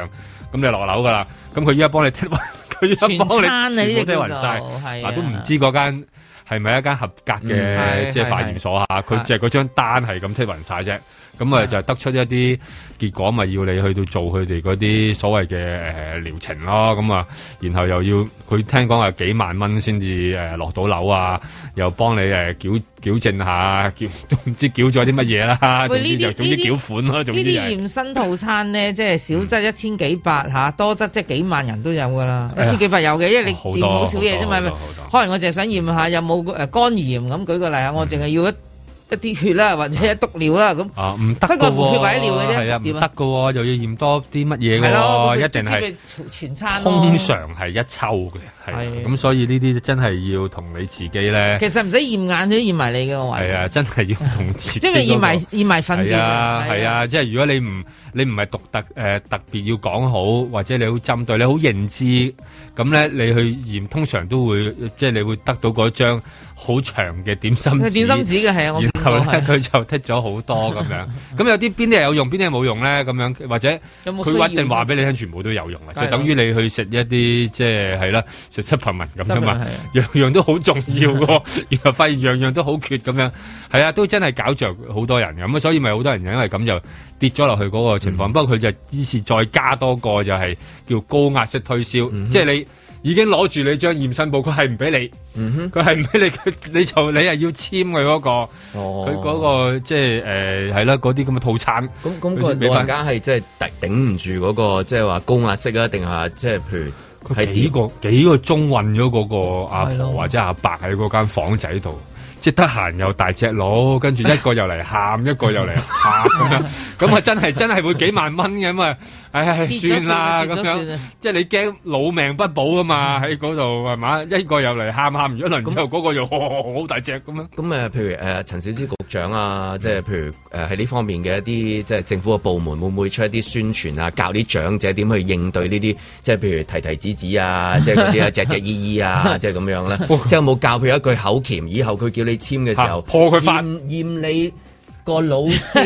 Speaker 3: 咁你落樓噶啦。咁佢依家幫你剔 勻，佢依家 幫
Speaker 4: 全餐啊
Speaker 3: 你全部
Speaker 4: 呢啲
Speaker 3: 剔
Speaker 4: 叫
Speaker 3: 勻
Speaker 4: 做
Speaker 3: 晒，
Speaker 4: 係
Speaker 3: 嗱
Speaker 4: 啊
Speaker 3: 都唔知嗰間係咪一間合格
Speaker 4: 嗯
Speaker 3: 嘅
Speaker 4: 係
Speaker 3: 即係
Speaker 4: 係
Speaker 3: 化驗所嚇，
Speaker 4: 係
Speaker 3: 佢就係嗰張單係咁剔勻晒啫。咁啊就得出一啲結果，咪要你去到做佢哋嗰啲所謂嘅誒療程咯。咁啊，然後又要佢聽講話幾萬蚊先至誒落到樓啊，又幫你誒矯矯正下，矯 都唔知矯咗啲乜嘢啦。總
Speaker 4: 喂
Speaker 3: 之
Speaker 4: 呢
Speaker 3: 就
Speaker 4: 啲
Speaker 3: 總之
Speaker 4: 呢啲
Speaker 3: 繳款咯，總
Speaker 4: 呢
Speaker 3: 之
Speaker 4: 啲
Speaker 3: 就係嗯
Speaker 4: 驗身套餐咧，即係少則一千幾百嚇，多則即係幾萬人都有噶啦，
Speaker 3: 哎
Speaker 4: 一
Speaker 3: 呀
Speaker 4: 千幾百有嘅，因為你
Speaker 3: 好多
Speaker 4: 掂好少嘢啫
Speaker 3: 好
Speaker 4: 嘛
Speaker 3: 多好多。
Speaker 4: 可能我淨係想驗下有冇誒肝炎咁，舉個例啊，我淨係要一一啲血啦，或者一督尿啦咁。
Speaker 3: 嗯啊唔得
Speaker 4: 不
Speaker 3: 㗎
Speaker 4: 過血
Speaker 3: 喎，
Speaker 4: 或者尿嘅啫
Speaker 3: 係啊唔
Speaker 4: 點啊
Speaker 3: 得㗎喎，又要驗多啲乜嘢㗎
Speaker 4: 係咯，咁
Speaker 3: 喎，
Speaker 4: 佢
Speaker 3: 哦一定
Speaker 4: 直接
Speaker 3: 係。
Speaker 4: 咪全餐咯
Speaker 3: 通常係一抽嘅，係啊
Speaker 4: 係
Speaker 3: 咁，所以呢啲真係要同你自己咧，
Speaker 4: 其實唔使驗眼都驗埋你嘅，我懷疑
Speaker 3: 係啊，真係要同自己
Speaker 4: 即 係
Speaker 3: 嗰個
Speaker 4: 驗埋驗埋瞓
Speaker 3: 係
Speaker 4: 嘅。
Speaker 3: 啊，係啊，即係如果你唔你唔係獨特誒、呃特別要講好，或者你好針對，你好認知，咁咧你去驗，通常都會即係你會得到嗰張好長嘅點心紙。
Speaker 4: 點心紙嘅係啊我見
Speaker 3: 然後
Speaker 4: 過
Speaker 3: 咧
Speaker 4: 係
Speaker 3: 佢就剔咗好多咁 樣。咁有啲邊啲係有用，邊啲係冇用咧？咁樣或者
Speaker 4: 有冇
Speaker 3: 佢
Speaker 4: 需要
Speaker 3: 一定話俾你聽，全部都有用啊！
Speaker 4: 梗
Speaker 3: 就
Speaker 4: 係啦
Speaker 3: 等於你去食一啲即係係啦，食七品文咁
Speaker 4: 七
Speaker 3: 啫嘛
Speaker 4: 品文係啊。
Speaker 3: 樣樣都好重要喎， 原來發現樣樣都好缺咁樣，係啊，都真係搞着好多人咁啊，所以咪好多人因為咁就跌咗落去嗰個情
Speaker 4: 嗯
Speaker 3: 況。不過佢就於是再加多個就係叫高壓式推銷，
Speaker 4: 嗯
Speaker 3: 即係你。已經攞住你張驗身報，佢係唔俾你，
Speaker 4: 嗯
Speaker 3: 佢係唔俾你，佢你就你係要簽佢嗰、個，嗯佢嗰、個即係誒係啦，嗰啲咁嘅套餐。
Speaker 2: 咁咁個老人家係即係頂頂唔住嗰個，即係話高壓式啊，定係即係譬如係
Speaker 3: 佢幾
Speaker 2: 點
Speaker 3: 個幾個鐘運咗嗰個阿
Speaker 2: 係
Speaker 3: 婆
Speaker 2: 咯
Speaker 3: 或者阿伯喺嗰間房仔度，即係得閒又大隻佬，跟住一個又嚟喊，一個又嚟喊 咁樣，咁啊真係真係會幾萬蚊嘅咁啊，唉
Speaker 18: 跌咗
Speaker 3: 算啦
Speaker 18: 算啦
Speaker 3: 咁
Speaker 18: 跌咗算
Speaker 3: 樣
Speaker 18: 啦，
Speaker 3: 即係你驚老命不保啊嘛，喺嗰度係嘛，一個又嚟喊喊完一輪之後，嗰個又好大隻咁樣。
Speaker 2: 咁誒，譬如誒、呃、陳小芝局長啊，即係譬如誒喺呢方面嘅一啲即係政府嘅部門，會唔會出一啲宣傳啊，教啲長者點去應對呢啲，即係譬如提提子子 啊，即係嗰啲啊，隻隻依依啊，即係咁樣咧？即係有冇教佢一句口鉗？以後佢叫你簽嘅時候，
Speaker 3: 嚇破佢法
Speaker 2: 驗驗你。個腦 先，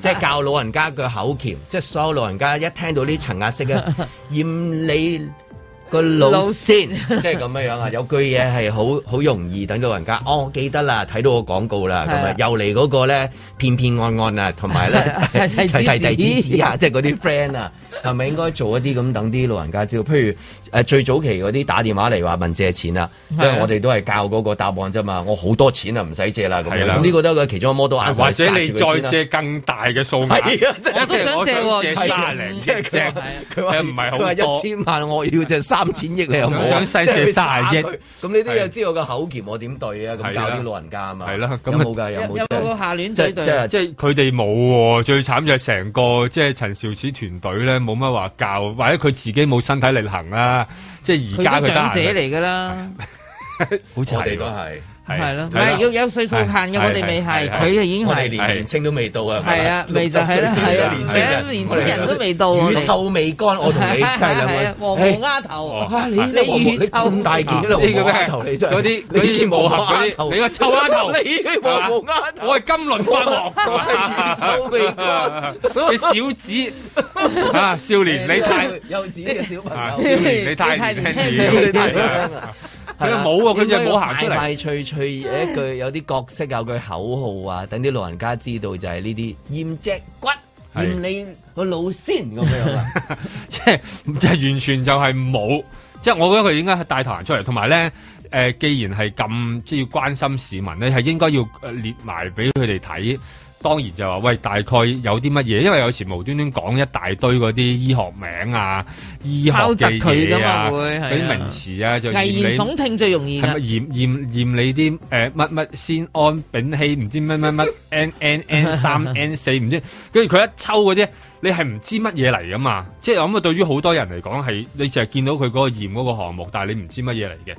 Speaker 2: 即係教老人家嘅口鉗，即係所有老人家一聽到呢層壓式嘅 驗你個腦先， 即係咁樣樣啊！有句嘢係好好容易等到人家，哦，我記得啦，睇到個廣告啦，咁
Speaker 4: 係
Speaker 2: 啊
Speaker 4: 啊，
Speaker 2: 又嚟嗰個咧騙騙案案啊，同埋咧
Speaker 4: 提提
Speaker 2: 提提
Speaker 4: 子
Speaker 2: 子
Speaker 4: 子
Speaker 2: 子啊，即係嗰啲 friend 啊，係咪應該做一啲咁等啲老人家知道？譬如誒最早期嗰啲打電話嚟話問借錢啊，即
Speaker 4: 係
Speaker 2: 係
Speaker 4: 啊
Speaker 2: 我哋都係教嗰個答案啫嘛，我好多錢啊，唔使借啦咁
Speaker 3: 係
Speaker 2: 樣。
Speaker 3: 啦
Speaker 2: 咁呢個都係佢其中一個 model answer，
Speaker 3: 或者你
Speaker 2: 殺住佢
Speaker 3: 再
Speaker 2: 先啦
Speaker 3: 借更大嘅數
Speaker 2: 係
Speaker 3: 額
Speaker 2: 啊，真係
Speaker 4: 我都想借喎
Speaker 3: 借
Speaker 4: 係
Speaker 3: 卅 零
Speaker 2: 即
Speaker 3: 隻
Speaker 2: 係佢話
Speaker 3: 佢話唔係好
Speaker 2: 佢話
Speaker 3: 多
Speaker 2: 一千萬，我要就三千億，你又冇啊
Speaker 3: 想想細隻
Speaker 2: 即係佢打
Speaker 3: 卅億
Speaker 2: 佢咁你都有知我個口鉗我點對啊？咁教啲老人家啊嘛，
Speaker 3: 係啦咁
Speaker 2: 有
Speaker 3: 啊
Speaker 2: 冇㗎？有冇
Speaker 4: 有冇個
Speaker 2: 啫？
Speaker 4: 下聯
Speaker 2: 即
Speaker 4: 對
Speaker 2: 係
Speaker 4: 對
Speaker 2: 即係
Speaker 3: 即係佢哋冇喎，最慘就係成個即係陳肇始團隊咧，冇乜話教，或者佢自己冇身體力行啦。即係而家
Speaker 4: 佢
Speaker 3: 佢
Speaker 4: 都
Speaker 3: 得
Speaker 4: 長者
Speaker 3: 閒
Speaker 4: 嚟㗎啦，
Speaker 3: 好似
Speaker 2: 我哋都
Speaker 3: 係
Speaker 2: 係
Speaker 3: 喎，
Speaker 4: 係咯，唔
Speaker 3: 係
Speaker 4: 係
Speaker 3: 啦
Speaker 4: 要有歲數限嘅，我哋未係，佢就已經
Speaker 2: 我哋
Speaker 4: 係
Speaker 2: 連年青都未到啊！
Speaker 4: 係啊未就係啦係啊年青人都未到啊
Speaker 2: 乳臭未乾，我同你真係兩
Speaker 4: 係啊
Speaker 2: 個
Speaker 4: 黃毛丫頭啊你你
Speaker 2: 黃毛
Speaker 4: 乳臭
Speaker 2: 你咁大件嘅啦，
Speaker 3: 呢個
Speaker 2: 黃毛
Speaker 3: 咩
Speaker 2: 丫頭你真係
Speaker 3: 嗰啲
Speaker 2: 你
Speaker 3: 嗰啲
Speaker 2: 黃毛
Speaker 3: 武
Speaker 2: 丫
Speaker 3: 俠嗰啲
Speaker 2: 頭
Speaker 3: 你個臭丫頭
Speaker 2: 你黃毛丫頭，
Speaker 3: 我係金輪法王，
Speaker 2: 我係乳臭未乾，
Speaker 3: 你小子啊，少年 你太
Speaker 2: 幼稚嘅小朋
Speaker 3: 啊
Speaker 2: 友
Speaker 3: 少。年你太年 輕了，佢又冇啊，佢就冇行出
Speaker 2: 快
Speaker 3: 嚟
Speaker 2: 快。脆脆一句有啲角色有句口號啊，等啲老人家知道就係呢啲驗脊骨，
Speaker 3: 係
Speaker 2: 驗你個腦先咁樣 啊。
Speaker 3: 即係就係完全就係冇，即係我覺得佢應該係帶頭行出嚟，同埋咧誒，既然係咁即係要關心市民咧，係應該要呃列埋俾佢哋睇。當然就話喂，大概有啲乜嘢？因為有時無端端講一大堆嗰啲醫學名啊、醫學
Speaker 4: 拋
Speaker 3: 嘅
Speaker 4: 窒佢㗎
Speaker 3: 嘢
Speaker 4: 嘛
Speaker 3: 啊、
Speaker 4: 會係
Speaker 3: 嗰
Speaker 4: 啊
Speaker 3: 啲名詞啊，就
Speaker 4: 危言
Speaker 3: 嫌你
Speaker 4: 聳聽最容易
Speaker 3: 係咪
Speaker 4: 㗎。
Speaker 3: 驗驗驗你啲誒乜乜先 安丙烯唔知乜乜乜 N N N 三 N 四唔知，跟住佢一抽嗰啲你係唔知乜嘢嚟噶嘛？即係我諗啊，對於好多人嚟講係你淨係見到佢嗰個驗嗰個項目，但係你唔知乜嘢嚟嘅。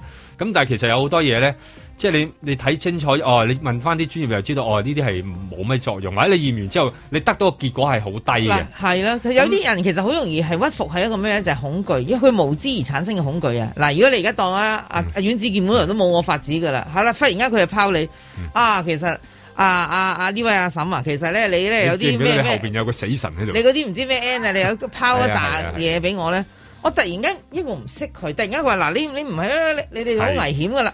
Speaker 3: 咁但係其實有好多嘢咧，即係你你睇清楚哦，你問翻啲專業又知道哦，呢啲係冇咩作用，或者你驗完之後你得到個結果係好低嘅
Speaker 4: 嗱。，係啦，有啲人其實好容易係屈服喺一個咩咧，就係、恐懼，因為佢無知而產生嘅恐懼啊。嗱，如果你而家當啊阿阿阮子健本來都冇我法子噶啦，係啦，忽然間佢就拋你啊，其實啊啊啊呢位阿嬸啊，其實咧你咧有
Speaker 3: 你記
Speaker 4: 啲
Speaker 3: 唔記
Speaker 4: 咩
Speaker 3: 得你後
Speaker 4: 咩，
Speaker 3: 邊有個死神喺度
Speaker 4: 你。嗰啲唔知咩 N 啊，你有拋一
Speaker 3: 係啊係
Speaker 4: 扎
Speaker 3: 啊係啊
Speaker 4: 嘢俾我咧，我突然間因為我唔識佢，突然間佢話嗱你你唔係啊，你你哋好
Speaker 3: 係
Speaker 4: 危險噶啦，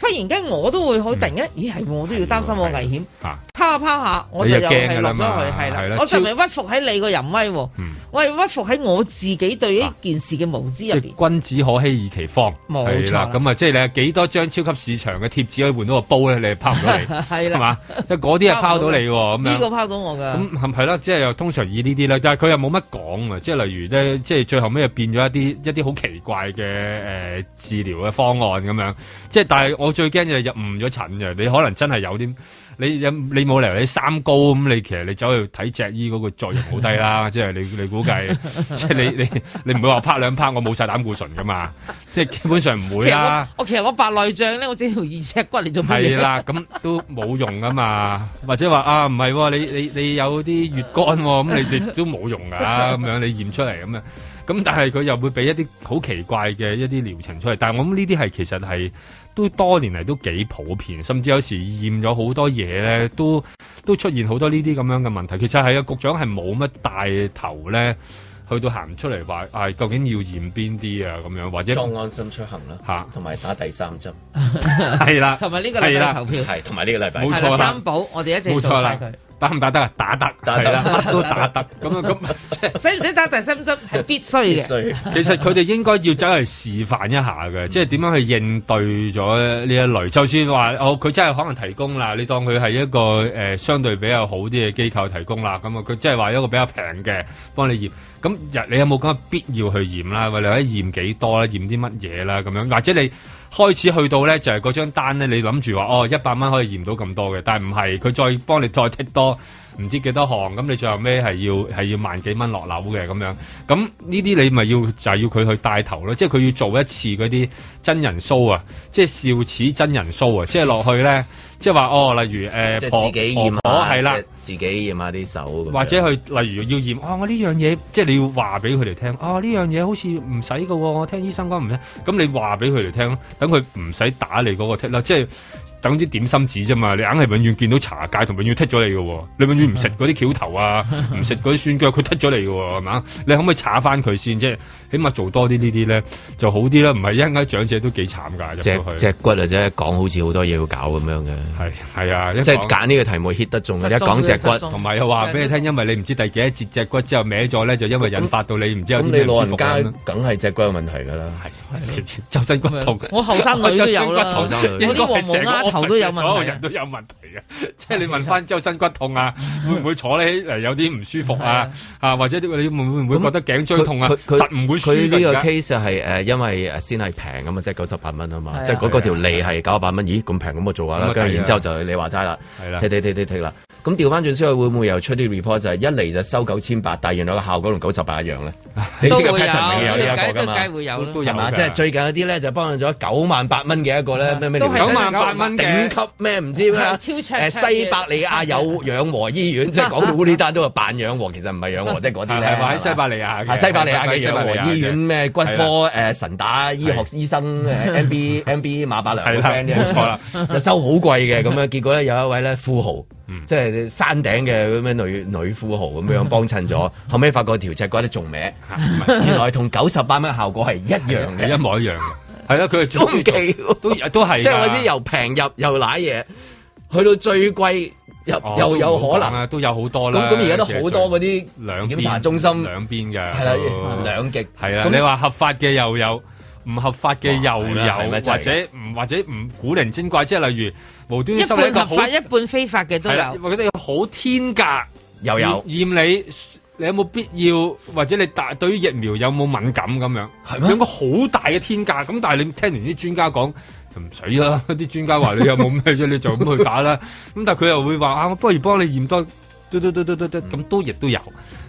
Speaker 4: 忽然間我都會好突然間，咦嗯係喎我都要擔心我危險。
Speaker 3: 啊
Speaker 4: 拋下拋下，我就
Speaker 3: 你就
Speaker 4: 又係
Speaker 3: 哎驚㗎
Speaker 4: 落
Speaker 3: 啦
Speaker 4: 咗
Speaker 3: 嘛
Speaker 4: 去，係
Speaker 3: 係
Speaker 4: 啦
Speaker 3: 啦，
Speaker 4: 我就
Speaker 3: 超嗯
Speaker 4: 咪屈服喺你個淫威喎，我係屈服喺我自己對一件事嘅無知入邊。
Speaker 3: 君子可欺而其方，
Speaker 4: 冇
Speaker 3: 係啦
Speaker 4: 錯啦
Speaker 3: 咁啊，即係你幾多張超級市場嘅貼紙可以換到個煲咧？你係拋唔到你，
Speaker 4: 係啦
Speaker 3: 啊係嘛？即係嗰啲係拋到你喎，咁
Speaker 4: 呢個
Speaker 3: 樣。
Speaker 4: 拋到我㗎。
Speaker 3: 咁係係啦，即係又通常以呢啲啦，但係佢又冇乜講啊，即係例如咧，即係最後尾又變咗一啲一啲好奇怪嘅誒、呃治療嘅方案咁樣，即係但係我最驚就係入誤咗診嘅，你可能真係有啲你有你冇理由你三高咁，你其實你走去睇脊醫嗰個作用好低 啦，即係你你估計，即係你你你唔會話拍兩拍我冇晒膽固醇噶嘛，即係基本上唔會
Speaker 4: 其實
Speaker 3: 啦
Speaker 4: 我。我其實我白內障咧，我整條二尺骨嚟做乜 嘢？
Speaker 3: 係啦，咁都冇用噶嘛，或者話啊唔係喎，你你你有啲月干喎，咁你哋都 冇用噶，咁樣你驗出嚟咁樣，咁但係佢又會俾一啲好奇怪嘅一啲療程出嚟，但係我諗呢啲係其實係都多年嚟都幾普遍，甚至有時驗咗好多嘢咧，都都出現好多呢啲咁樣嘅問題。其實係啊，局長係冇乜帶頭咧。去到行出嚟話，啊究竟要驗邊啲啊咁樣，或者
Speaker 2: 裝安心出行啦，
Speaker 3: 嚇，
Speaker 2: 同埋打第三針，
Speaker 3: 係啦，
Speaker 4: 同埋呢個禮拜嘅投票
Speaker 2: 係同埋呢個禮拜，
Speaker 3: 冇
Speaker 4: 係
Speaker 3: 錯
Speaker 4: 啦，
Speaker 3: 啦
Speaker 4: 三寶我哋一齊做晒佢。，
Speaker 3: 打唔打得啊？打得，
Speaker 2: 打得
Speaker 3: 係啦乜都打得。咁啊咁，
Speaker 4: 使唔使打第三針係必須嘅？
Speaker 3: 其實佢哋應該要走嚟示範一下嘅，即係點樣去應對咗呢一類。就算話哦，佢真係可能提供啦，你當佢係一個誒、呃相對比較好啲嘅機構提供啦，咁啊佢即係話一個比較平嘅幫你驗。咁日你有冇咁嘅必要去驗啦？或者驗幾多啦？驗啲乜嘢啦？咁樣或者你。開始去到咧，就係、嗰張單咧，你諗住話哦，一百蚊可以驗到咁多嘅，但係唔係，佢再幫你再剔多唔知幾多項，咁你最後尾係要係要萬幾蚊落樓嘅咁樣。咁呢啲你咪要就係、要佢去帶頭咯，即係佢要做一次嗰啲真人 show 啊，即係笑似真人 show 啊，即係落去咧，即係話哦，例如誒、呃、
Speaker 2: 即係
Speaker 3: 婆
Speaker 2: 自己驗
Speaker 3: 婆婆
Speaker 2: 下，
Speaker 3: 係啦
Speaker 2: 即係。自己驗下啲手咁樣，
Speaker 3: 或者去例如要驗啊，我呢樣嘢即係你要話俾佢哋聽啊，呢樣嘢好似唔使㗎喎，我聽醫生講唔使，咁你話俾佢哋聽咯，等佢唔使打你嗰個剔啦，即係等啲點心紙啫嘛，你硬係永遠見到茶芥同永遠剔咗你㗎喎，你永遠唔食嗰啲橋 頭啊，唔食嗰啲蒜腳，佢剔咗你㗎喎，係嘛？你可唔可以查翻佢先？即係起碼做多啲呢啲咧就好啲啦，唔係一陣間長者都幾慘㗎，入
Speaker 2: 隻
Speaker 3: 到去
Speaker 2: 隻骨啊，即係講好似好多嘢要搞咁樣嘅，
Speaker 3: 係係啊，
Speaker 2: 即係揀呢個題目 hit 得中嘅，啊一講隻骨，
Speaker 3: 同埋又話俾你聽，因為你唔知第幾多節隻骨之後歪咗咧，就因為引發到你唔知有
Speaker 2: 咁
Speaker 3: 啲
Speaker 2: 你
Speaker 3: 咩唔
Speaker 2: 老
Speaker 3: 舒
Speaker 2: 人
Speaker 3: 服
Speaker 2: 家
Speaker 3: 咁樣
Speaker 2: 梗係隻骨有問題㗎啦，
Speaker 3: 係周身骨痛，
Speaker 4: 我後生女都有啦，
Speaker 2: 我
Speaker 4: 我
Speaker 2: 周身骨頭
Speaker 4: 啲黃毛丫頭都有
Speaker 3: 所有
Speaker 4: 問題
Speaker 3: 人。都有問題嘅，即係你問翻周身骨 痛啊，會唔會坐你誒有啲唔舒服啊？啊，或者你會唔會覺得頸椎痛啊？
Speaker 2: 佢佢
Speaker 3: 實唔會舒
Speaker 2: 佢呢個
Speaker 3: 㗎
Speaker 2: case 就係誒，因為誒先係平咁嘛，即係九十八蚊啊
Speaker 3: 係
Speaker 2: 嘛，
Speaker 3: 啊
Speaker 2: 即係嗰嗰條脷係九十八蚊，咦咁平咁我做下
Speaker 3: 咁
Speaker 2: 啦
Speaker 3: 啊，
Speaker 2: 跟
Speaker 3: 係
Speaker 2: 住
Speaker 3: 啊
Speaker 2: 然之後就你話齋啦，
Speaker 3: 係啦
Speaker 2: 剔剔剔剔剔啦。咁調翻轉之後會唔會又出啲 report 就係一嚟就收九千八，但係原來個效果同九十八一樣咧？你知個 pattern
Speaker 3: 啊
Speaker 2: 永遠有呢一個㗎嘛？
Speaker 4: 梗會有啦
Speaker 2: 係嘛？即係最近有啲咧就幫咗九萬八蚊嘅一個咧咩咩
Speaker 4: 都係
Speaker 2: 療
Speaker 4: 98
Speaker 2: 程
Speaker 4: 蚊
Speaker 2: 頂
Speaker 4: 嘅
Speaker 2: 級咩唔知咩
Speaker 4: 係超卓
Speaker 2: 誒西伯利亞有養和醫院，即係講到呢單都係扮養和，其實唔係養和，即係嗰啲咧
Speaker 3: 係咪喺西伯利亞嘅
Speaker 2: 係啊西伯利亞嘅養
Speaker 3: 啊係西伯利亞
Speaker 2: 和
Speaker 3: 嘅
Speaker 2: 醫院咩骨
Speaker 3: 係
Speaker 2: 科
Speaker 3: 啦
Speaker 2: 誒神打醫學醫生誒 M B M B 馬伯良
Speaker 3: 係
Speaker 2: 個
Speaker 3: 啦
Speaker 2: friend 啫
Speaker 3: 冇錯啦 嗯
Speaker 2: 就收好貴嘅 咁樣，結果咧有一位咧富豪。即係山頂嘅咁樣女女富豪咁樣幫襯咗，
Speaker 3: 嗯
Speaker 2: 後尾發覺條脊骨咧仲歪， 原來同九十八蚊效果係一樣嘅，
Speaker 3: 係一模一樣嘅。係啦，佢係
Speaker 2: 都唔記，
Speaker 3: 都都係㗎啊
Speaker 2: 即係我知由平入又揦嘢，去到最貴入
Speaker 3: 哦
Speaker 2: 又有可
Speaker 3: 都唔好講啦
Speaker 2: 能。
Speaker 3: 都有好多啦。
Speaker 2: 咁咁而家都好多嗰啲
Speaker 3: 兩
Speaker 2: 檢查中心
Speaker 3: 兩邊嘅
Speaker 2: 係啦
Speaker 3: 都
Speaker 2: 兩極
Speaker 3: 係啦。
Speaker 2: 咁
Speaker 3: 你話合法嘅又有，唔合法嘅又
Speaker 2: 哇係啦係咪
Speaker 3: 有，
Speaker 2: 真
Speaker 3: 或
Speaker 2: 係㗎
Speaker 3: 者唔或者唔古靈精怪，即係例如無端
Speaker 4: 一
Speaker 3: 端收一個
Speaker 4: 半合
Speaker 3: 好
Speaker 4: 法，一半非法嘅都
Speaker 3: 係啦
Speaker 4: 有。
Speaker 3: 或者你好天價
Speaker 2: 又有
Speaker 3: 驗驗你。你有冇必要，或者你大對於疫苗有冇敏感咁樣？係有個好大嘅天價咁，但係你聽完啲專家講。就唔使 啦，啲專家話你有冇咩啫，你就咁去打啦。咁但係佢又會話啊，我不如幫你驗多嘟嘟嘟嘟嘟嘟
Speaker 4: 嗯
Speaker 3: 咁都亦都有。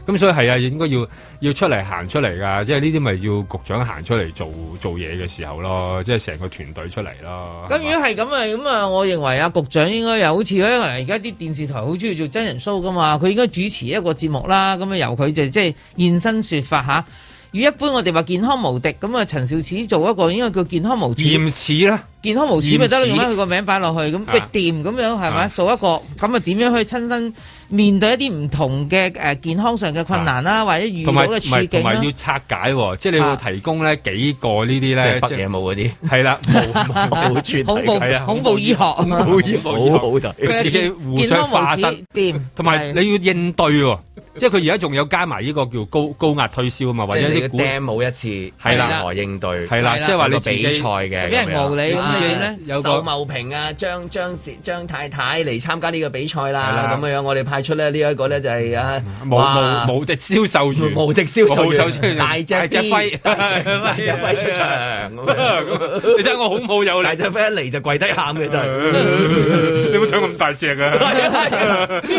Speaker 3: 咁所以係啊，應該要要出嚟行出嚟㗎，即係呢啲咪要局長行出嚟做做嘢嘅時候咯，即係成個團隊出嚟咯。
Speaker 4: 咁如果係咁啊，咁啊，我認為啊，局長應該又好似咧，哎而家啲電視台好中意做真人 show 噶嘛，佢應該主持一個節目啦，咁啊由佢就即係現身說法吓。與一般我哋話健康無敵，咁啊陳肇始做一個應該叫健康無恥，
Speaker 3: 驗屎啦，
Speaker 4: 健康無恥咪得咯，
Speaker 3: 驗屎
Speaker 4: 用翻佢個名擺落去，咁
Speaker 3: 啊
Speaker 4: 逼掂咁樣係咪？做一個咁啊點樣去親身面對一啲唔同嘅誒健康上嘅困難啦，或者遇到
Speaker 3: 啊同埋唔
Speaker 4: 嘅處
Speaker 3: 係同
Speaker 4: 境啦
Speaker 3: 埋要拆解喎，即係你要提供咧幾個呢啲
Speaker 2: 即
Speaker 3: 咧，
Speaker 2: 係北
Speaker 3: 係
Speaker 2: 野武嗰啲，
Speaker 3: 係啦，冇
Speaker 2: 冇絕
Speaker 4: 恐怖
Speaker 3: 係啊
Speaker 4: 恐怖醫學，
Speaker 3: 恐怖醫學
Speaker 2: 好好睇
Speaker 3: 佢自己互
Speaker 4: 健
Speaker 3: 相
Speaker 4: 康無
Speaker 3: 化身
Speaker 4: 恥，掂，
Speaker 3: 同埋你要應對喎，即係佢而家仲有加埋呢個叫高高壓推銷啊嘛，或者
Speaker 2: 即係你
Speaker 3: 啲
Speaker 2: 嘅
Speaker 3: 股
Speaker 2: demo 一次，
Speaker 3: 係啦
Speaker 2: 何應對，
Speaker 3: 係啦即係話你
Speaker 2: 有個
Speaker 3: 自己
Speaker 2: 比賽嘅，
Speaker 4: 俾人
Speaker 2: 咁樣
Speaker 4: 無理咁你點咧
Speaker 2: 有個秀茂平啊，張張張太太嚟參加呢個比賽啦，
Speaker 3: 係啦
Speaker 2: 咁樣我哋派出咧呢一個咧就係啊，
Speaker 3: 無
Speaker 2: 哇
Speaker 3: 無無敵銷售員，
Speaker 2: 無敵銷售員
Speaker 3: 無敵銷售員
Speaker 2: 大隻
Speaker 3: 大隻
Speaker 2: B，
Speaker 3: 輝
Speaker 2: 大隻大隻輝出場咁樣
Speaker 3: 你睇我好冇有力，
Speaker 2: 大隻輝一嚟就跪低喊嘅就係。
Speaker 3: 你冇睇我咁大隻啊！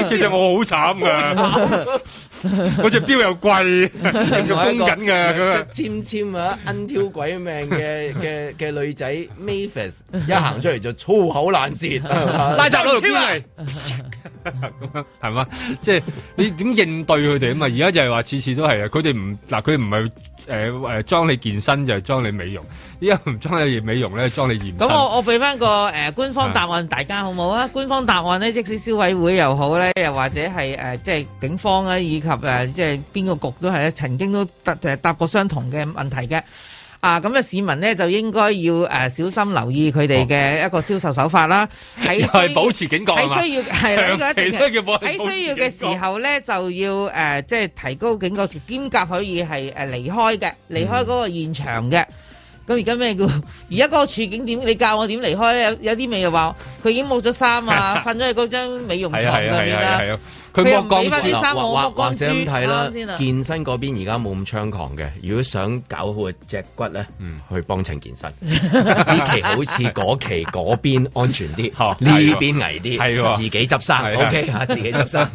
Speaker 3: 其實我好慘噶，我隻錶又貴， 又供緊㗎咁樣。
Speaker 2: 即係尖尖啊，恩挑鬼命 嘅嘅嘅女仔 Mavis 一行出嚟就粗口爛 舌，
Speaker 3: 拉閘佬
Speaker 2: 佬
Speaker 3: 嚟邊嚟咁啊樣係嘛？即係你點應對佢哋啊嘛？而家就係話次次都係啊，佢哋唔嗱，佢唔係呃誒誒裝你健身就係裝你美容，依家唔裝你美容咧，裝你驗身。
Speaker 4: 咁我我俾翻個誒、呃官方答案大家好冇啊？官方答案咧，即使消委會又好咧，又或者係誒、呃即係警方啊，以及誒、呃即係邊個局都係咧，曾經都答誒答過相同嘅問題嘅。啊，咁啊市民咧就應該要誒、呃小心留意佢哋嘅一個銷售手法啦，喺
Speaker 3: 又
Speaker 4: 需
Speaker 3: 係保持警覺啊嘛
Speaker 4: 喺需要係啦，呢個一定
Speaker 3: 長期都要
Speaker 4: 嘅
Speaker 3: 保持
Speaker 4: 喺需要嘅
Speaker 3: 警覺
Speaker 4: 時候咧就要誒、呃即係提高警覺，兼夾可以係誒離開嘅，離開嗰個現場嘅。咁而家咩叫？而家嗰個處境點？你教我點離開咧？有有啲咪又話佢已經冇咗衫啊，瞓咗喺嗰張美容床
Speaker 2: 係啊係啊
Speaker 4: 上面
Speaker 2: 係啊
Speaker 4: 啦
Speaker 2: 係啊。
Speaker 4: 佢又
Speaker 2: 剝
Speaker 4: 唔
Speaker 2: 光
Speaker 4: 俾翻啲衫我，
Speaker 2: 或
Speaker 4: 剝
Speaker 2: 或
Speaker 4: 光
Speaker 2: 或
Speaker 4: 珠
Speaker 2: 者咁睇啦
Speaker 4: 啱先啊，。
Speaker 2: 健身嗰邊而家冇咁猖狂嘅。如果想搞好隻骨咧，
Speaker 3: 嗯
Speaker 2: 去幫襯健身。 呢期好似嗰期嗰邊 安全啲，呢邊危啲，
Speaker 3: 哦係喎
Speaker 2: 自己執生
Speaker 3: 係啊
Speaker 2: ，OK 嚇，自己執生。